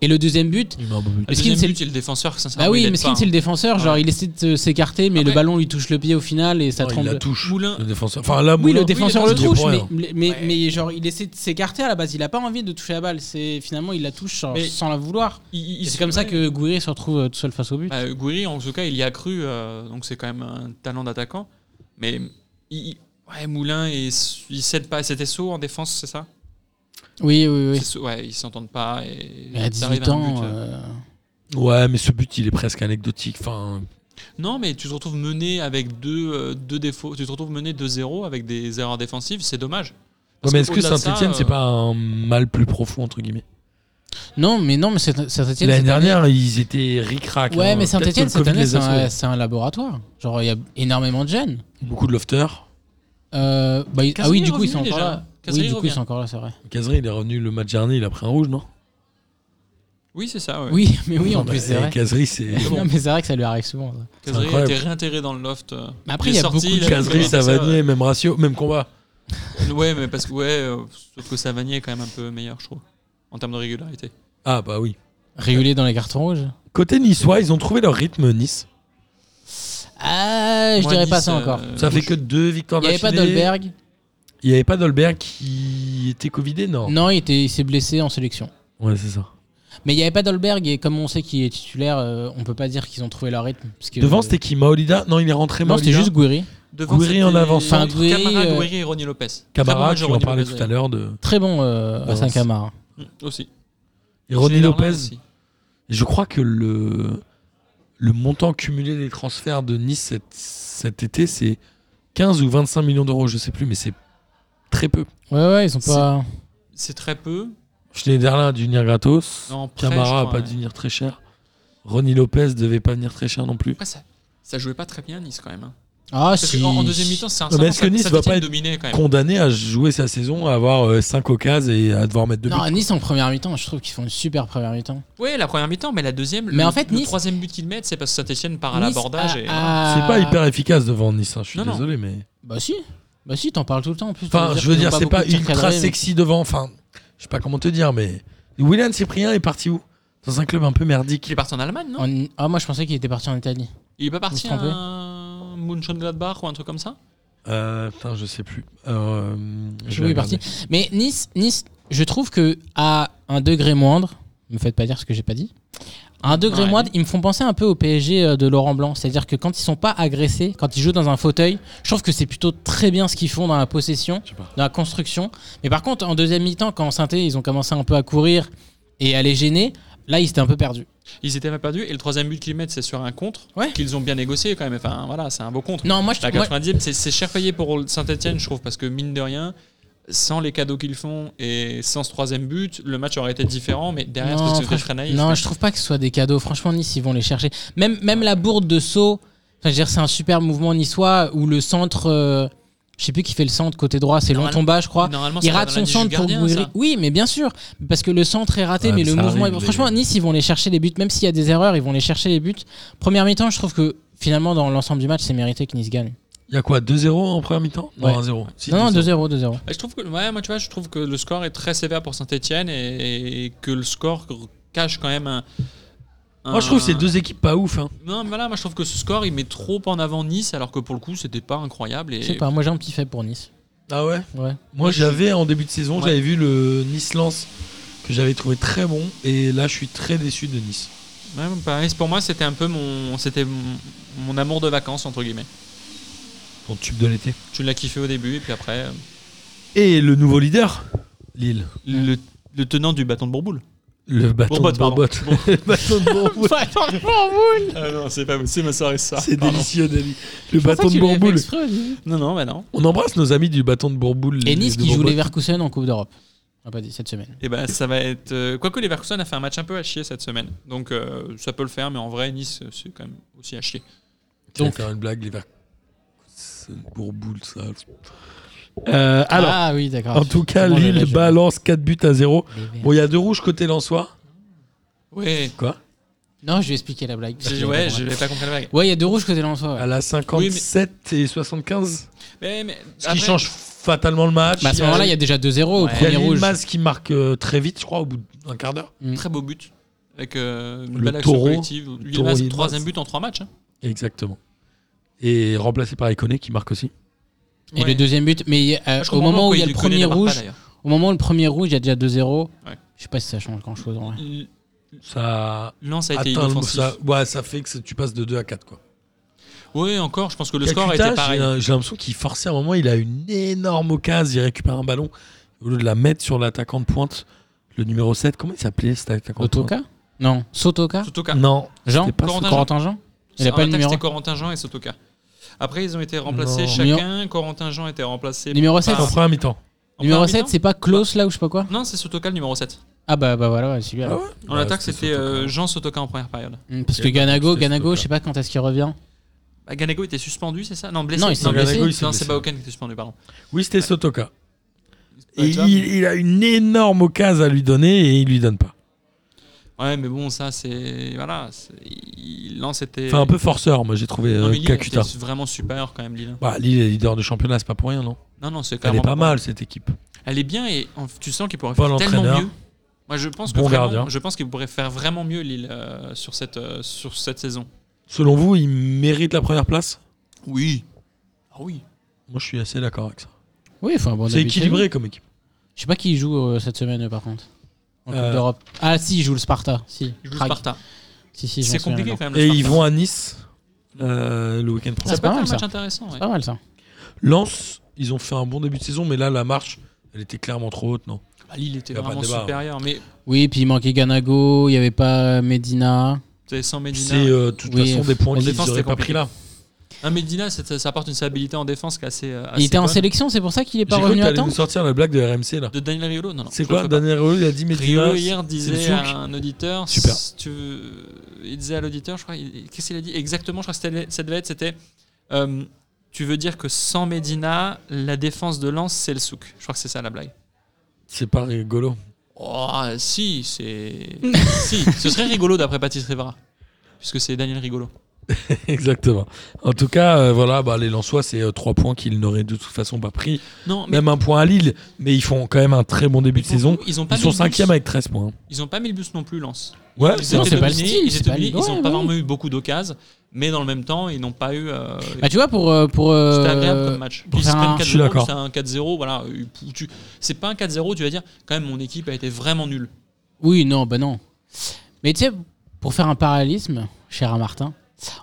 Speaker 5: Et le deuxième but.
Speaker 4: Il met un bon but.
Speaker 6: Le
Speaker 5: Meskin,
Speaker 6: deuxième
Speaker 5: c'est
Speaker 6: but, il est le défenseur, sincèrement.
Speaker 5: Bah oui,
Speaker 6: il aide
Speaker 5: mais
Speaker 6: pas,
Speaker 5: c'est
Speaker 6: hein.
Speaker 5: le défenseur. Genre,
Speaker 6: Ouais.
Speaker 5: il essaie de s'écarter, mais le
Speaker 6: Après-
Speaker 5: ballon lui touche le pied au final et
Speaker 6: Oh,
Speaker 5: ça
Speaker 4: Non,
Speaker 5: tremble.
Speaker 4: Ah, il la touche.
Speaker 6: Moulin-
Speaker 4: Le défenseur. Enfin, là,
Speaker 5: Oui,
Speaker 4: Moulin.
Speaker 5: le défenseur
Speaker 6: il
Speaker 5: le
Speaker 6: est
Speaker 5: touche,
Speaker 4: pour
Speaker 5: mais,
Speaker 4: rien.
Speaker 5: mais, mais,
Speaker 6: Ouais.
Speaker 5: mais genre il essaie de s'écarter à la base. Il a pas envie de toucher la balle. C'est finalement il la touche sans,
Speaker 6: Mais-
Speaker 5: sans la vouloir.
Speaker 6: Il- il- il
Speaker 5: Et
Speaker 6: se-
Speaker 5: C'est comme ça que Gouiri se retrouve euh, tout seul face au but.
Speaker 6: Bah, Gouiri, en tout cas, il y a cru, euh, donc c'est quand même un talent d'attaquant. Mais il, il- ouais, Moulin, et, il cède pas. C'était Sceaux en défense, c'est ça
Speaker 5: Oui, oui, oui.
Speaker 6: C'est Sceaux, Ouais, ils s'entendent pas. Et
Speaker 5: Mais à
Speaker 6: t'arrives
Speaker 5: 18
Speaker 6: un
Speaker 5: ans,
Speaker 6: but, euh.
Speaker 5: euh,
Speaker 4: Ouais, mais ce but, il est presque anecdotique. Enfin,
Speaker 6: Non, mais tu te retrouves mené avec deux, euh, deux défauts. Tu te retrouves mené 2-0 avec des erreurs défensives, c'est dommage. Parce
Speaker 4: mais est-ce que
Speaker 6: qu'au-delà de ça,
Speaker 4: Saint-Etienne, c'est
Speaker 6: euh,
Speaker 4: pas un mal plus profond, entre guillemets
Speaker 5: non, mais non, mais c'est- Saint-Etienne.
Speaker 4: L'année dernière, ils étaient ric-rac.
Speaker 5: Ouais, mais
Speaker 4: hein. Peut-être que
Speaker 5: Saint-Etienne,
Speaker 4: le
Speaker 5: cette
Speaker 4: Covid
Speaker 5: année,
Speaker 4: les
Speaker 5: c'est
Speaker 4: a sauvés.
Speaker 5: un, c'est un laboratoire. Genre, il y a énormément de jeunes.
Speaker 4: Beaucoup de lofters.
Speaker 5: Euh, bah, il- ah
Speaker 6: Casemiro
Speaker 5: oui, du coup, ils
Speaker 6: revenu
Speaker 5: sont encore
Speaker 6: déjà.
Speaker 5: là. Oui,
Speaker 6: Casemiro
Speaker 5: du coup, ils
Speaker 6: revient.
Speaker 5: sont encore là, c'est vrai.
Speaker 4: Cazerin, il est revenu le match dernier, il a pris un rouge, non
Speaker 6: Oui, c'est ça. Ouais.
Speaker 5: Oui, *laughs* mais oui, en
Speaker 4: Non,
Speaker 5: plus,
Speaker 4: bah,
Speaker 5: c'est vrai.
Speaker 4: Cazerin,
Speaker 5: *laughs*
Speaker 4: c'est.
Speaker 5: Non, mais c'est vrai que ça lui arrive souvent. ça.
Speaker 6: Kazri a
Speaker 4: incroyable.
Speaker 6: été réintégré dans le loft. euh,
Speaker 5: Mais après,
Speaker 6: il
Speaker 5: il y
Speaker 6: est
Speaker 5: a
Speaker 6: sorti,
Speaker 5: beaucoup de
Speaker 6: il a
Speaker 5: jeunes.
Speaker 4: Cazerin,
Speaker 6: Cazeri,
Speaker 4: Savanier, même ratio, même combat.
Speaker 6: Ouais, mais parce que ouais, euh, sauf que Savanier est quand même un peu meilleur, je trouve, en termes de régularité.
Speaker 4: Ah, bah oui.
Speaker 5: Régulé dans les cartons rouges.
Speaker 4: Côté niçois, ils ont trouvé leur rythme, Nice.
Speaker 5: Ah, je
Speaker 6: Moi,
Speaker 5: dirais pas
Speaker 6: Nice,
Speaker 5: ça
Speaker 6: euh,
Speaker 5: encore.
Speaker 4: Ça fait que deux victoires
Speaker 5: Il n'y avait pas
Speaker 4: d'affilée.
Speaker 5: Dolberg.
Speaker 4: Il n'y avait pas Dolberg qui était Covidé, non
Speaker 5: Non, il, était- il s'est blessé en sélection.
Speaker 4: Ouais, c'est ça.
Speaker 5: Mais il n'y avait pas Dolberg et comme on sait qu'il est titulaire, euh, on peut pas dire qu'ils ont trouvé leur rythme. Parce que, euh,
Speaker 4: Devant, c'était qui Maolida Non, il est rentré
Speaker 5: Non,
Speaker 4: Maolida.
Speaker 5: c'était juste Guiri.
Speaker 6: Devant,
Speaker 4: Gouiri
Speaker 6: c'était
Speaker 4: en avance.
Speaker 5: Enfin, Gouiri,
Speaker 6: Camara,
Speaker 5: euh,
Speaker 6: Gouiri et Ronny Lopez. Très bon
Speaker 4: Camara,
Speaker 6: match
Speaker 4: tu
Speaker 6: de
Speaker 4: en
Speaker 6: Ronny
Speaker 4: parlais
Speaker 6: Lopez,
Speaker 4: tout à l'heure de.
Speaker 5: Très bon euh, à
Speaker 4: Devant,
Speaker 5: Saint-Camara.
Speaker 6: ouais. Mm, Aussi.
Speaker 4: Et Ronny
Speaker 6: Schneiderlin
Speaker 4: Lopez.
Speaker 6: aussi.
Speaker 4: Je crois que le, le montant cumulé des transferts de Nice cet, cet été, c'est 15 ou 25 millions d'euros, je sais plus, mais c'est très peu.
Speaker 5: Ouais, ouais, ils sont
Speaker 6: C'est-
Speaker 5: pas.
Speaker 6: C'est très peu.
Speaker 4: Schneiderlin a dû venir gratos.
Speaker 6: Non, prêt,
Speaker 4: Camara
Speaker 6: je
Speaker 4: a
Speaker 6: crois,
Speaker 4: pas
Speaker 6: ouais.
Speaker 4: dû venir très cher. Ronny Lopez devait pas venir très cher non plus.
Speaker 6: Après, ça, ça jouait pas très bien Nice quand même. hein.
Speaker 5: Ah,
Speaker 6: Parce
Speaker 5: si.
Speaker 6: qu'en- en deuxième mi-temps, c'est un
Speaker 4: Non, mais est-ce que Nice va pas être
Speaker 6: dominé quand même.
Speaker 4: Condamné à jouer sa saison, à avoir 5 occasions et à devoir mettre 2 buts.
Speaker 5: Non, Nice en première mi-temps, je trouve qu'ils font une super première mi-temps.
Speaker 6: Oui, la première mi-temps, mais la deuxième,
Speaker 5: Mais
Speaker 6: le,
Speaker 5: en fait,
Speaker 6: le
Speaker 5: Nice-
Speaker 6: troisième but qu'ils mettent, c'est parce que Saint-Etienne part à
Speaker 5: Nice
Speaker 6: l'abordage.
Speaker 5: a-
Speaker 6: et voilà.
Speaker 5: a-
Speaker 4: C'est pas hyper efficace devant Nice, hein, je suis
Speaker 6: Non, non.
Speaker 4: désolé, mais.
Speaker 5: Bah si, bah si, t'en parles tout le temps en plus.
Speaker 4: Enfin, je veux dire, c'est pas
Speaker 5: une
Speaker 4: ultra sexy devant. Enfin, je sais pas comment te dire, mais. William Cyprien est parti où Dans un club un peu
Speaker 6: Qu'il
Speaker 4: merdique.
Speaker 6: est parti en Allemagne, non
Speaker 5: Ah, moi je pensais qu'il était parti en Italie.
Speaker 6: Il est pas
Speaker 5: Vous
Speaker 6: parti
Speaker 5: vous trompez
Speaker 6: à Mönchengladbach ou un truc comme ça
Speaker 4: Euh, putain, je sais plus. Euh,
Speaker 5: Je
Speaker 4: vais
Speaker 5: suis
Speaker 4: regarder.
Speaker 5: parti. Mais Nice, Nice, je trouve que à un degré moindre, me faites pas dire ce que j'ai pas dit. À un degré
Speaker 6: Ouais.
Speaker 5: moindre, ils me font penser un peu au PSG euh, de Laurent Blanc, c'est-à-dire que quand ils sont pas agressés, quand ils jouent dans un fauteuil, je trouve que c'est plutôt très bien ce qu'ils font dans la possession,
Speaker 4: Je sais pas.
Speaker 5: dans la construction. Mais par contre, en deuxième mi-temps, quand saint ils ont commencé un peu à courir et à les gêner, là ils étaient un peu perdus.
Speaker 6: Ils étaient pas perdus. Et le troisième but qu'ils mettent, c'est sur un contre
Speaker 5: Ouais.
Speaker 6: qu'ils ont bien négocié quand même. Enfin, voilà, c'est un beau contre.
Speaker 5: Non, moi je
Speaker 6: La
Speaker 5: moi-
Speaker 6: 90 c'est- c'est cher payé pour Saint-Etienne, je trouve, parce que mine de rien, sans les cadeaux qu'ils font et sans ce troisième but, le match aurait été différent. Mais derrière, c'est parce que c'était
Speaker 5: franch-
Speaker 6: très naïf.
Speaker 5: non, je trouve pas que ce soit des cadeaux. Franchement, Nice, ils vont les chercher. Même, même la bourde de saut, enfin, je veux dire, c'est un super mouvement niçois où le centre, euh, je sais plus qui fait le centre côté droit, c'est
Speaker 6: Normalement-
Speaker 5: Lontomba, je crois.
Speaker 6: Normalement,
Speaker 5: Il
Speaker 6: ça va
Speaker 5: rate
Speaker 6: dans
Speaker 5: son
Speaker 6: la niche du
Speaker 5: centre pour
Speaker 6: gardien,
Speaker 5: Gouiri.
Speaker 6: ça.
Speaker 5: Oui, mais bien sûr, parce que le centre est raté, mais
Speaker 4: Ouais, Ah, mais
Speaker 5: le
Speaker 4: ça
Speaker 5: mouvement.
Speaker 4: arrive,
Speaker 5: est-
Speaker 4: les-
Speaker 5: Franchement, Nice, ils vont les chercher les buts, même s'il y a des erreurs, ils vont les chercher les buts. Première mi-temps, je trouve que finalement, dans l'ensemble du match, c'est mérité que Nice gagne.
Speaker 4: Il y a quoi 2-0 en première mi-temps Non,
Speaker 5: Ouais.
Speaker 4: 1-0. Si,
Speaker 5: non, non, 2-0,
Speaker 4: 2-0.
Speaker 5: 2-0.
Speaker 6: Et Je trouve que, ouais, moi, tu vois, je trouve que le score est très sévère pour Saint-Etienne et, et que le score cache quand même un.
Speaker 4: Moi, je trouve que c'est
Speaker 6: un-
Speaker 4: deux équipes pas ouf. hein.
Speaker 6: Non, mais voilà, moi, je trouve que ce score, il met trop en avant Nice, alors que pour le coup, c'était pas incroyable.
Speaker 5: Je sais
Speaker 6: Et
Speaker 5: pas, moi j'ai un petit fait pour Nice.
Speaker 4: Ah ouais
Speaker 6: *laughs*
Speaker 5: Ouais.
Speaker 4: Moi, j'avais en début de saison,
Speaker 6: Ouais.
Speaker 4: j'avais vu le Nice-Lens que j'avais trouvé très bon. Et là, je suis très déçu de Nice.
Speaker 6: Ouais, pareil, pour moi, c'était un peu mon, c'était mon, mon amour de vacances, entre guillemets.
Speaker 4: Ton tube de l'été.
Speaker 6: Tu l'as kiffé au début, et puis après, euh,
Speaker 4: Et le nouveau leader Lille.
Speaker 6: le, le tenant du bâton de Bourboule.
Speaker 4: Le bâton
Speaker 6: Bourbotte,
Speaker 4: de
Speaker 6: pardon.
Speaker 4: Bourbotte. *laughs* Le bâton de Bourboule.
Speaker 6: Ah non, c'est pas possible, ma soeur ça.
Speaker 4: *laughs* C'est délicieux, Dali. Le bâton de Bourboule.
Speaker 6: Non, non, bah non.
Speaker 4: On embrasse nos amis du bâton de Bourboule. les-
Speaker 5: Et Nice
Speaker 4: de
Speaker 5: qui joue
Speaker 4: Bourbotte.
Speaker 5: les Verkusen en Coupe d'Europe. On l'a pas dit cette semaine.
Speaker 6: Et ben ça va être. euh, Quoique Leverkusen a fait un match un peu à chier cette semaine. Donc euh, ça peut le faire, mais en vrai, Nice, c'est quand même aussi à chier.
Speaker 4: Tu vas
Speaker 5: Donc-
Speaker 4: faire une blague, les Verts. Bourboule, ça. Euh, alors,
Speaker 5: ah oui, d'accord.
Speaker 4: en tout cas,
Speaker 5: Bon, là, là,
Speaker 4: Lille
Speaker 5: je-
Speaker 4: balance 4 buts à 0.
Speaker 5: Les Verts.
Speaker 4: Bon, il y a deux rouges côté Lensois.
Speaker 6: Ouais,
Speaker 4: Quoi
Speaker 5: Non, je vais expliquer la blague.
Speaker 6: j'ai- ouais, j'avais pas compris la blague.
Speaker 5: Ouais, il y a deux rouges côté Lensois.
Speaker 4: À la 57 et 75.
Speaker 6: Mais, mais
Speaker 4: Ce
Speaker 6: après-
Speaker 4: qui change fatalement le match.
Speaker 5: Bah, à ce moment-là, il y a déjà 2-0 au
Speaker 6: Ouais.
Speaker 4: Il y a
Speaker 5: premier rouge.
Speaker 4: Yilmaz qui marque euh, très vite, je crois, au bout d'un quart d'heure.
Speaker 6: Très beau but. Avec euh, une
Speaker 4: Le
Speaker 6: belle action
Speaker 4: taureau.
Speaker 6: collective.
Speaker 4: Le
Speaker 6: Il
Speaker 4: taureau,
Speaker 6: reste
Speaker 4: il
Speaker 6: troisième
Speaker 4: passe.
Speaker 6: but en trois matchs. hein.
Speaker 4: Exactement. Et remplacé par Iconé qui marque aussi.
Speaker 5: Et
Speaker 6: Ouais.
Speaker 5: le deuxième but, mais euh,
Speaker 6: Je
Speaker 5: au
Speaker 6: comprends
Speaker 5: moment où
Speaker 6: pourquoi
Speaker 5: il y a le
Speaker 6: lui connaît
Speaker 5: premier
Speaker 6: marque pas,
Speaker 5: rouge,
Speaker 6: d'ailleurs.
Speaker 5: au moment où le premier rouge, il y a déjà 2-0.
Speaker 6: Ouais.
Speaker 5: Je sais pas si ça change grand chose en vrai.
Speaker 6: Il-
Speaker 4: Ça
Speaker 6: Non, ça a été
Speaker 4: atteint le-
Speaker 6: inoffensif.
Speaker 4: ça, ouais, ça fait que c'est- tu passes de 2 à 4. Quoi.
Speaker 6: Oui, encore, je pense que le
Speaker 4: Kakuta,
Speaker 6: score était
Speaker 4: j'ai
Speaker 6: pareil.
Speaker 4: l'im- J'ai l'impression qu'il forçait à un moment, il a une énorme occasion, il récupère un ballon. Au lieu de la mettre sur l'attaquant de pointe, le numéro 7, comment il s'appelait cet attaquant de pointe
Speaker 5: Otoka Non, Sotoka
Speaker 6: hein. Sotoka.
Speaker 4: Non,
Speaker 5: Jean
Speaker 4: c'était pas
Speaker 6: Corentin Jean.
Speaker 5: Corentin Jean Il a
Speaker 6: En
Speaker 5: pas le
Speaker 6: attaque,
Speaker 5: numéro.
Speaker 6: C'était Corentin Jean et Sotoka. Après, ils ont été remplacés
Speaker 4: Non.
Speaker 6: chacun. Corentin Jean était remplacé.
Speaker 5: Numéro
Speaker 6: par-
Speaker 5: sept.
Speaker 4: en première mi-temps.
Speaker 6: en
Speaker 5: Numéro
Speaker 6: première
Speaker 5: 7, c'est pas Klaus là ou je sais pas quoi
Speaker 6: mi-temps Non, c'est Sotoka le numéro 7.
Speaker 5: Ah bah, bah voilà, ouais, c'est lui alors.
Speaker 6: En
Speaker 4: Ouais,
Speaker 6: attaque, c'était
Speaker 4: Sotoka.
Speaker 6: euh, Jean Sotoka en première période.
Speaker 5: Mm, Parce
Speaker 4: Il
Speaker 5: que
Speaker 4: y a pas
Speaker 5: Ganago,
Speaker 4: plus de
Speaker 5: Ganago,
Speaker 4: Sotoka.
Speaker 5: je sais pas quand est-ce qu'il revient.
Speaker 6: Bah, Ganago était suspendu, c'est ça Non, blessé.
Speaker 5: Non, il s'est
Speaker 6: blessé.
Speaker 5: blessé.
Speaker 4: Ganago, il s'est
Speaker 6: Non, c'est
Speaker 4: blessé.
Speaker 6: Baoken qui était suspendu, pardon.
Speaker 4: Oui, c'était Sotoka.
Speaker 6: Ouais,
Speaker 4: Et
Speaker 6: tu vois.
Speaker 4: il, il a une énorme occasion à lui donner et il lui donne pas.
Speaker 6: Ouais, mais bon, ça, c'est. Voilà. c'est- il- Non, c'était.
Speaker 4: Enfin, un peu forceur, moi j'ai trouvé
Speaker 6: Non,
Speaker 4: euh,
Speaker 6: mais Lille
Speaker 4: Kakuta.
Speaker 6: était vraiment supérieur quand même, Lille.
Speaker 4: Bah, Lille est leader de championnat, c'est pas pour rien, non
Speaker 6: Non, non, c'est
Speaker 4: Elle est
Speaker 6: clairement.
Speaker 4: pas mal cette équipe.
Speaker 6: Elle est bien et en- tu sens qu'il pourrait
Speaker 4: Bon
Speaker 6: faire tellement
Speaker 4: entraîneur.
Speaker 6: mieux. Moi, je pense
Speaker 4: Bon
Speaker 6: que vraiment-
Speaker 4: gardien.
Speaker 6: je pense qu'il pourrait faire vraiment mieux Lille euh, sur cette euh, sur cette saison.
Speaker 4: Selon vous, il mérite la première place
Speaker 6: Oui. Ah oui.
Speaker 4: Moi je suis assez d'accord avec ça.
Speaker 5: Oui, enfin bon.
Speaker 4: c'est
Speaker 5: d'habitude.
Speaker 4: équilibré comme équipe.
Speaker 5: Je sais pas qui joue euh, cette semaine euh, par contre. En Coupe
Speaker 4: Euh,
Speaker 5: d'Europe. Ah si, il joue le Sparta. Si.
Speaker 6: Je joue
Speaker 5: Prague.
Speaker 6: Sparta.
Speaker 5: Si, si, je
Speaker 6: C'est
Speaker 5: m'en souviens
Speaker 6: compliqué
Speaker 5: maintenant.
Speaker 6: quand même. le
Speaker 4: Et ils
Speaker 6: Sparta.
Speaker 4: vont à Nice euh, le week-end
Speaker 6: Ça
Speaker 4: prochain.
Speaker 5: c'est
Speaker 6: peut
Speaker 5: pas
Speaker 6: être un
Speaker 5: mal,
Speaker 6: match
Speaker 5: ça.
Speaker 6: intéressant. ouais.
Speaker 5: Pas mal ça.
Speaker 6: Ah.
Speaker 4: Lens, ils ont fait un bon début de saison, mais là la marche, elle était clairement trop haute, non
Speaker 6: Ah, Lille était
Speaker 4: Y a pas de
Speaker 6: vraiment
Speaker 4: débat,
Speaker 6: supérieur, mais
Speaker 5: Oui, puis il manquait Ganago, il y avait pas euh, Medina.
Speaker 6: c'est sans Medina.
Speaker 4: C'est euh, de toute
Speaker 5: Oui,
Speaker 4: façon des points
Speaker 5: en
Speaker 4: qu'ils
Speaker 6: défense,
Speaker 4: n'auraient
Speaker 6: c'est
Speaker 4: pas pris là.
Speaker 6: Un Medina, c'est- ça apporte une stabilité en défense qui est assez. euh, assez
Speaker 5: il était en
Speaker 6: bonne.
Speaker 5: sélection, c'est pour ça qu'il est pas
Speaker 4: J'ai cru que
Speaker 5: revenu à
Speaker 4: t'allais
Speaker 5: temps.
Speaker 4: nous sortir la blague de RMC là.
Speaker 6: De Daniel Riolo, non, non.
Speaker 4: C'est
Speaker 6: je
Speaker 4: quoi
Speaker 6: le fais pas.
Speaker 4: Daniel Riolo, il a dit
Speaker 6: Riolo
Speaker 4: Medina.
Speaker 6: hier disait
Speaker 4: Zouk.
Speaker 6: à un auditeur.
Speaker 4: Super.
Speaker 6: si tu veux- Il disait à l'auditeur, je crois, il- qu'est-ce qu'il a dit exactement Je crois que c'était- ça devait être, c'était. euh, Tu veux dire que sans Medina, la défense de Lens, c'est le souk. Je crois que c'est ça la blague.
Speaker 4: C'est pas rigolo. *laughs*
Speaker 6: Oh, si, c'est. si, ce serait rigolo d'après Baptiste Rivera. Puisque c'est Daniel Rigolo.
Speaker 4: Exactement. En tout cas, euh, voilà, bah, les Lensois, c'est euh, trois points qu'ils n'auraient de toute façon pas pris.
Speaker 6: Non, mais
Speaker 4: Même un point à Lille, mais ils font quand même un très bon début de
Speaker 6: pour le
Speaker 4: saison.
Speaker 6: coup, Ils, ont pas
Speaker 4: Ils sont
Speaker 6: mis le bus.
Speaker 4: cinquième avec 13 points.
Speaker 6: Ils ont pas mis le bus non plus, Lens.
Speaker 4: Ouais,
Speaker 6: Ils
Speaker 4: c'est
Speaker 5: Non,
Speaker 6: étaient
Speaker 5: c'est pas le
Speaker 6: dominés,
Speaker 5: style,
Speaker 6: Ils
Speaker 5: c'est
Speaker 6: étaient
Speaker 5: pas le-
Speaker 6: dominés, ils
Speaker 5: ouais,
Speaker 6: ont pas
Speaker 5: ouais.
Speaker 6: vraiment eu beaucoup d'occasions, mais dans le même temps, ils n'ont pas eu. euh,
Speaker 5: Bah, tu vois, pour. euh, pour euh,
Speaker 6: C'était agréable comme match.
Speaker 5: pour
Speaker 6: Ils se
Speaker 5: faire
Speaker 6: prennent
Speaker 5: un-
Speaker 6: 4-0,
Speaker 4: Je suis d'accord.
Speaker 6: C'est un 4-0. Voilà, euh, tu- c'est pas un 4-0, tu vas dire, quand même, mon équipe a été vraiment nulle.
Speaker 5: Oui, non, bah non. Mais tu sais, pour faire un parallélisme, cher à Martin,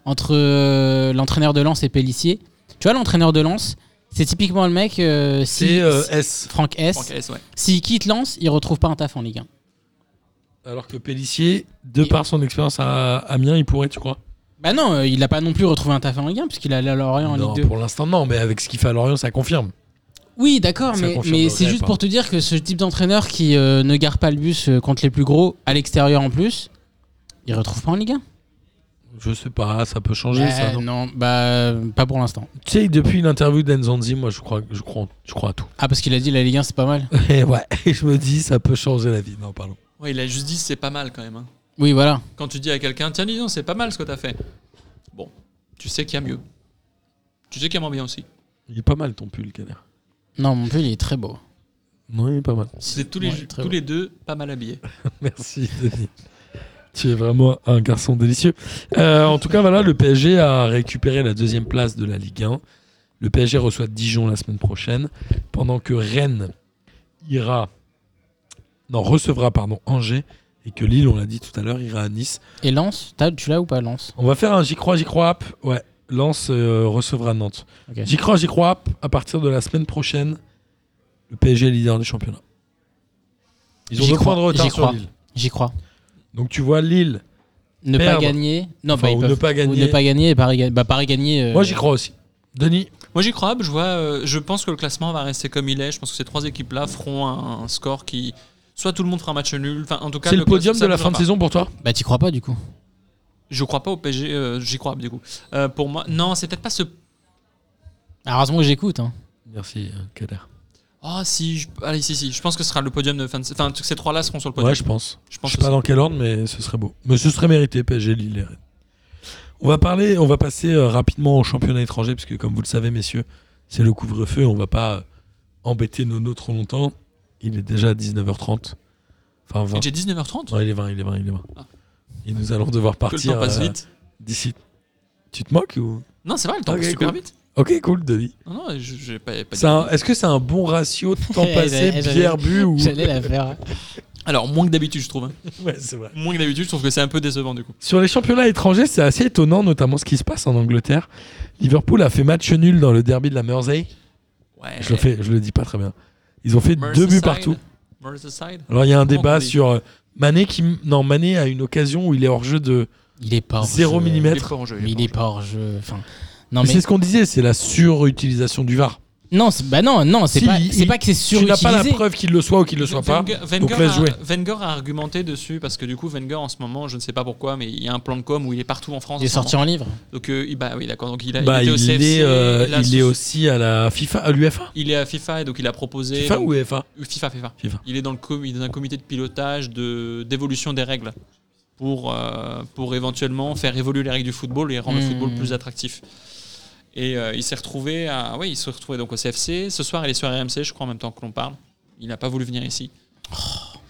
Speaker 5: entre euh, l'entraîneur de Lens et Pellissier, tu vois, l'entraîneur de Lens, c'est typiquement le mec. euh, si-
Speaker 4: C'est euh,
Speaker 5: si-
Speaker 4: S.
Speaker 5: Franck S.
Speaker 6: Franck Hess, ouais.
Speaker 5: S'il quitte Lens, il retrouve pas un taf en Ligue 1.
Speaker 4: Alors que Pellissier, de par son expérience à Amiens, il pourrait, tu crois
Speaker 5: Bah non, euh, il n'a pas non plus retrouvé un taf en Ligue 1 puisqu'il allait à Lorient en
Speaker 4: Non,
Speaker 5: Ligue 2.
Speaker 4: Pour l'instant, non, mais avec ce qu'il fait à Lorient, ça confirme.
Speaker 5: Oui, d'accord,
Speaker 4: Ça
Speaker 5: mais,
Speaker 4: confirme
Speaker 5: mais
Speaker 4: le
Speaker 5: c'est
Speaker 4: rêve,
Speaker 5: juste
Speaker 4: hein.
Speaker 5: pour te dire que ce type d'entraîneur qui euh, ne garde pas le bus euh, contre les plus gros, à l'extérieur en plus, il retrouve pas en Ligue 1.
Speaker 4: Je sais pas, ça peut changer ça. non
Speaker 5: non, bah pas pour l'instant.
Speaker 4: tu sais, depuis l'interview d'Enzonzi, moi, je crois, je crois, je crois à tout.
Speaker 5: Ah parce qu'il a dit la Ligue 1 c'est pas
Speaker 4: *laughs*
Speaker 5: mal.
Speaker 4: Et *laughs* ouais, et je me dis, ça peut changer la vie. Non, pardon.
Speaker 6: Ouais, il a juste dit, c'est pas mal quand même. hein.
Speaker 5: Oui, voilà.
Speaker 6: Quand tu dis à quelqu'un, tiens, dis donc, c'est pas mal ce que t'as fait. Bon, tu sais qu'il y a mieux. Tu sais qu'il y a moins bien aussi.
Speaker 4: Il est pas mal ton pull, Caner.
Speaker 5: Non, mon pull il est très beau.
Speaker 4: Non, il est pas mal.
Speaker 6: C'est tous les,
Speaker 5: Ouais,
Speaker 6: ju-
Speaker 5: très
Speaker 6: tous
Speaker 5: bon.
Speaker 6: les deux pas mal habillés.
Speaker 4: *laughs* Merci, Denis. Tu es vraiment un garçon délicieux. Euh, en tout cas, voilà, le PSG a récupéré la deuxième place de la Ligue 1. Le PSG reçoit Dijon la semaine prochaine, pendant que Rennes ira, non, recevra pardon Angers et que Lille, on l'a dit tout à l'heure, ira à Nice.
Speaker 5: Et Lens, t'as- tu l'as ou pas Lens
Speaker 4: On va faire un j'y crois, j'y crois app. Ouais, Lens euh, recevra Nantes.
Speaker 5: Ok.
Speaker 4: J'y crois, j'y crois app. À partir de la semaine prochaine, le PSG est leader du championnat. Ils ont
Speaker 5: J'y
Speaker 4: deux
Speaker 5: crois,
Speaker 4: points de retard
Speaker 5: j'y
Speaker 4: sur
Speaker 5: crois.
Speaker 4: Lille.
Speaker 5: J'y crois.
Speaker 4: Donc tu vois Lille.
Speaker 5: Ne
Speaker 4: Perdre.
Speaker 5: pas gagner. Non,
Speaker 4: Enfin,
Speaker 5: bah, ils
Speaker 4: ou
Speaker 5: peuvent-
Speaker 4: ne pas
Speaker 5: ou
Speaker 4: gagner.
Speaker 5: ne pas gagner et Paris gagner. Bah Paris gagner. euh,
Speaker 4: Moi, j'y crois aussi. Denis,
Speaker 6: Moi j'y crois, je, vois, euh, je pense que le classement va rester comme il est. Je pense que ces trois équipes-là feront un, un score qui. Soit tout le monde fera un match nul, enfin en tout cas.
Speaker 4: c'est le podium
Speaker 6: classement,
Speaker 4: de la
Speaker 6: ça
Speaker 4: fin de
Speaker 6: bougera
Speaker 4: saison pour toi
Speaker 5: Bah t'y crois pas du coup.
Speaker 6: pas. Je crois pas au PSG, euh, j'y crois du coup. Euh, pour moi, non, c'est peut-être pas ce.
Speaker 5: Alors heureusement que j'écoute. Hein.
Speaker 4: Merci, euh, Kader.
Speaker 6: Ah si, je... allez, si, si, je pense que ce sera le podium de fin de saison. Enfin, ces trois-là seront sur le podium.
Speaker 4: Ouais, je pense.
Speaker 6: je
Speaker 4: Je
Speaker 6: pense
Speaker 4: sais
Speaker 6: que
Speaker 4: pas dans quel ordre, mais ce serait beau. Mais ce serait mérité, PSG, Lille et Rennes. On va parler, on va passer euh, rapidement au championnat étranger, puisque comme vous le savez, messieurs, c'est le couvre-feu. On va pas euh, embêter Nono trop longtemps. Il est déjà à 19h30. Enfin, 20.
Speaker 6: c'est- J'ai 19h30
Speaker 4: Non, il est 20, il est 20, il est 20.
Speaker 6: Ah.
Speaker 4: Et nous allons devoir
Speaker 6: Que le temps
Speaker 4: partir
Speaker 6: passe
Speaker 4: euh,
Speaker 6: vite.
Speaker 4: d'ici. Tu te moques ou
Speaker 6: Non, c'est vrai, le temps
Speaker 4: ok,
Speaker 6: passe super
Speaker 4: cool.
Speaker 6: vite.
Speaker 4: Ok, cool, Denis.
Speaker 6: Non, non, je- j'ai pas, pas dit.
Speaker 4: C'est un- Est-ce que c'est un bon ratio de
Speaker 6: *laughs*
Speaker 4: temps
Speaker 5: Eh,
Speaker 6: ben,
Speaker 4: passé,
Speaker 5: j'allais-
Speaker 4: Pierre bu ou
Speaker 5: J'allais la faire.
Speaker 6: Alors, moins que d'habitude, je trouve. hein.
Speaker 4: *laughs* Ouais, c'est vrai.
Speaker 6: Moins que d'habitude, je trouve que c'est un peu décevant du coup.
Speaker 4: Sur les championnats étrangers, c'est assez étonnant, notamment ce qui se passe en Angleterre. Liverpool a fait match nul dans le derby de la Mersey.
Speaker 6: Ouais.
Speaker 4: Je le fais, je le dis pas très bien. Ils ont fait deux
Speaker 6: Eh. Merseyside.
Speaker 4: buts partout.
Speaker 6: Merseyside.
Speaker 4: Alors il y a un
Speaker 6: Comment on
Speaker 4: débat
Speaker 6: dit
Speaker 4: sur euh, Mané qui m- non Mané a une occasion où il est hors jeu de
Speaker 5: Il est pas. hors
Speaker 4: 0
Speaker 5: jeu.
Speaker 6: Il est
Speaker 4: mm.
Speaker 6: pas en jeu.
Speaker 5: Mais il
Speaker 6: pas en
Speaker 5: est
Speaker 6: jeu.
Speaker 5: pas hors jeu. Enfin, non
Speaker 4: Mais
Speaker 5: mais
Speaker 4: C'est ce qu'on disait, c'est la surutilisation du VAR.
Speaker 5: non, c'est- bah non, non, c'est
Speaker 4: Si,
Speaker 5: pas,
Speaker 4: il-
Speaker 5: c'est pas que c'est
Speaker 4: Tu n'as
Speaker 5: surutilisé.
Speaker 4: pas la preuve qu'il le soit ou qu'il le soit pas.
Speaker 6: Wenger,
Speaker 4: donc
Speaker 6: Wenger
Speaker 4: laisse jouer.
Speaker 6: a, Wenger a argumenté dessus parce que du coup, Wenger en ce moment, je ne sais pas pourquoi, mais il y a un plan de com où il est partout en France.
Speaker 5: Il est
Speaker 6: en ce moment.
Speaker 5: sorti en livre.
Speaker 6: Donc, euh, il- bah oui, d'accord. Donc, il, a,
Speaker 4: Bah,
Speaker 6: il
Speaker 4: il,
Speaker 6: était au CFC.
Speaker 4: est, euh,
Speaker 6: là,
Speaker 4: il
Speaker 6: ce-
Speaker 4: est aussi à la FIFA, à l'UFA.
Speaker 6: il est à FIFA et donc il a proposé.
Speaker 4: FIFA
Speaker 6: donc-
Speaker 4: ou UEFA
Speaker 6: Euh, FIFA, FIFA.
Speaker 4: FIFA.
Speaker 6: Il est dans, le com- il est dans un comité de pilotage de- d'évolution des règles pour, euh, pour éventuellement faire évoluer les règles du football et rendre le
Speaker 5: Mmh.
Speaker 6: football plus attractif. Et euh, il s'est retrouvé à, oui, il s'est retrouvé donc au CFC. Ce soir, il est sur RMC, je crois, en même temps que l'on parle. Il n'a pas voulu venir ici.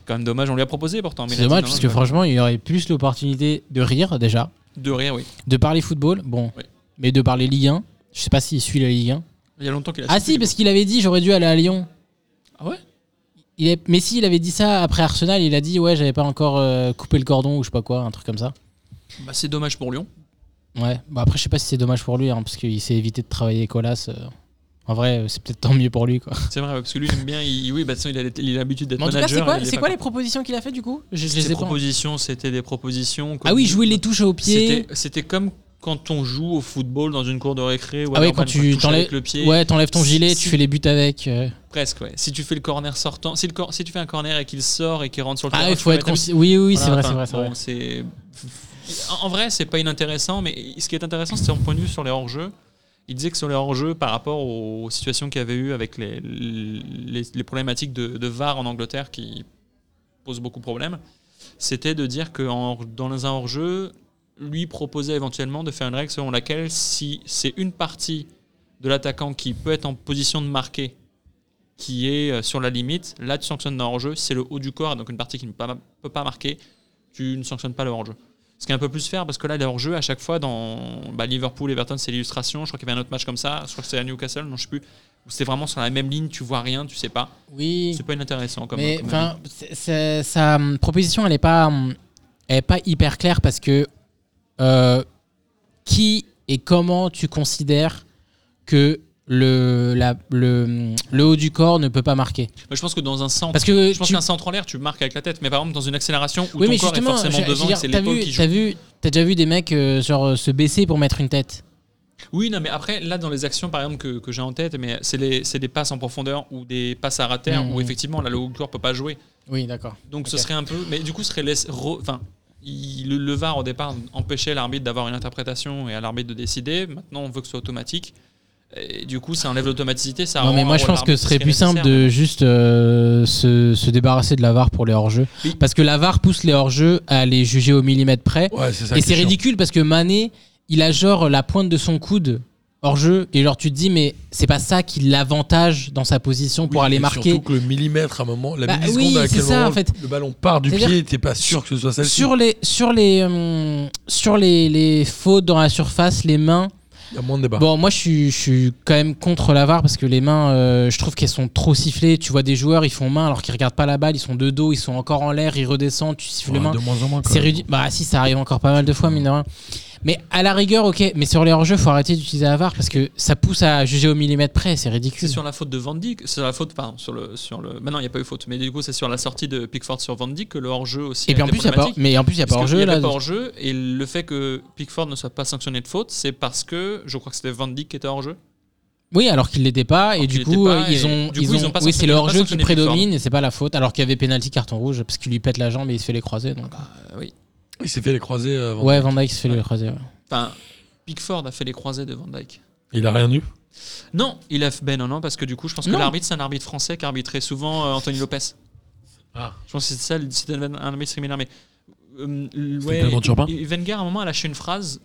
Speaker 6: Quand même dommage, on lui a proposé pourtant. mais
Speaker 5: Oh. C'est
Speaker 6: il a dit
Speaker 5: dommage
Speaker 6: non,
Speaker 5: parce
Speaker 6: je
Speaker 5: que
Speaker 6: veux pas.
Speaker 5: franchement, il y aurait plus l'opportunité de rire déjà,
Speaker 6: De rire, oui.
Speaker 5: de parler football, bon,
Speaker 6: Oui.
Speaker 5: mais de parler Ligue 1. Je sais pas s'il suit la Ligue 1.
Speaker 6: Il y a longtemps qu'il a
Speaker 5: Ah
Speaker 6: sauté
Speaker 5: si,
Speaker 6: du
Speaker 5: parce qu'il avait dit j'aurais dû aller à Lyon.
Speaker 6: Ah ouais
Speaker 5: Il est... Mais si, il avait dit ça après Arsenal, il a dit ouais, j'avais pas encore euh, coupé le cordon ou je sais pas quoi, un truc comme ça.
Speaker 6: coup. Bah, c'est dommage pour Lyon.
Speaker 5: Ouais, bah après je sais pas si c'est dommage pour lui, hein, parce qu'il s'est évité de travailler Colas. euh, En vrai, euh, c'est peut-être tant mieux pour lui quoi.
Speaker 6: C'est vrai, parce que lui, il aime bien. Il, oui, bah, de toute façon, il a il a l'habitude d'être
Speaker 5: Mais en tout cas,
Speaker 6: manager.
Speaker 5: c'est quoi,
Speaker 6: il est
Speaker 5: c'est
Speaker 6: pas
Speaker 5: quoi
Speaker 6: content.
Speaker 5: les propositions qu'il a fait du coup je, je les
Speaker 6: Ses
Speaker 5: ai pas.
Speaker 6: propositions C'était des propositions.
Speaker 5: Ah oui,
Speaker 6: comme-
Speaker 5: jouer les touches au pied.
Speaker 6: C'était- C'était comme quand on joue au football dans une cour de récré. Ou
Speaker 5: Ah
Speaker 6: alors,
Speaker 5: oui, quand
Speaker 6: bah, une fois que
Speaker 5: tu
Speaker 6: touches avec
Speaker 5: t'enlèves
Speaker 6: le pied.
Speaker 5: ouais, t'enlèves ton
Speaker 6: Si-
Speaker 5: gilet,
Speaker 6: si-
Speaker 5: tu fais les buts avec. euh.
Speaker 6: Presque, ouais. Si tu fais le corner sortant, si, le cor- si tu fais un corner et qu'il sort et qu'il rentre sur le
Speaker 5: Ah,
Speaker 6: terrain,
Speaker 5: il
Speaker 6: tu
Speaker 5: faut
Speaker 6: peux
Speaker 5: être
Speaker 6: mettre-
Speaker 5: concis. Oui, oui, oui, c'est
Speaker 6: Voilà,
Speaker 5: vrai, c'est
Speaker 6: enfin,
Speaker 5: vrai, c'est vrai.
Speaker 6: bon, c'est- En en vrai, c'est pas inintéressant, mais ce qui est intéressant, c'est mon point de vue sur les hors-jeux. Il disait que sur les hors-jeu, par rapport aux situations qu'il y avait eu avec les, les, les problématiques de, de VAR en Angleterre qui posent beaucoup de problèmes, c'était de dire que en- dans un hors-jeu, lui proposait éventuellement de faire une règle selon laquelle si c'est une partie de l'attaquant qui peut être en position de marquer, qui est euh, sur la limite, là tu sanctionnes le hors-jeu. Si c'est le haut du corps, donc une partie qui ne peut pas- peut pas marquer, tu ne sanctionnes pas le hors-jeu. Ce qui est un peu plus faire, parce que là, les hors-jeux, à chaque fois, dans bah, Liverpool, Everton, c'est l'illustration. Je crois qu'il y avait un autre match comme ça. Je crois que c'est à Newcastle, non, je sais plus. Où c'est vraiment sur la même ligne, tu vois rien, tu sais pas.
Speaker 5: Oui.
Speaker 6: C'est pas inintéressant comme.
Speaker 5: Mais
Speaker 6: comme avis.
Speaker 5: enfin, c'est- c'est- sa hum, proposition, elle est pas, hum, elle est pas hyper claire parce que euh, qui et comment tu considères que le, la- le, hum, le haut du corps ne peut pas marquer
Speaker 6: Mais je pense que dans un centre.
Speaker 5: Parce que
Speaker 6: Je pense
Speaker 5: tu-
Speaker 6: qu'un centre en l'air, tu marques avec la tête, mais par exemple dans une accélération où
Speaker 5: oui,
Speaker 6: ton
Speaker 5: mais
Speaker 6: corps est
Speaker 5: justement,
Speaker 6: forcément
Speaker 5: je- je veux
Speaker 6: devant, et
Speaker 5: dire,
Speaker 6: c'est
Speaker 5: t'as
Speaker 6: l'épaule
Speaker 5: vu,
Speaker 6: qui joue.
Speaker 5: t'as vu, t'as déjà vu des mecs euh, genre euh, se baisser pour mettre une tête.
Speaker 6: Oui, non, mais après, là, dans les actions, par exemple, que, que j'ai en tête, mais c'est les- c'est des passes en profondeur ou des passes à rater
Speaker 5: Mhm.
Speaker 6: où effectivement, là, le haut du corps peut pas jouer.
Speaker 5: Oui, d'accord.
Speaker 6: Donc, ce
Speaker 5: Ok.
Speaker 6: serait un peu. Mais du coup, ce serait laisse- re- enfin, il- le, le VAR au départ empêchait l'arbitre d'avoir une interprétation et à l'arbitre de décider. Maintenant, on veut que ce soit automatique. Et du coup, ça enlève l'automaticité. Ça
Speaker 5: Non,
Speaker 6: rend
Speaker 5: mais
Speaker 6: un
Speaker 5: moi
Speaker 6: rôle
Speaker 5: je
Speaker 6: à
Speaker 5: pense que
Speaker 6: l'arbitre,
Speaker 5: ce serait
Speaker 6: qui est
Speaker 5: plus simple
Speaker 6: nécessaire.
Speaker 5: de juste euh, se, se débarrasser de la VAR pour les hors-jeux.
Speaker 6: Oui.
Speaker 5: Parce que la VAR pousse les hors-jeux à les juger au millimètre près.
Speaker 4: Ouais, c'est ça.
Speaker 5: Et
Speaker 4: qui est
Speaker 5: c'est
Speaker 4: chiant.
Speaker 5: ridicule parce que Mané, il a genre la pointe de son coude hors jeu et genre tu te dis mais c'est pas ça qui l'avantage dans sa position pour
Speaker 4: Oui,
Speaker 5: aller
Speaker 4: et
Speaker 5: marquer.
Speaker 4: Surtout que le millimètre à un moment, la
Speaker 5: Bah
Speaker 4: milliseconde
Speaker 5: oui,
Speaker 4: à
Speaker 5: c'est
Speaker 4: laquelle
Speaker 5: ça,
Speaker 4: moment
Speaker 5: en fait.
Speaker 4: le ballon part du
Speaker 5: C'est-à-dire-
Speaker 4: pied, t'es pas sûr que ce soit celle-ci.
Speaker 5: Sur les sur les hum, sur les, les fautes dans la surface, les mains.
Speaker 4: Il y a moins de débat.
Speaker 5: Bon, moi je suis je suis quand même contre la VAR parce que les mains, euh, je trouve qu'elles sont trop sifflées. Tu vois des joueurs, ils font main alors qu'ils regardent pas la balle, ils sont de dos, ils sont encore en l'air, ils redescendent, tu siffles
Speaker 4: Ouais,
Speaker 5: main.
Speaker 4: de moins en moins. quand
Speaker 5: C'est
Speaker 4: même.
Speaker 5: ridicule. Bah si, ça arrive encore pas mal de fois, mine de rien. Mais à la rigueur, ok. Mais sur les hors-jeux, faut arrêter d'utiliser la VAR parce que ça pousse à juger au millimètre près. C'est
Speaker 6: C'est
Speaker 5: ridicule.
Speaker 6: sur la faute de Van Dijk, sur la faute, pardon, sur le, sur le. Bah non, il n'y a pas eu faute, mais du coup, c'est sur la sortie de Pickford sur Van Dijk que le hors-jeu aussi.
Speaker 5: Et puis en
Speaker 6: était
Speaker 5: plus, y a pas,
Speaker 6: problématique.
Speaker 5: mais en plus, il y a pas
Speaker 6: Parce
Speaker 5: hors-jeu
Speaker 6: qu'il y
Speaker 5: là.
Speaker 6: avait pas hors-jeu, et le fait que Pickford ne soit pas sanctionné de faute, c'est parce que je crois que c'était Van Dijk qui était hors jeu.
Speaker 5: Oui, alors qu'il l'était pas.
Speaker 6: Alors
Speaker 5: Et
Speaker 6: qu'il
Speaker 5: du
Speaker 6: l'était
Speaker 5: coup,
Speaker 6: pas,
Speaker 5: euh, ils
Speaker 6: et
Speaker 5: ont,
Speaker 6: du coup,
Speaker 5: ils
Speaker 6: ils
Speaker 5: ont.
Speaker 6: ont pas
Speaker 5: Oui, c'est
Speaker 6: sanctionné-
Speaker 5: le
Speaker 6: ils ont pas
Speaker 5: hors-jeu qui
Speaker 6: sanctionné plus
Speaker 5: prédomine et c'est pas la faute. Alors qu'il y avait pénalty carton rouge parce qu'il lui pète la jambe et il se fait les croiser. Donc.
Speaker 4: Il s'est fait les croiser avant.
Speaker 5: Ouais,
Speaker 6: bah,
Speaker 5: Van Dijk se fait les croiser. ouais.
Speaker 6: Enfin, Pickford a fait les croisés de Van Dijk.
Speaker 4: Il a rien eu.
Speaker 6: Non, il a fait ben non, non, parce que du coup, je pense que
Speaker 5: Non.
Speaker 6: l'arbitre, c'est un arbitre français qui arbitrait souvent euh, Anthony Lopez.
Speaker 4: Ah.
Speaker 6: Je pense que c'est ça, le- c'était un arbitre similaire, mais. euh,
Speaker 4: C'était
Speaker 6: ouais,
Speaker 4: tellement Turpin.
Speaker 6: et Wenger, à un moment, a lâché une phrase.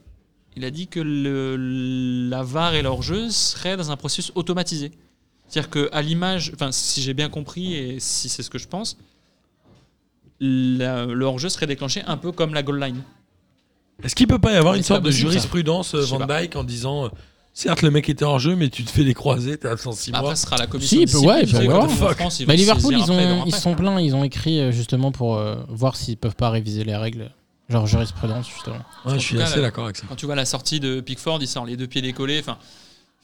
Speaker 6: Il a dit que le, la VAR et leur jeu seraient dans un processus automatisé. C'est-à-dire qu'à l'image, enfin, si j'ai bien compris et si c'est ce que je pense, la- le hors-jeu serait déclenché un peu comme la goal line.
Speaker 4: Est-ce qu'il peut pas y avoir
Speaker 6: Mais
Speaker 4: une
Speaker 6: c'est pas
Speaker 4: sorte de
Speaker 6: possible, ça.
Speaker 4: jurisprudence euh,
Speaker 6: Je sais
Speaker 4: Van Dyke en disant euh, certes le mec était hors jeu mais tu te fais les croiser, t'es absent
Speaker 5: Bah,
Speaker 4: 6 mois.
Speaker 6: Après, ce sera la commission.
Speaker 5: Si, il
Speaker 6: de
Speaker 5: peut-
Speaker 6: discipline,
Speaker 5: ouais, il peut
Speaker 6: vous savez,
Speaker 5: y avoir.
Speaker 6: comme en
Speaker 4: Fuck.
Speaker 6: France, ils
Speaker 5: Bah,
Speaker 6: vont
Speaker 5: Liverpool,
Speaker 6: saisir
Speaker 5: ils,
Speaker 6: après, ils vont
Speaker 5: ont, ils
Speaker 6: après. hein.
Speaker 5: sont pleins. Ils ont écrit euh, justement pour euh, voir s'ils peuvent pas réviser les règles. Genre jurisprudence, justement.
Speaker 4: Ouais, je
Speaker 6: En
Speaker 4: suis
Speaker 6: tout cas,
Speaker 4: assez
Speaker 6: là-
Speaker 4: d'accord avec ça.
Speaker 6: Quand tu vois la sortie de Pickford, il sort les deux pieds décollés. Enfin,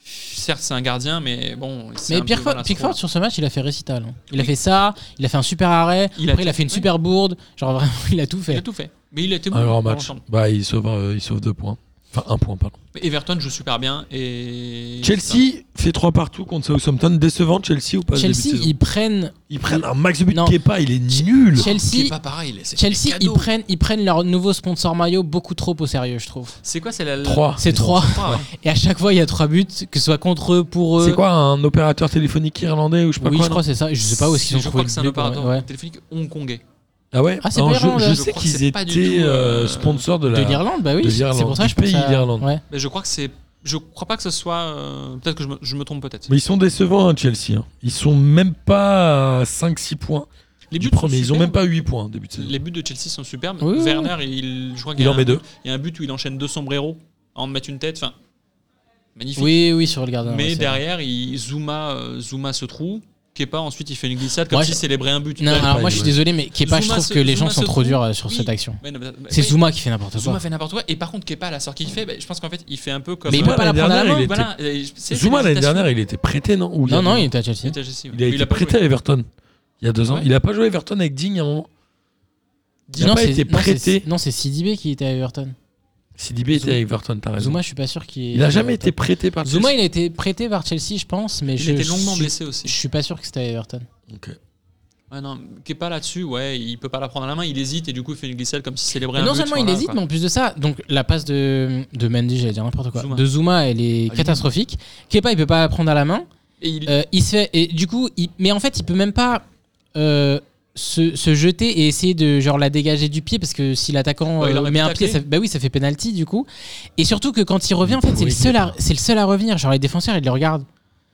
Speaker 6: certes, c'est un gardien, mais bon. c'est un
Speaker 5: Mais
Speaker 6: peu,
Speaker 5: Pickford,
Speaker 6: voilà,
Speaker 5: Pickford,
Speaker 6: trop.
Speaker 5: sur ce match, il a fait récital. hein. Il a fait ça, il a fait un super arrêt,
Speaker 6: Il a
Speaker 5: après il
Speaker 6: tout-
Speaker 5: a fait une
Speaker 6: oui.
Speaker 5: super bourde. Genre vraiment, *laughs* il a tout
Speaker 6: il a
Speaker 5: fait.
Speaker 6: tout fait. Mais il a été bon.
Speaker 4: Un grand
Speaker 6: dans
Speaker 4: match.
Speaker 6: l'ensemble.
Speaker 4: Bah il sauve euh, il sauve deux points. Enfin un point pardon.
Speaker 6: Mais Everton joue super bien et
Speaker 4: Chelsea fait 3 partout contre Southampton, décevant Chelsea ou pas ce début de
Speaker 5: Chelsea,
Speaker 4: saison
Speaker 5: ils prennent,
Speaker 4: ils prennent un max de buts
Speaker 5: Non.
Speaker 4: Kepa, il est nul.
Speaker 6: c'est
Speaker 5: Chelsea,
Speaker 6: pas pareil. c'est
Speaker 5: Chelsea,
Speaker 6: des
Speaker 5: ils
Speaker 6: cadeaux.
Speaker 5: prennent, ils prennent leur nouveau sponsor maillot beaucoup trop au sérieux, je trouve.
Speaker 6: C'est quoi C'est la
Speaker 4: 3.
Speaker 5: C'est trois.
Speaker 6: Ah ouais.
Speaker 5: Et à chaque fois, il y a trois buts, que ce soit contre eux, pour eux.
Speaker 4: C'est quoi un opérateur téléphonique irlandais ou je sais pas
Speaker 5: Oui,
Speaker 4: quoi
Speaker 5: je
Speaker 4: non
Speaker 5: crois que c'est ça. Je sais pas où est-ce qu'ils ont
Speaker 6: Je crois
Speaker 5: trouvé
Speaker 6: que c'est
Speaker 5: le
Speaker 6: un
Speaker 5: but,
Speaker 6: opérateur
Speaker 5: ouais.
Speaker 6: téléphonique hongkongais.
Speaker 4: Ah ouais
Speaker 5: Ah, c'est
Speaker 4: Non,
Speaker 5: pas
Speaker 4: je-
Speaker 5: irlandais.
Speaker 4: je,
Speaker 5: Je
Speaker 4: sais
Speaker 6: crois que
Speaker 4: qu'ils
Speaker 6: c'est pas du
Speaker 4: étaient
Speaker 6: tout,
Speaker 4: euh,
Speaker 6: euh,
Speaker 4: sponsors de la.
Speaker 5: De l'Irlande, bah
Speaker 4: de
Speaker 5: oui.
Speaker 4: l'Irlande,
Speaker 5: C'est pour ça que
Speaker 4: du
Speaker 5: je pense
Speaker 4: pays
Speaker 5: à-
Speaker 4: d'Irlande.
Speaker 5: ouais.
Speaker 6: Mais je crois que c'est. Je crois pas que ce soit. euh, Peut-être que je me, je me trompe peut-être.
Speaker 4: Mais ils sont décevants, hein, Chelsea. hein. Ils sont même pas à 5-6 points.
Speaker 6: Les
Speaker 4: du
Speaker 6: sont
Speaker 4: premier. Ils ont
Speaker 6: superbes.
Speaker 4: même pas 8 points au début de saison.
Speaker 6: Les buts de Chelsea sont superbes.
Speaker 5: Oui, oui,
Speaker 6: Werner, il, je crois qu'il
Speaker 4: Il
Speaker 6: y a
Speaker 4: en
Speaker 6: un-
Speaker 4: met deux.
Speaker 6: Il y a un but où il enchaîne deux sombreros à en mettre une tête. Enfin, magnifique.
Speaker 5: Oui, oui, sur le gardien. Ah ouais,
Speaker 6: Mais
Speaker 5: c'est-
Speaker 6: derrière, il Zuma, euh, Zuma se trouve. Kepa, ensuite, il fait une glissade comme
Speaker 5: Moi,
Speaker 6: si
Speaker 5: je-
Speaker 6: célébrait un but.
Speaker 5: Non,
Speaker 6: Ouais.
Speaker 5: alors moi, je
Speaker 4: ouais.
Speaker 5: suis désolé, mais Kepa, je
Speaker 6: Zuma
Speaker 5: trouve
Speaker 6: se-
Speaker 5: que les
Speaker 6: Zuma
Speaker 5: gens sont
Speaker 6: se
Speaker 5: trop
Speaker 6: trouve-
Speaker 5: durs euh, sur
Speaker 6: oui.
Speaker 5: cette action.
Speaker 6: Ouais, non, mais- bah,
Speaker 5: C'est
Speaker 6: mais-
Speaker 5: Zuma qui fait n'importe
Speaker 6: Zuma
Speaker 5: quoi.
Speaker 6: fait n'importe quoi. Et par contre, Kepa, à la sortie qu'il fait, bah, je pense qu'en fait, il fait un peu comme. euh,
Speaker 5: Mais il peut
Speaker 4: Zuma,
Speaker 5: pas la
Speaker 4: l'année
Speaker 5: prendre à la
Speaker 4: dernière,
Speaker 5: main.
Speaker 4: il était-
Speaker 6: Voilà, et je- c'est- c'est
Speaker 4: Zuma, l'année
Speaker 6: l'hésitation.
Speaker 4: dernière, il était prêté, non Ou il
Speaker 5: Non,
Speaker 4: a-
Speaker 5: non, il était à
Speaker 6: Il
Speaker 5: Chelsea.
Speaker 6: était Chelsea, ouais.
Speaker 4: il a
Speaker 6: Mais
Speaker 4: été
Speaker 6: pas
Speaker 4: prêté à Everton il y a deux ans.
Speaker 6: Ouais.
Speaker 4: Il a pas joué à Everton avec Digne à un moment. Il
Speaker 5: Non,
Speaker 4: n'a pas
Speaker 5: c'est-
Speaker 4: été
Speaker 5: non, c'est-
Speaker 4: prêté.
Speaker 5: Non, c'est Sidibé qui était à Everton.
Speaker 4: Sidibé était
Speaker 5: Zuma-
Speaker 4: à Everton, t'as raison.
Speaker 5: Zuma, je suis pas sûr qu'il. ait-
Speaker 4: il n'a jamais été prêté par
Speaker 5: Zuma,
Speaker 4: Chelsea.
Speaker 5: il a été prêté par Chelsea, je pense, mais
Speaker 6: Il
Speaker 5: je.
Speaker 6: était longuement
Speaker 5: je-
Speaker 6: blessé
Speaker 5: Je
Speaker 6: aussi.
Speaker 5: suis pas sûr que c'était à Everton.
Speaker 4: Ok.
Speaker 6: Ouais, non, qui est pas là-dessus, ouais, il peut pas la prendre à la main, il hésite et du coup il fait une glissade comme si célébrait
Speaker 5: Mais
Speaker 6: un
Speaker 5: non
Speaker 6: but,
Speaker 5: seulement il
Speaker 6: voilà,
Speaker 5: hésite,
Speaker 6: quoi.
Speaker 5: mais en plus de ça, donc la passe de, de Mendy, j'allais dire n'importe quoi,
Speaker 6: Zuma.
Speaker 5: de Zuma, elle est
Speaker 6: Ah,
Speaker 5: catastrophique. Kepa, il peut pas la prendre à la main.
Speaker 6: Et il-
Speaker 5: Euh, il se fait, et du coup, il- mais en fait, il peut même pas euh, se, se jeter et essayer de genre la dégager du pied parce que si l'attaquant
Speaker 6: Ouais, il
Speaker 5: euh,
Speaker 6: aurait
Speaker 5: met
Speaker 6: pu
Speaker 5: un
Speaker 6: tacler.
Speaker 5: pied, ça, bah oui, ça fait penalty du coup. Et surtout que quand il revient, en fait, c'est le seul à, c'est le seul à revenir. Genre les défenseurs, ils le regardent.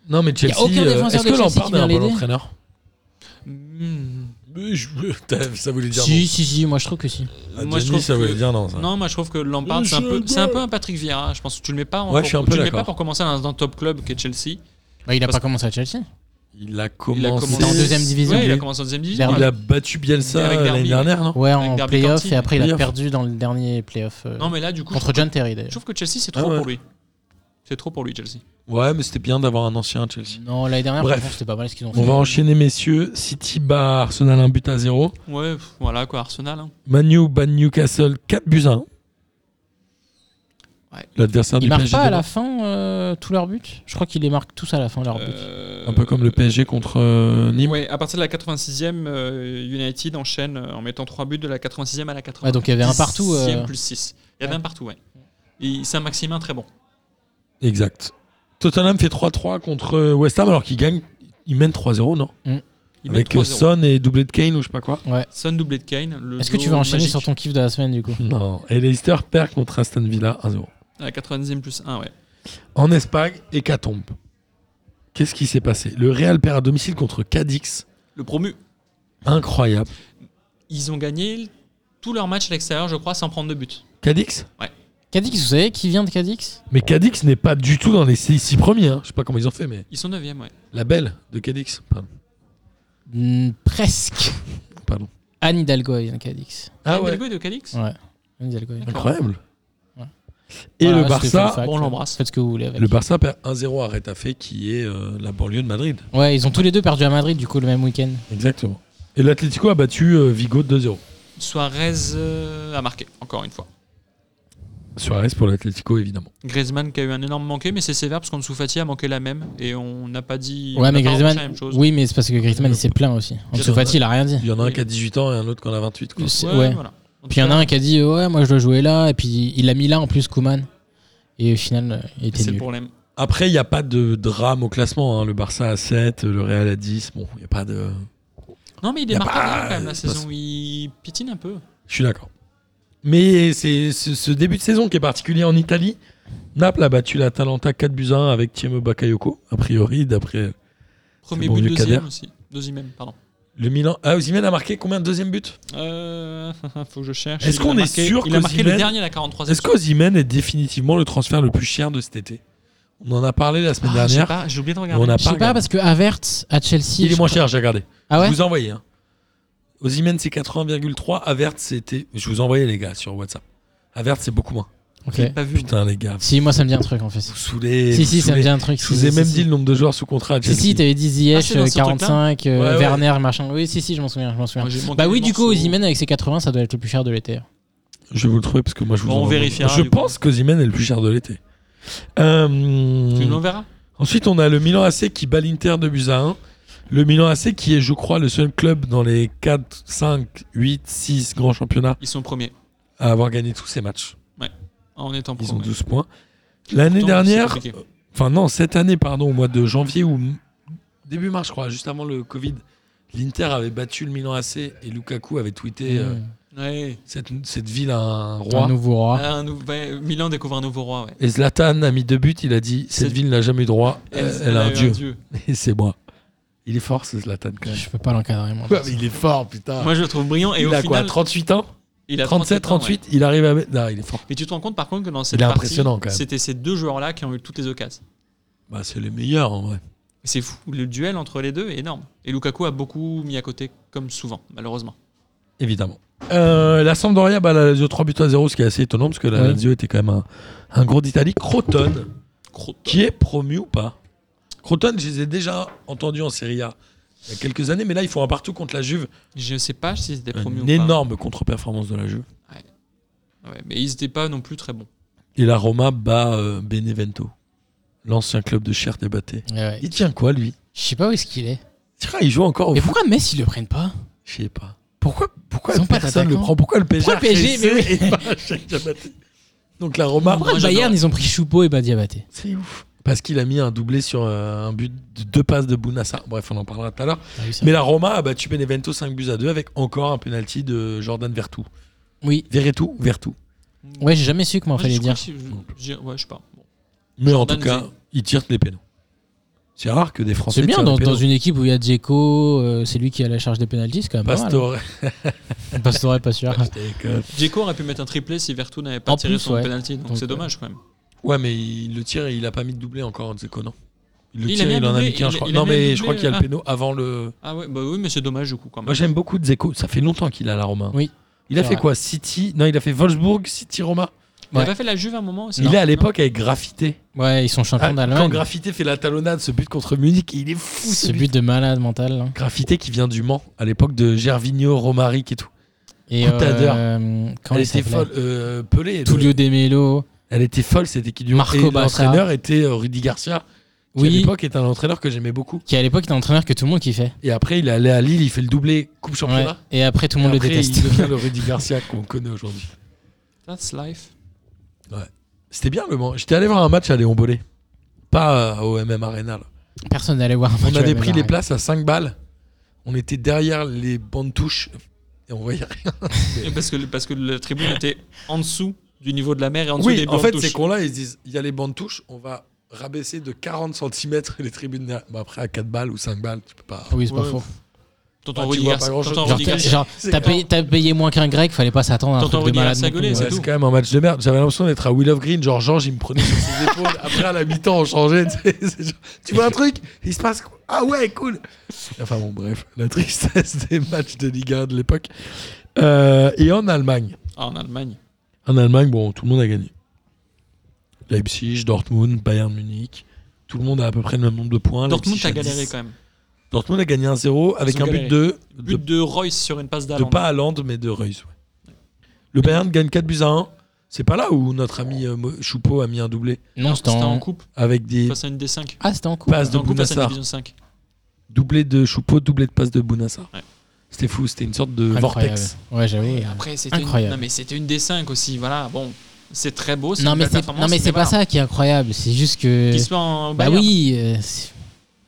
Speaker 4: Non, mais Chelsea.
Speaker 5: Y a aucun
Speaker 4: euh,
Speaker 5: défenseur de
Speaker 4: Est-ce que
Speaker 5: Chelsea
Speaker 4: Lampard
Speaker 5: qui
Speaker 4: est un
Speaker 5: vient
Speaker 4: bon
Speaker 5: l'aider
Speaker 4: entraîneur
Speaker 5: Euh.
Speaker 6: Hmm.
Speaker 4: *laughs* Ça voulait dire.
Speaker 5: Si, si, si, moi je trouve que si.
Speaker 4: non. Ah,
Speaker 6: Moi, je
Speaker 4: Gianni,
Speaker 6: trouve
Speaker 4: ça voulait
Speaker 6: que-
Speaker 4: dire non. ça.
Speaker 6: Non, moi je trouve que Lampard, c'est un peu, c'est un peu un Patrick Vieira. Je pense que tu le mets pas. en-
Speaker 4: Ouais, je suis un peu
Speaker 6: tu le mets
Speaker 4: d'accord.
Speaker 6: pas pour commencer dans un top club qui est Chelsea.
Speaker 5: Bah, il a
Speaker 6: Parce-
Speaker 5: pas commencé à Chelsea.
Speaker 4: Il a
Speaker 6: Il a
Speaker 4: commencé
Speaker 6: commencé
Speaker 5: en deuxième division.
Speaker 6: Ouais, il a commencé en deuxième division.
Speaker 5: Derby.
Speaker 4: Il a battu Bielsa
Speaker 6: Avec
Speaker 4: l'année
Speaker 6: Derby.
Speaker 4: dernière, non
Speaker 5: Ouais,
Speaker 6: Avec
Speaker 5: en
Speaker 6: Derby
Speaker 5: playoff
Speaker 6: County.
Speaker 5: et après il a
Speaker 4: Playoff.
Speaker 5: perdu dans le dernier playoff euh,
Speaker 6: Non, mais là, du coup,
Speaker 5: contre John Terry d'ailleurs.
Speaker 6: je trouve que Chelsea, c'est
Speaker 4: Ah
Speaker 6: trop
Speaker 4: ouais.
Speaker 6: pour lui. C'est trop pour lui, Chelsea.
Speaker 4: Ouais, mais c'était bien d'avoir un ancien à Chelsea.
Speaker 5: Non, l'année dernière,
Speaker 4: Bref.
Speaker 5: par contre, c'était pas mal ce qu'ils ont fait.
Speaker 4: On va enchaîner, messieurs. City bat Arsenal un but à 0.
Speaker 6: Ouais, pff, voilà quoi, Arsenal. hein.
Speaker 4: Manu bat Newcastle 4 buts à 1.
Speaker 6: Ouais.
Speaker 4: L'adversaire
Speaker 5: Ils
Speaker 4: du
Speaker 5: marquent
Speaker 4: PSG.
Speaker 5: pas à
Speaker 4: devant.
Speaker 5: la fin euh, tous leurs buts Je crois qu'ils les marquent tous à la fin leurs buts.
Speaker 6: Euh,
Speaker 4: Un peu comme le PSG contre euh, Nîmes.
Speaker 6: Ouais, à partir de la 86e, euh, United enchaîne euh, en mettant 3 buts de la 86e à la 86e.
Speaker 5: Ouais, donc il y avait un partout, euh.
Speaker 6: plus 6. Il y avait un partout, ouais. Et Saint-Maximin, très bon.
Speaker 4: Exact. Tottenham fait 3-3 contre euh, West Ham alors qu'il gagne. Il mène 3-0, non
Speaker 6: Il
Speaker 4: Avec
Speaker 6: met
Speaker 4: euh,
Speaker 6: 3-0.
Speaker 4: Son et doublé de Kane ou je sais pas quoi.
Speaker 6: Son doublé de Kane. le
Speaker 5: Est-ce que tu
Speaker 6: duo
Speaker 5: veux enchaîner
Speaker 6: magique
Speaker 5: sur ton kiff de la semaine du
Speaker 4: *laughs*
Speaker 5: coup
Speaker 4: Non. Et Leicester perd contre Aston Villa 1-0.
Speaker 6: À la 90e plus 1, ouais.
Speaker 4: En Espagne, hécatombe. Qu'est-ce qui s'est passé Le Real perd à domicile contre Cadix.
Speaker 6: Le promu.
Speaker 4: Incroyable.
Speaker 6: Ils ont gagné tous leurs matchs à l'extérieur, je crois, sans prendre de but.
Speaker 4: Cadix
Speaker 5: Cadix, vous savez qui vient de Cadix
Speaker 4: Mais Cadix n'est pas du tout dans les 6 premiers. hein. Je sais pas comment ils ont fait, mais
Speaker 6: Ils sont 9e, ouais.
Speaker 4: la belle de Cadix. Pardon. Mm,
Speaker 5: Hmm, Presque.
Speaker 4: Pardon.
Speaker 5: Anne Hidalgo elle vient de Cadix.
Speaker 4: Ah
Speaker 6: Anne
Speaker 4: ouais.
Speaker 6: Hidalgo et de Calix
Speaker 5: Ouais. Anne Hidalgo. elle vient.
Speaker 4: Incroyable.
Speaker 5: Ouais.
Speaker 4: Et
Speaker 5: Voilà,
Speaker 4: le
Speaker 5: c'était fun
Speaker 4: Barça,
Speaker 5: fact.
Speaker 6: on l'embrasse.
Speaker 5: Faites ce que vous voulez avec.
Speaker 4: le Barça perd 1-0 à Retafe, qui est euh, la banlieue de Madrid.
Speaker 5: Ouais, ils ont tous les deux perdu à Madrid du coup le même week-end.
Speaker 4: Exactement. Et l'Atlético a battu euh, Vigo 2-0.
Speaker 6: Suarez euh, a marqué, encore une fois.
Speaker 4: Suarez pour l'Atlético, évidemment.
Speaker 6: Griezmann qui a eu un énorme manqué, mais c'est sévère parce qu'Ansu Fati a manqué la même et on n'a pas dit. on
Speaker 5: ouais,
Speaker 6: n'a
Speaker 5: mais
Speaker 6: pas reproché la
Speaker 5: Griezmann.
Speaker 6: même chose.
Speaker 5: Oui, mais c'est parce que Griezmann il s'est plaint aussi. Ansu Fati il a rien dit.
Speaker 4: Il y en a un
Speaker 6: Oui.
Speaker 4: qui a 18 ans et un autre qui en a 28. quoi.
Speaker 5: C'est-
Speaker 6: Ouais,
Speaker 5: ouais.
Speaker 6: voilà. En
Speaker 5: Puis il y
Speaker 6: tout
Speaker 5: en a un qui a dit ouais moi je dois jouer là et puis il l'a mis là en plus Koeman et au final euh, il
Speaker 6: cas,
Speaker 5: était
Speaker 6: C'est le
Speaker 5: nul.
Speaker 6: problème.
Speaker 4: Après, il n'y a pas de drame au classement. hein. Le Barça à 7, le Real à 10. Bon, il n'y a pas de.
Speaker 6: Non, mais il
Speaker 4: Y a
Speaker 6: démarre
Speaker 4: pas-
Speaker 6: pas bien quand même la
Speaker 4: c'est pas
Speaker 6: saison. Il pitine un peu.
Speaker 4: Je suis d'accord. Mais c'est ce, ce début de saison qui est particulier en Italie. Naples a battu l'Atalanta 4 buts à 1 avec Thiemo Bakayoko, a priori, d'après.
Speaker 6: Premier
Speaker 4: bon
Speaker 6: but,
Speaker 4: vieux
Speaker 6: deuxième
Speaker 4: Kader.
Speaker 6: aussi. Deuxième même, pardon.
Speaker 4: Le Milan. Ah, Osimhen a marqué combien de deuxième but
Speaker 6: Euh, *laughs* faut que je cherche.
Speaker 4: Est-ce
Speaker 6: Il
Speaker 4: qu'on est
Speaker 6: a marqué-
Speaker 4: sûr
Speaker 6: Il a marqué le
Speaker 4: qu'Osimhen-
Speaker 6: dernier, la 43e.
Speaker 4: Est-ce qu'Osimhen est définitivement le transfert le plus cher de cet été On en a parlé la semaine
Speaker 6: Ah, je sais
Speaker 4: dernière.
Speaker 6: pas, J'ai oublié de
Speaker 4: mais on
Speaker 6: regarder.
Speaker 4: n'a
Speaker 5: Je sais
Speaker 4: pas.
Speaker 5: pas
Speaker 4: regardé.
Speaker 5: parce que Avert à Chelsea.
Speaker 4: Il
Speaker 5: je
Speaker 4: est
Speaker 5: crois-
Speaker 4: moins cher, j'ai regardé.
Speaker 5: Ah ouais
Speaker 4: Je vous ai envoyé. Hein. Osimhen, c'est 80,3. Avert, c'était. Je vous ai envoyé, les gars, sur WhatsApp. Avert, c'est beaucoup moins.
Speaker 5: Ok.
Speaker 6: J'ai pas vu.
Speaker 4: Putain, les gars.
Speaker 5: Si moi ça me dit un truc en fait.
Speaker 4: Vous saoulez.
Speaker 5: Si
Speaker 4: vous
Speaker 5: si ça me
Speaker 4: saoulez.
Speaker 5: dit un truc.
Speaker 4: Je
Speaker 5: si,
Speaker 4: vous ai
Speaker 5: si,
Speaker 4: même
Speaker 5: si,
Speaker 4: dit
Speaker 5: si.
Speaker 4: le nombre de joueurs sous contrat à
Speaker 5: Si,
Speaker 4: Chelsea.
Speaker 5: si, t'avais dit
Speaker 6: Ah,
Speaker 5: Ziyech,
Speaker 6: c'est dans ce
Speaker 5: 45, euh,
Speaker 4: Ouais, ouais.
Speaker 5: Werner, machin. Oui, si, si, je m'en souviens, je m'en souviens.
Speaker 6: Moi, j'ai manqué
Speaker 5: Bah
Speaker 6: les
Speaker 5: oui, du coup,
Speaker 6: morceaux.
Speaker 5: Ozymen avec ses 80, ça doit être le plus cher de l'été.
Speaker 4: Je vais vous le trouver parce que moi je vous
Speaker 6: Bon,
Speaker 4: en
Speaker 6: on
Speaker 4: envoie.
Speaker 6: vérifiera,
Speaker 4: Je
Speaker 6: du coup.
Speaker 4: pense qu'Ozimène est le plus cher de l'été. Euh,
Speaker 6: Tu nous verras.
Speaker 4: Ensuite, on a le Milan AC qui bat l'Inter de buts à 1. Le Milan AC qui est, je crois, le seul club dans les 4, 5, 8, 6 grands championnats
Speaker 6: Ils sont premiers
Speaker 4: à avoir gagné tous ces matchs.
Speaker 6: en étant
Speaker 4: Ils ont
Speaker 6: premiers.
Speaker 4: 12 points. L'année
Speaker 6: Pourtant,
Speaker 4: dernière,
Speaker 6: c'est compliqué.
Speaker 4: enfin non, cette année, pardon, au mois de janvier ou m- début mars, je crois, juste avant le Covid, l'Inter avait battu le Milan AC et Lukaku avait tweeté euh,
Speaker 6: Ouais.
Speaker 4: cette, cette ville a un roi.
Speaker 5: Un nouveau roi.
Speaker 6: Euh, Un nou- ouais, Milan découvre un nouveau roi. ouais.
Speaker 4: Et Zlatan a mis deux buts, il a dit Cette
Speaker 6: C'est-
Speaker 4: ville n'a jamais eu droit, euh, elle, a un
Speaker 6: eu
Speaker 4: dieu. Et c'est moi. Il est fort ce Zlatan quand même.
Speaker 5: Je peux pas l'encadrer, moi.
Speaker 4: il est fort, putain.
Speaker 6: Moi, je le trouve brillant. Et
Speaker 4: il
Speaker 6: au
Speaker 4: a quoi
Speaker 6: final,
Speaker 4: 38 ans
Speaker 6: il a
Speaker 4: 37,
Speaker 6: 37 ans, ouais.
Speaker 4: 38, il arrive à mettre. Non, il est fort.
Speaker 6: Mais tu te rends compte par contre que dans cette
Speaker 4: est
Speaker 6: partie,
Speaker 4: impressionnant, quand même.
Speaker 6: c'était ces deux joueurs-là qui ont eu toutes les occasions.
Speaker 4: Bah, c'est les meilleurs en vrai.
Speaker 6: C'est fou, le duel entre les deux est énorme. Et Lukaku a beaucoup mis à côté, comme souvent, malheureusement.
Speaker 4: Évidemment. Euh, la Sampdoria bat la Lazio 3 buts à 0, ce qui est assez étonnant parce que la
Speaker 5: Ouais.
Speaker 4: Lazio était quand même un, un gros d'Italie. Croton,
Speaker 6: Croton.
Speaker 4: qui est promu ou pas Croton, je les ai déjà entendus en Serie A il y a quelques années, mais là, ils font un partout contre la Juve.
Speaker 6: Je ne sais pas si c'était promu ou
Speaker 4: Une
Speaker 6: pas.
Speaker 4: énorme contre-performance de la Juve.
Speaker 6: Ouais, mais ils n'étaient pas non plus très bons.
Speaker 4: Et la Roma bat euh, Benevento, l'ancien club de Cher débatté.
Speaker 5: Ouais, ouais.
Speaker 4: Il tient quoi, lui
Speaker 5: Je sais pas où est-ce qu'il est.
Speaker 4: Tiens, il joue encore au
Speaker 5: Mais
Speaker 4: foot.
Speaker 5: pourquoi Metz, ils le prennent pas
Speaker 4: Je sais pas. Pourquoi, pourquoi
Speaker 5: Ils ont pas
Speaker 4: personne le
Speaker 5: d'attaquant.
Speaker 4: prend Pourquoi le PSG
Speaker 5: Pourquoi le
Speaker 4: *laughs*
Speaker 5: PSG, mais oui.
Speaker 4: et pas Sheikh Diabaté Donc la remarque,
Speaker 5: Pourquoi
Speaker 6: moi,
Speaker 5: le
Speaker 6: j'adore.
Speaker 5: Bayern, ils ont pris Choupo et pas Diabaté
Speaker 4: c'est ouf. Parce qu'il a mis un doublé sur euh, un but de deux passes de Bounassa. Bref, on en parlera tout à l'heure.
Speaker 5: Ah oui, ça.
Speaker 4: Mais la Roma a battu Benevento 5 buts à 2 avec encore un penalty de Jordan Vertu.
Speaker 5: Oui.
Speaker 4: Vertu Vertu.
Speaker 5: Ouais, j'ai jamais su comment
Speaker 6: Moi,
Speaker 5: fallait
Speaker 6: je crois
Speaker 5: dire.
Speaker 6: que si- je- je- Ouais, je sais pas. Bon.
Speaker 4: Mais en
Speaker 6: Jordan
Speaker 4: tout cas,
Speaker 6: Vertu.
Speaker 4: il tire les pénaux. C'est rare que des Français
Speaker 5: C'est bien
Speaker 4: tirent
Speaker 5: dans,
Speaker 4: les
Speaker 5: dans
Speaker 4: pénaux.
Speaker 5: une équipe où il y a Dzeko, euh, c'est lui qui a la charge des pénalties, c'est quand même pas
Speaker 4: Pastore. *laughs*
Speaker 5: mal. Pastore, pas sûr.
Speaker 6: Dzeko aurait pu mettre un triplé si Vertu n'avait pas
Speaker 5: En
Speaker 6: tiré
Speaker 5: plus,
Speaker 6: son
Speaker 5: ouais.
Speaker 6: penalty, donc
Speaker 5: Donc,
Speaker 6: c'est
Speaker 5: euh,
Speaker 6: dommage quand même.
Speaker 4: Ouais, mais il le tire et il a pas mis de doublé encore, Dzeko, non Il le
Speaker 6: Il a
Speaker 4: tire,
Speaker 6: mis un
Speaker 4: il en a
Speaker 6: doublé,
Speaker 4: mis qu'un,
Speaker 6: il-
Speaker 4: je crois.
Speaker 6: il a
Speaker 4: Non,
Speaker 6: mis un
Speaker 4: mais je crois
Speaker 6: doublé,
Speaker 4: qu'il y a le
Speaker 6: ah.
Speaker 4: péno avant le.
Speaker 6: Ah ouais, bah oui, mais c'est dommage du coup quand
Speaker 4: Moi,
Speaker 6: même.
Speaker 4: j'aime beaucoup Dzeko. Ça fait longtemps qu'il a la Roma. hein.
Speaker 5: Oui.
Speaker 4: Il a
Speaker 5: C'est
Speaker 4: fait
Speaker 5: vrai.
Speaker 4: quoi City Non, il a fait Wolfsburg, City, Roma.
Speaker 6: Il a
Speaker 5: Ouais.
Speaker 6: pas fait la Juve à un moment aussi
Speaker 4: il
Speaker 6: non
Speaker 4: est à l'époque avec Graffité.
Speaker 5: Ouais, ils sont champions
Speaker 4: Ah, quand
Speaker 5: d'Allemagne.
Speaker 4: Graffité fait la talonnade, ce but contre Munich, il est fou.
Speaker 5: Ce but de malade mental. hein.
Speaker 4: Graffité qui vient du Mans, à l'époque de Gervinho, Romaric et tout.
Speaker 5: Et
Speaker 4: Coutadeur.
Speaker 5: euh, quand
Speaker 4: elle
Speaker 5: il
Speaker 4: était
Speaker 5: s'appelait
Speaker 4: folle. euh, Pelé.
Speaker 5: Tullio De Melo.
Speaker 4: Elle était folle, c'était qui du
Speaker 5: Marco
Speaker 4: et
Speaker 5: Bassa.
Speaker 4: L'entraîneur était euh, Rudy Garcia, qui à
Speaker 5: Oui.
Speaker 4: l'époque était un entraîneur que j'aimais beaucoup.
Speaker 5: qui à l'époque était un entraîneur que tout le monde kiffait.
Speaker 4: Et après, il est allé à Lille, il fait le doublé Coupe Championnat.
Speaker 5: Ouais. Et après, tout le
Speaker 4: Et
Speaker 5: monde
Speaker 4: après,
Speaker 5: le déteste.
Speaker 4: Il devient le Rudy *laughs* Garcia qu'on connaît aujourd'hui.
Speaker 6: That's life.
Speaker 4: C'était bien le Mans. J'étais allé voir un match à Léon Bollet. Pas euh, au MM Arena. là.
Speaker 5: Personne n'allait voir un match
Speaker 4: On
Speaker 5: au
Speaker 4: avait
Speaker 5: MMA,
Speaker 4: pris les
Speaker 5: ouais.
Speaker 4: places à 5 balles. On était derrière les bandes touches et on voyait rien.
Speaker 6: Et parce que le- parce que la tribune était en dessous du niveau de la mer et en dessous
Speaker 4: Oui,
Speaker 6: des
Speaker 4: en
Speaker 6: bandes
Speaker 4: fait,
Speaker 6: touches.
Speaker 4: ces cons-là, ils se disent il y a les bandes touches, on va rabaisser de 40 cm les tribunes. derrière. Bon, après, à 4 balles ou 5 balles, tu peux pas.
Speaker 5: Oui, c'est pas
Speaker 6: Ouais.
Speaker 5: faux.
Speaker 6: T'entends
Speaker 4: Ah, tu
Speaker 6: Rudy
Speaker 4: vois pas
Speaker 6: Garcia-
Speaker 4: grand-chose.
Speaker 6: t'entends
Speaker 5: Genre,
Speaker 6: Rudy
Speaker 5: t'as-
Speaker 6: Garcia-
Speaker 5: genre, t'as payé, t'as payé moins qu'un grec, fallait pas s'attendre à un
Speaker 6: T'entends
Speaker 5: truc de
Speaker 6: Rudy
Speaker 5: malade.
Speaker 6: Garcia
Speaker 5: non plus,
Speaker 6: gueuler,
Speaker 5: ouais.
Speaker 4: Ouais,
Speaker 6: tout.
Speaker 4: c'est quand même un match de merde. J'avais l'impression d'être à Will of Green. Genre, Georges, il me prenait sur ses *laughs* épaules. Après, à la mi-temps, on changeait. tu sais, c'est genre, tu vois un truc Il se passe quoi Ah ouais, cool Enfin bon, bref. La tristesse des matchs de Ligue 1 de l'époque. Euh, et en Allemagne.
Speaker 6: Ah, en Allemagne.
Speaker 4: En Allemagne, bon, tout le monde a gagné. Leipzig, Dortmund, Bayern Munich. Tout le monde a à peu près le même nombre de points.
Speaker 6: Dortmund
Speaker 4: Leipzig
Speaker 6: a
Speaker 4: à 10.
Speaker 6: galéré quand même.
Speaker 4: Dortmund a gagné 1-0 avec
Speaker 6: ont
Speaker 4: un but
Speaker 6: galéré.
Speaker 4: de, de,
Speaker 6: But de Royce sur une passe
Speaker 4: de
Speaker 6: d'Alland.
Speaker 4: pas Haaland, mais de Reus. ouais. Le Bayern gagne 4 buts à 1. C'est pas là où notre ami euh, Mo- Choupo a mis un doublé
Speaker 5: Non, c'était
Speaker 6: C'était en
Speaker 5: en...
Speaker 6: coupe
Speaker 4: avec des
Speaker 6: face à une D5.
Speaker 5: Ah, c'était en coupe.
Speaker 4: passes de
Speaker 6: en coupe face à une
Speaker 4: Bounassar.
Speaker 6: division 5.
Speaker 4: Doublé de Choupo, doublé de passe de Bounassar.
Speaker 6: Ouais.
Speaker 4: C'était fou, c'était une sorte de
Speaker 5: Incroyable.
Speaker 4: vortex.
Speaker 5: Ouais, j'avoue.
Speaker 6: Et
Speaker 5: ouais.
Speaker 6: après, c'était une...
Speaker 5: Incroyable.
Speaker 6: non, mais c'était une D5 aussi. Voilà, bon, c'est très beau. c'est
Speaker 5: Non,
Speaker 6: une
Speaker 5: mais
Speaker 6: belle
Speaker 5: c'est
Speaker 6: performance,
Speaker 5: non, mais c'est pas
Speaker 6: voilà.
Speaker 5: ça qui est incroyable. C'est juste que.
Speaker 6: Qu'il soit en
Speaker 5: Bah
Speaker 6: Bayern.
Speaker 5: oui. euh, c'est-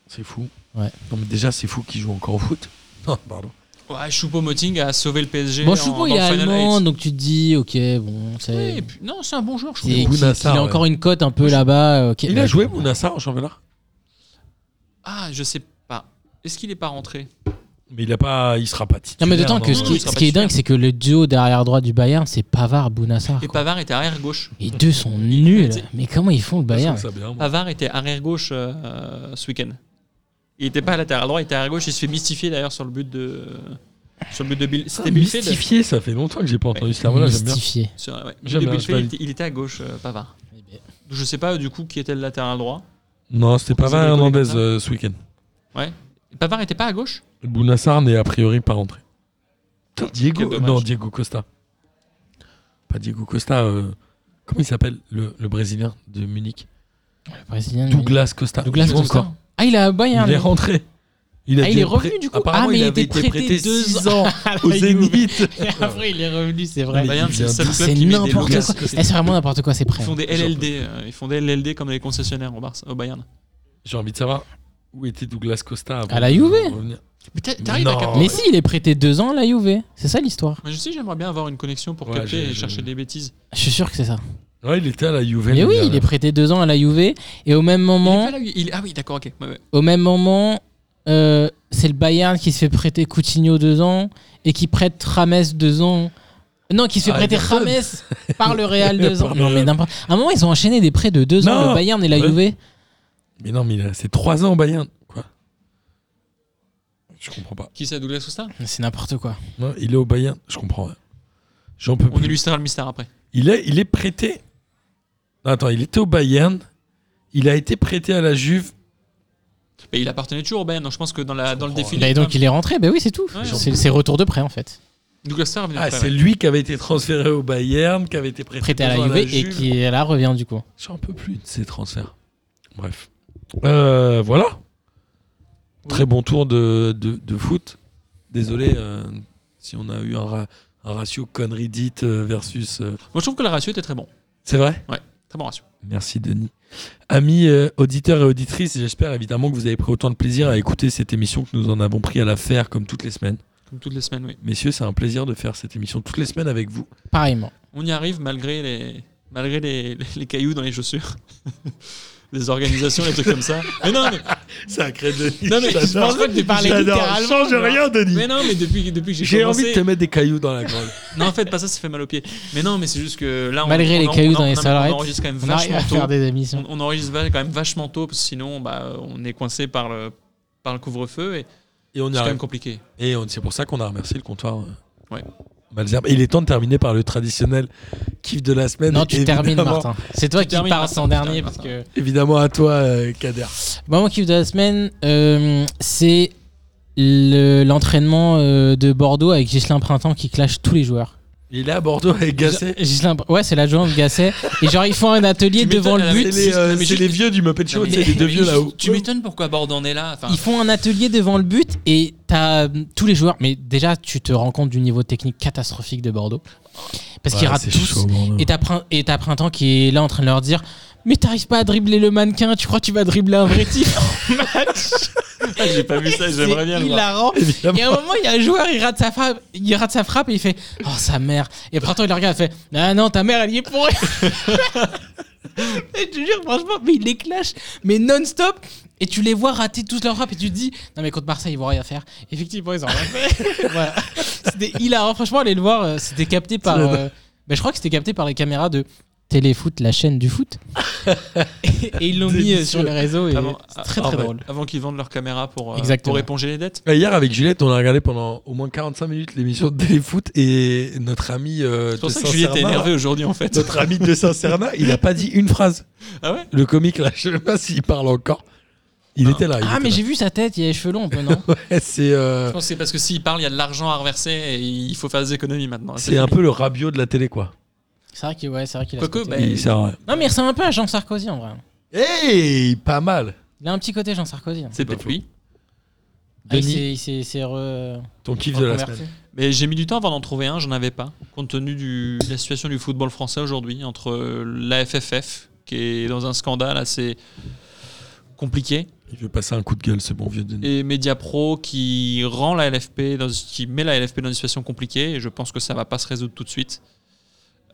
Speaker 4: C'est fou.
Speaker 5: Ouais.
Speaker 4: Non, mais déjà, c'est fou qu'il joue encore au foot. *laughs* Non, pardon.
Speaker 6: Ouais, Choupo-Moting a sauvé le PSG.
Speaker 5: Bon,
Speaker 6: en-
Speaker 5: Choupo, il
Speaker 6: dans le
Speaker 5: est
Speaker 6: Final
Speaker 5: allemand,
Speaker 6: Eight.
Speaker 5: donc tu te dis, ok, bon,
Speaker 6: Oui,
Speaker 5: c'est.
Speaker 6: et puis- non, c'est un bon joueur, Choupo.
Speaker 5: Il
Speaker 4: Bounassar,
Speaker 5: a
Speaker 4: ouais.
Speaker 5: encore une cote un peu là-bas. ok.
Speaker 4: Il a joué Bounassar en championnat
Speaker 6: Ah, je sais pas. Est-ce qu'il est pas rentré
Speaker 4: Mais il a pas, il sera pas
Speaker 5: Non,
Speaker 4: titulaire.
Speaker 5: mais d'autant que
Speaker 6: non,
Speaker 5: ce
Speaker 6: non,
Speaker 5: qui,
Speaker 6: il sera
Speaker 5: ce
Speaker 6: pas
Speaker 5: qui est
Speaker 6: titulaire.
Speaker 5: dingue, c'est que le duo derrière droit du Bayern, c'est Pavard, Bounassar.
Speaker 6: Et
Speaker 5: quoi.
Speaker 6: Pavard était arrière gauche.
Speaker 5: Les deux sont nuls.
Speaker 6: était-
Speaker 5: Mais comment ils font le
Speaker 4: Je trouve
Speaker 5: Bayern
Speaker 4: ça bien, moi.
Speaker 6: Pavard était arrière gauche euh, ce week-end. Il était pas latéral droit, il était arrière gauche. Il se fait mystifier d'ailleurs sur le but de sur le but de Bill.
Speaker 4: Ça,
Speaker 6: C'était Billfield.
Speaker 4: Ah, mystifié, ça fait longtemps que j'ai pas entendu ce terme-là. J'aime bien.
Speaker 5: Mystifié.
Speaker 6: Sur- ouais, le but
Speaker 4: J'aime
Speaker 6: de
Speaker 4: bien,
Speaker 6: Bielefeld,
Speaker 4: je
Speaker 6: il, était, il était à gauche, euh, Pavard. Je sais pas du coup qui était le latéral droit.
Speaker 4: Non, c'était pas Van
Speaker 6: Pourquoi ça déconne
Speaker 4: Hernandez
Speaker 6: comme ça
Speaker 4: euh, ce week-end.
Speaker 6: Pavard était pas à gauche
Speaker 4: Bounassar n'est a priori pas rentré. Putain,
Speaker 6: Quel
Speaker 4: Diego,
Speaker 6: dommage.
Speaker 4: non, Diego Costa. Pas Diego Costa. euh, comment il s'appelle le, le Brésilien de Munich
Speaker 5: Le Brésilien, mais-
Speaker 4: Douglas Costa.
Speaker 5: Mm. Douglas
Speaker 4: Il joue
Speaker 5: Costa.
Speaker 4: encore.
Speaker 5: Ah, il est à Bayern.
Speaker 4: Il est
Speaker 5: lui.
Speaker 4: rentré. Il, a
Speaker 5: Ah,
Speaker 4: dû
Speaker 5: il est
Speaker 4: être
Speaker 5: revenu,
Speaker 4: prêt-
Speaker 5: du coup.
Speaker 4: Apparemment,
Speaker 5: Ah, mais
Speaker 4: il
Speaker 5: il
Speaker 4: avait
Speaker 5: était prêté
Speaker 4: été prêté
Speaker 5: deux
Speaker 4: 6
Speaker 5: ans
Speaker 4: ans
Speaker 5: *laughs* à la
Speaker 4: au
Speaker 5: Juve.
Speaker 4: Zénith.
Speaker 5: Et après, il est revenu, c'est
Speaker 4: Ah, Mais
Speaker 5: vrai.
Speaker 4: il
Speaker 6: Bayern, c'est le
Speaker 4: vient
Speaker 6: seul
Speaker 4: d'où
Speaker 6: club
Speaker 5: C'est
Speaker 6: qui met des
Speaker 5: n'importe
Speaker 6: low
Speaker 5: quoi.
Speaker 6: cost.
Speaker 5: Eh, C'est vraiment n'importe quoi, c'est prêt.
Speaker 6: Ils font des LLD, euh, ils font des LLD comme les concessionnaires au, Barça- au Bayern.
Speaker 4: J'ai envie de savoir où était Douglas Costa avant
Speaker 5: À la
Speaker 4: de
Speaker 5: Juve
Speaker 4: revenir.
Speaker 6: Mais t'a- t'arrives à
Speaker 4: Non.
Speaker 6: capter.
Speaker 5: Mais si, il est prêté deux ans à la Juve. C'est ça l'histoire.
Speaker 6: Moi, je sais, j'aimerais bien avoir une connexion pour
Speaker 4: Ouais,
Speaker 6: capter
Speaker 4: j'ai-
Speaker 6: et chercher
Speaker 4: j'ai-
Speaker 6: des bêtises.
Speaker 5: Je suis sûr que c'est ça.
Speaker 4: Ouais, il était à la Juve.
Speaker 5: Mais
Speaker 4: l'année
Speaker 5: oui, il
Speaker 4: dernière.
Speaker 5: est prêté deux ans à la Juve. Et au même
Speaker 6: Il est
Speaker 5: moment,
Speaker 6: pas là, lui. Il- Ah oui, d'accord, ok. Ouais, ouais.
Speaker 5: au même moment, euh, c'est le Bayern qui se fait prêter Coutinho deux ans et qui prête Rames deux ans. Non, qui se fait
Speaker 4: Ah,
Speaker 5: prêter
Speaker 4: Everton.
Speaker 5: Rames par le Real deux ans.
Speaker 4: Par le
Speaker 5: Non, mais
Speaker 4: Real.
Speaker 5: n'importe. À un moment, ils ont enchaîné des prêts de deux ans,
Speaker 4: Non.
Speaker 5: le Bayern et la
Speaker 4: Ouais.
Speaker 5: Juve.
Speaker 4: Mais non, mais il a- c'est 3 ans au Bayern. Quoi Je comprends pas.
Speaker 6: Qui c'est Douglas Costa
Speaker 5: C'est n'importe quoi.
Speaker 4: Non, il est au Bayern. Je comprends rien. J'en peux
Speaker 6: On
Speaker 4: plus.
Speaker 6: illustrera le mystère après.
Speaker 4: Il, est, il est prêté. Non, attends, il était au Bayern. Il a été prêté à la Juve.
Speaker 6: Mais il appartenait toujours au Bayern, donc je pense que dans, la, dans le
Speaker 4: comprends,
Speaker 6: défilé.
Speaker 5: Bah, et donc il est rentré, ben oui, c'est tout.
Speaker 6: Ouais,
Speaker 5: c'est c'est retour de prêt en fait.
Speaker 6: Douglas Costa revenait
Speaker 4: Ah,
Speaker 6: après,
Speaker 4: c'est
Speaker 6: ouais.
Speaker 4: lui qui avait été transféré au Bayern, qui avait été prêté,
Speaker 5: Prêté à la
Speaker 4: deux ans
Speaker 5: Juve et
Speaker 4: Juve.
Speaker 5: qui là revient du coup.
Speaker 4: J'en peux plus de ces transferts. Bref. Euh, voilà. Très bon tour de, de, de foot. Désolé euh, si on a eu un, ra- un ratio connerie dite euh, versus. euh,
Speaker 6: Moi, je trouve que le ratio était très bon.
Speaker 4: C'est vrai
Speaker 6: Très bon ratio.
Speaker 4: Merci Denis. Amis euh, auditeurs et auditrices, j'espère évidemment que vous avez pris autant de plaisir à écouter cette émission que nous en avons pris à la faire comme toutes les semaines.
Speaker 6: Comme toutes les semaines, oui.
Speaker 4: Messieurs, c'est un plaisir de faire cette émission toutes les semaines avec vous.
Speaker 5: Pareillement.
Speaker 6: On y arrive malgré les, malgré les, les- les cailloux dans les chaussures. *laughs* Les organisations, les trucs comme ça. Mais non, mais,
Speaker 4: Sacré Denis.
Speaker 6: non, mais je pense pas que tu parlais littéralement.
Speaker 4: Change
Speaker 6: genre.
Speaker 4: rien, Denis.
Speaker 6: Mais non, mais depuis, depuis que j'ai
Speaker 4: J'ai envie de te
Speaker 6: commencé...
Speaker 4: mettre des cailloux *laughs* dans la gueule.
Speaker 6: Non, en fait, pas ça, ça fait mal aux pieds. Mais non, mais c'est juste que là, on,
Speaker 5: Malgré
Speaker 6: on-
Speaker 5: les
Speaker 6: on-
Speaker 5: cailloux
Speaker 6: on-
Speaker 5: dans
Speaker 6: on-
Speaker 5: les
Speaker 6: on
Speaker 5: salariés,
Speaker 6: enregistre quand même
Speaker 5: On arrive
Speaker 6: vachement
Speaker 5: à
Speaker 6: tôt.
Speaker 5: faire des émissions.
Speaker 6: On, on enregistre va- quand même vachement tôt, parce que sinon, bah, on est coincé par le, par le couvre-feu et
Speaker 4: Et on y
Speaker 6: c'est quand
Speaker 4: arrive.
Speaker 6: même compliqué.
Speaker 4: Et on- c'est pour ça qu'on a remercié le comptoir. euh,
Speaker 6: Ouais.
Speaker 4: Malzerbe. Et il est temps de terminer par le traditionnel kiff de la semaine.
Speaker 5: Non, tu
Speaker 4: Évidemment-
Speaker 5: termines, Martin. C'est toi
Speaker 6: Tu
Speaker 5: qui
Speaker 6: termines,
Speaker 5: pars
Speaker 6: Martin,
Speaker 5: en
Speaker 6: tu
Speaker 5: dernier.
Speaker 6: termines,
Speaker 5: Parce que...
Speaker 4: Évidemment à toi, euh, Kader.
Speaker 5: Bon, mon kiff de la semaine, euh, c'est le- l'entraînement euh, de Bordeaux avec Gislain Printemps qui clash tous les joueurs.
Speaker 4: Il est à Bordeaux avec Gasset.
Speaker 5: Gis- Ghislain- ouais, c'est l'adjoint de Gasset. Et genre, ils font un atelier
Speaker 6: Tu
Speaker 5: devant le
Speaker 6: m'étonnes,
Speaker 5: but.
Speaker 4: C'est les, euh,
Speaker 6: Non, mais
Speaker 4: c'est
Speaker 6: juste-
Speaker 4: les vieux du Muppet Show,
Speaker 6: Non, mais-
Speaker 4: c'est les deux vieux là-haut.
Speaker 6: Tu m'étonnes pourquoi Bordeaux en est là. Enfin,
Speaker 5: Ils font un atelier devant le but et t'as hum, tous les joueurs. Mais déjà, tu te rends compte du niveau technique catastrophique de Bordeaux. Parce qu'ils
Speaker 4: Ouais,
Speaker 5: ratent
Speaker 4: c'est
Speaker 5: tous.
Speaker 4: chaud, Bordeaux.
Speaker 5: Et t'as Prin- et t'as Printemps qui est là en train de leur dire Mais t'arrives pas à dribbler le mannequin, tu crois que tu vas dribbler un vrai type
Speaker 6: *laughs*
Speaker 5: en match
Speaker 6: j'ai pas vu ça, j'aimerais bien
Speaker 5: C'est
Speaker 6: le voir.
Speaker 5: hilarant.
Speaker 4: Évidemment.
Speaker 5: Et à un moment, il y a un joueur, il rate sa frappe, il rate sa frappe et il fait Oh sa mère. Et Printemps, il le regarde, il fait Ah non, ta mère, elle y est pour
Speaker 4: *laughs*
Speaker 5: rien. Et je te jure, franchement, mais il les clash, mais non-stop. Et tu les vois rater tous leurs frappes et tu te dis Non, mais contre Marseille, ils vont rien faire. Effectivement, ils ont rien fait.
Speaker 4: *laughs*
Speaker 5: voilà. C'était hilarant. Franchement, allez le voir, euh, c'était capté par.
Speaker 4: C'est vrai.
Speaker 5: euh, ben, je crois que c'était capté par les caméras de. Téléfoot, la chaîne du
Speaker 4: *laughs*
Speaker 5: foot. et, et ils l'ont mis euh, sur les réseaux
Speaker 4: Ah
Speaker 5: et
Speaker 6: Avant,
Speaker 5: c'est très
Speaker 6: avant-
Speaker 5: très drôle.
Speaker 6: Avant qu'ils vendent leur caméra pour, euh,
Speaker 5: Exactement.
Speaker 6: pour éponger les dettes.
Speaker 4: Bah, Hier, avec Juliette, on a regardé pendant au moins 45 minutes l'émission de Téléfoot et notre ami euh,
Speaker 6: C'est pour
Speaker 4: de
Speaker 6: ça que Juliette est
Speaker 4: Saint-Sernin-
Speaker 6: énervée aujourd'hui en fait.
Speaker 4: Notre ami de Saint-Sernin, il n'a pas dit une phrase.
Speaker 6: *laughs* Ah ouais
Speaker 4: Le comique, là, je ne sais pas s'il parle encore. Il était là. il
Speaker 5: Ah,
Speaker 4: était
Speaker 5: mais
Speaker 4: là.
Speaker 5: j'ai vu sa tête, il y a les cheveux longs un peu, non
Speaker 4: Ouais, c'est euh,
Speaker 6: Je pense que c'est parce que s'il parle, il y a de l'argent à reverser et il faut faire des économies maintenant.
Speaker 4: c'est un peu le rabio de la télé, quoi.
Speaker 5: C'est vrai que- ouais, c'est vrai qu'il a.
Speaker 6: Quoique,
Speaker 5: ce côté.
Speaker 6: bah,
Speaker 4: Il- c'est vrai.
Speaker 5: Non, mais il ressemble un peu à Jean Sarkozy en vrai.
Speaker 4: Hey, pas mal.
Speaker 5: Il a un petit côté Jean Sarkozy. hein.
Speaker 6: C'est
Speaker 4: pas
Speaker 6: peut-être
Speaker 4: faux.
Speaker 6: lui. Bah,
Speaker 5: Ah, il
Speaker 4: Denis.
Speaker 5: s'est- il s'est- s'est re-
Speaker 4: Ton kiff de la
Speaker 5: reconverti.
Speaker 4: semaine.
Speaker 6: Mais j'ai mis du temps avant d'en trouver un, j'en avais pas. Compte tenu du- de la situation du football français aujourd'hui, entre euh, la FFF, qui est dans un scandale assez compliqué,
Speaker 4: Il veut passer un coup de gueule, ce bon vieux Denis.
Speaker 6: et Media Pro qui rend la LFP dans- qui met la LFP dans une situation compliquée et je pense que ça va pas se résoudre tout de suite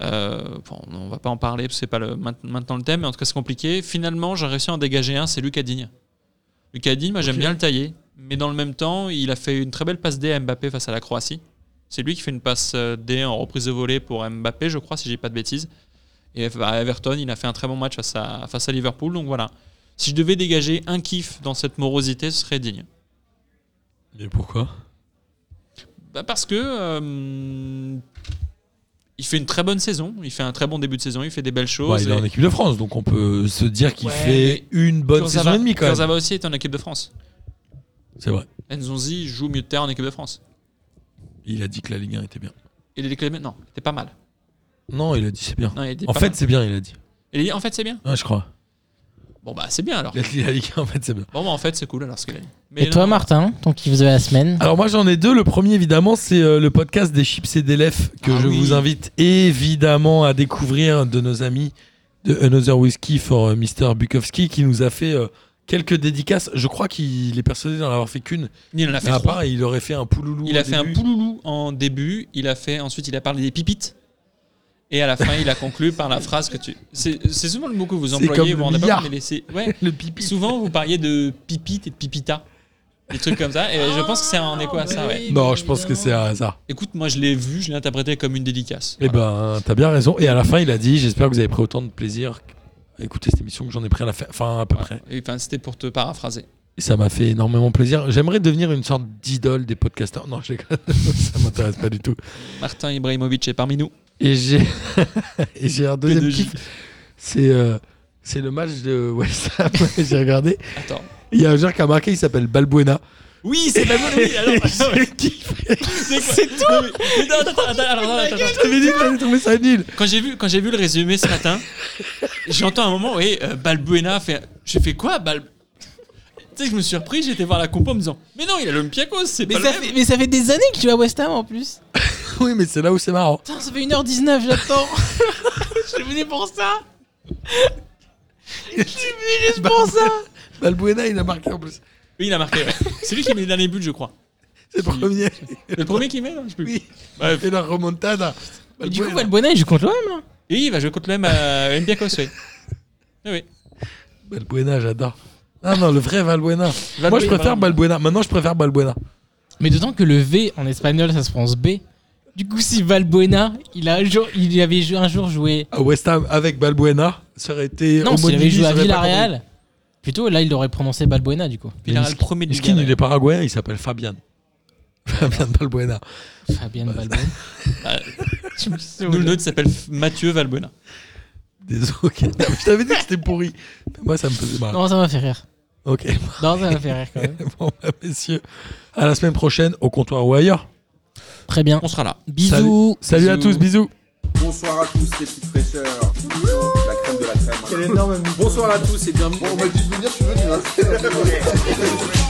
Speaker 6: Euh, bon, on va pas en parler parce que c'est pas le, maint- maintenant le thème mais en tout cas c'est compliqué finalement j'ai réussi à en dégager un c'est Lucas Digne Lucas Digne moi j'aime
Speaker 4: Ok.
Speaker 6: bien le tailler mais dans le même temps il a fait une très belle passe D à Mbappé face à la Croatie c'est lui qui fait une passe euh, D en reprise de volée pour Mbappé je crois si j'ai pas de bêtises et à Everton il a fait un très bon match face à, face à Liverpool donc voilà si je devais dégager un kiff dans cette morosité, ce serait digne.
Speaker 4: Mais pourquoi
Speaker 6: Bah, parce que euh, il fait une très bonne saison, il fait un très bon début de saison, il fait des belles
Speaker 4: Bah,
Speaker 6: choses.
Speaker 4: Il est en
Speaker 6: et
Speaker 4: équipe de France, donc on peut se dire qu'il
Speaker 6: Ouais,
Speaker 4: fait une bonne
Speaker 6: Kurzawa-
Speaker 4: saison et demie, quand même.
Speaker 6: Kurzawa aussi est en équipe de France.
Speaker 4: C'est vrai.
Speaker 6: Nzonzi joue mieux de terrain en équipe de France.
Speaker 4: Il a dit que la Ligue 1 était bien.
Speaker 6: Il est déclaré non, t'es pas mal.
Speaker 4: Non, il a dit c'est bien.
Speaker 6: Non, il était
Speaker 4: En
Speaker 6: pas
Speaker 4: fait,
Speaker 6: mal.
Speaker 4: c'est bien, il a dit.
Speaker 6: Il a dit, en fait c'est bien.
Speaker 4: Ouais, je crois.
Speaker 6: Bon bah c'est bien alors.
Speaker 4: Il a dit la Ligue 1, en fait, c'est bien.
Speaker 6: Bon bah en fait c'est cool alors ce qu'il a dit. Mais
Speaker 5: Et
Speaker 6: non,
Speaker 5: toi,
Speaker 6: non,
Speaker 5: Martin, ton kiff de la semaine
Speaker 4: Alors moi j'en ai deux. Le premier évidemment c'est euh, le podcast des chips et des lèvres que
Speaker 6: Ah
Speaker 4: je
Speaker 6: oui.
Speaker 4: vous invite évidemment à découvrir de nos amis de Another Whiskey for euh, Mr Bukowski qui nous a fait euh, quelques dédicaces. Je crois qu'il est persuadé d'en avoir fait qu'une.
Speaker 6: Il en a fait
Speaker 4: Mais à
Speaker 6: trois.
Speaker 4: part il aurait fait un pouloulou.
Speaker 6: Ah, Il
Speaker 4: au
Speaker 6: a fait un
Speaker 4: début.
Speaker 6: pouloulou en début, il a fait ensuite il a parlé des pipites. Et à la fin, il a conclu par la phrase que tu. C'est c'est souvent le mot que vous
Speaker 4: C'est
Speaker 6: employez,
Speaker 4: comme
Speaker 6: vous vous rendez
Speaker 4: le
Speaker 6: pas
Speaker 4: billard.
Speaker 6: compte, mais les- c'est- Ouais,
Speaker 4: le pipi.
Speaker 6: Souvent, vous parliez de pipite et de pipita. Des trucs comme ça. Et je pense que c'est un écho à
Speaker 5: Ah,
Speaker 6: ça, ouais.
Speaker 4: Non, je pense que c'est un hasard.
Speaker 6: Écoute, moi, je l'ai vu, je l'ai interprété comme une dédicace.
Speaker 4: Eh ben, t'as bien raison. Et à la fin, il a dit J'espère que vous avez pris autant de plaisir à écouter cette émission que j'en ai pris à la fin. Enfin, à peu
Speaker 6: Voilà.
Speaker 4: près.
Speaker 6: Et, Enfin, c'était pour te paraphraser.
Speaker 4: Et ça m'a fait énormément plaisir. J'aimerais devenir une sorte d'idole des podcasteurs. Non, je déconne. *laughs* ça m'intéresse pas du tout.
Speaker 6: Martin Ibrahimovic est parmi nous.
Speaker 4: Et j'ai *laughs* et j'ai un deuxième
Speaker 6: P2J.
Speaker 4: kiff. C'est euh, c'est le match de West Ham. *laughs* j'ai regardé.
Speaker 6: Attends.
Speaker 4: Il y a un joueur qui a marqué, il s'appelle Balbuena.
Speaker 6: Oui, c'est pas bon, oui,
Speaker 4: *laughs*
Speaker 6: alors.
Speaker 4: Et j'ai kiffé.
Speaker 6: C'est tout non, mais- non, attends, attends, alors, non, attends, attends.
Speaker 4: *laughs* Je t'avais dit que j'allais trouver ça nul.
Speaker 6: Quand j'ai vu, quand j'ai vu le résumé ce matin, j'entends un moment, oui, euh, Balbuena fait. Je fais quoi, Bal... Tu sais, je me suis repris, j'étais voir la compo en me disant Mais non, il a l'Olympiakos, c'est
Speaker 5: Mais
Speaker 6: pas
Speaker 5: ça,
Speaker 6: le même.
Speaker 5: fait, mais ça fait des années que tu vas à West Ham en plus.
Speaker 4: oui, mais c'est là où c'est marrant.
Speaker 5: Putain, ça fait 1h19, j'attends. *laughs* je suis venu pour ça. Je suis venu juste pour ça.
Speaker 4: Balbuena, il a marqué en plus.
Speaker 6: Oui, il a marqué, ouais. C'est lui qui met le dernier but, je crois.
Speaker 4: C'est le
Speaker 6: Qui-
Speaker 4: premier.
Speaker 6: Le premier qui met, non Je sais plus.
Speaker 4: Oui.
Speaker 6: Bref.
Speaker 4: Et la remontada.
Speaker 5: Mais du coup,
Speaker 4: Balbuena.
Speaker 5: Valbuena, il joue contre l'OM. hein.
Speaker 6: Et il va jouer contre le même à Olympiakos, oui. Oui, oui.
Speaker 4: Balbuena, j'adore. Ah Non, non, le vrai Valbuena. Moi, je
Speaker 6: Valbuena.
Speaker 4: préfère Balbuena. Maintenant, je préfère Balbuena.
Speaker 5: Mais d'autant que le V en espagnol, ça se prononce B. Du coup, si Valbuena, il, a un jour, il avait jou- un jour joué.
Speaker 4: À West Ham, avec Balbuena, ça aurait été.
Speaker 5: Non, s'il avait
Speaker 4: homonymie,
Speaker 5: joué à
Speaker 4: ça aurait pas
Speaker 5: Villarreal, plutôt là, il aurait prononcé Balbuena
Speaker 4: *laughs*
Speaker 5: du coup.
Speaker 4: compris.
Speaker 6: Villarreal,
Speaker 4: Miskin-
Speaker 6: premier de
Speaker 4: Miskin,
Speaker 6: Liga,
Speaker 4: il est paraguayen, il s'appelle Fabian. *laughs* Fabian Balbuena.
Speaker 5: Fabien Balbuena.
Speaker 6: Ah, Nous, le nôtre s'appelle Mathieu Valbuena.
Speaker 4: Désolé. Je t'avais dit que c'était pourri. Mais moi, ça me faisait marrer.
Speaker 5: Non, ça m'a fait rire.
Speaker 4: Ok. *laughs*
Speaker 5: Non, ça m'a fait rire quand même.
Speaker 4: Bon, bah, messieurs, à la semaine prochaine, au comptoir ou ailleurs.
Speaker 5: Très bien.
Speaker 6: On sera là.
Speaker 5: Bisous.
Speaker 4: Salut à
Speaker 6: Bisous.
Speaker 4: tous, bisous.
Speaker 1: Bonsoir à tous les petites fraîcheurs. La crème hein. de la crème.
Speaker 3: Quel énorme
Speaker 1: Bonsoir à tous et bienvenue.
Speaker 3: Bon, on m'a dit de venir, je suis venu là.
Speaker 1: Ouais.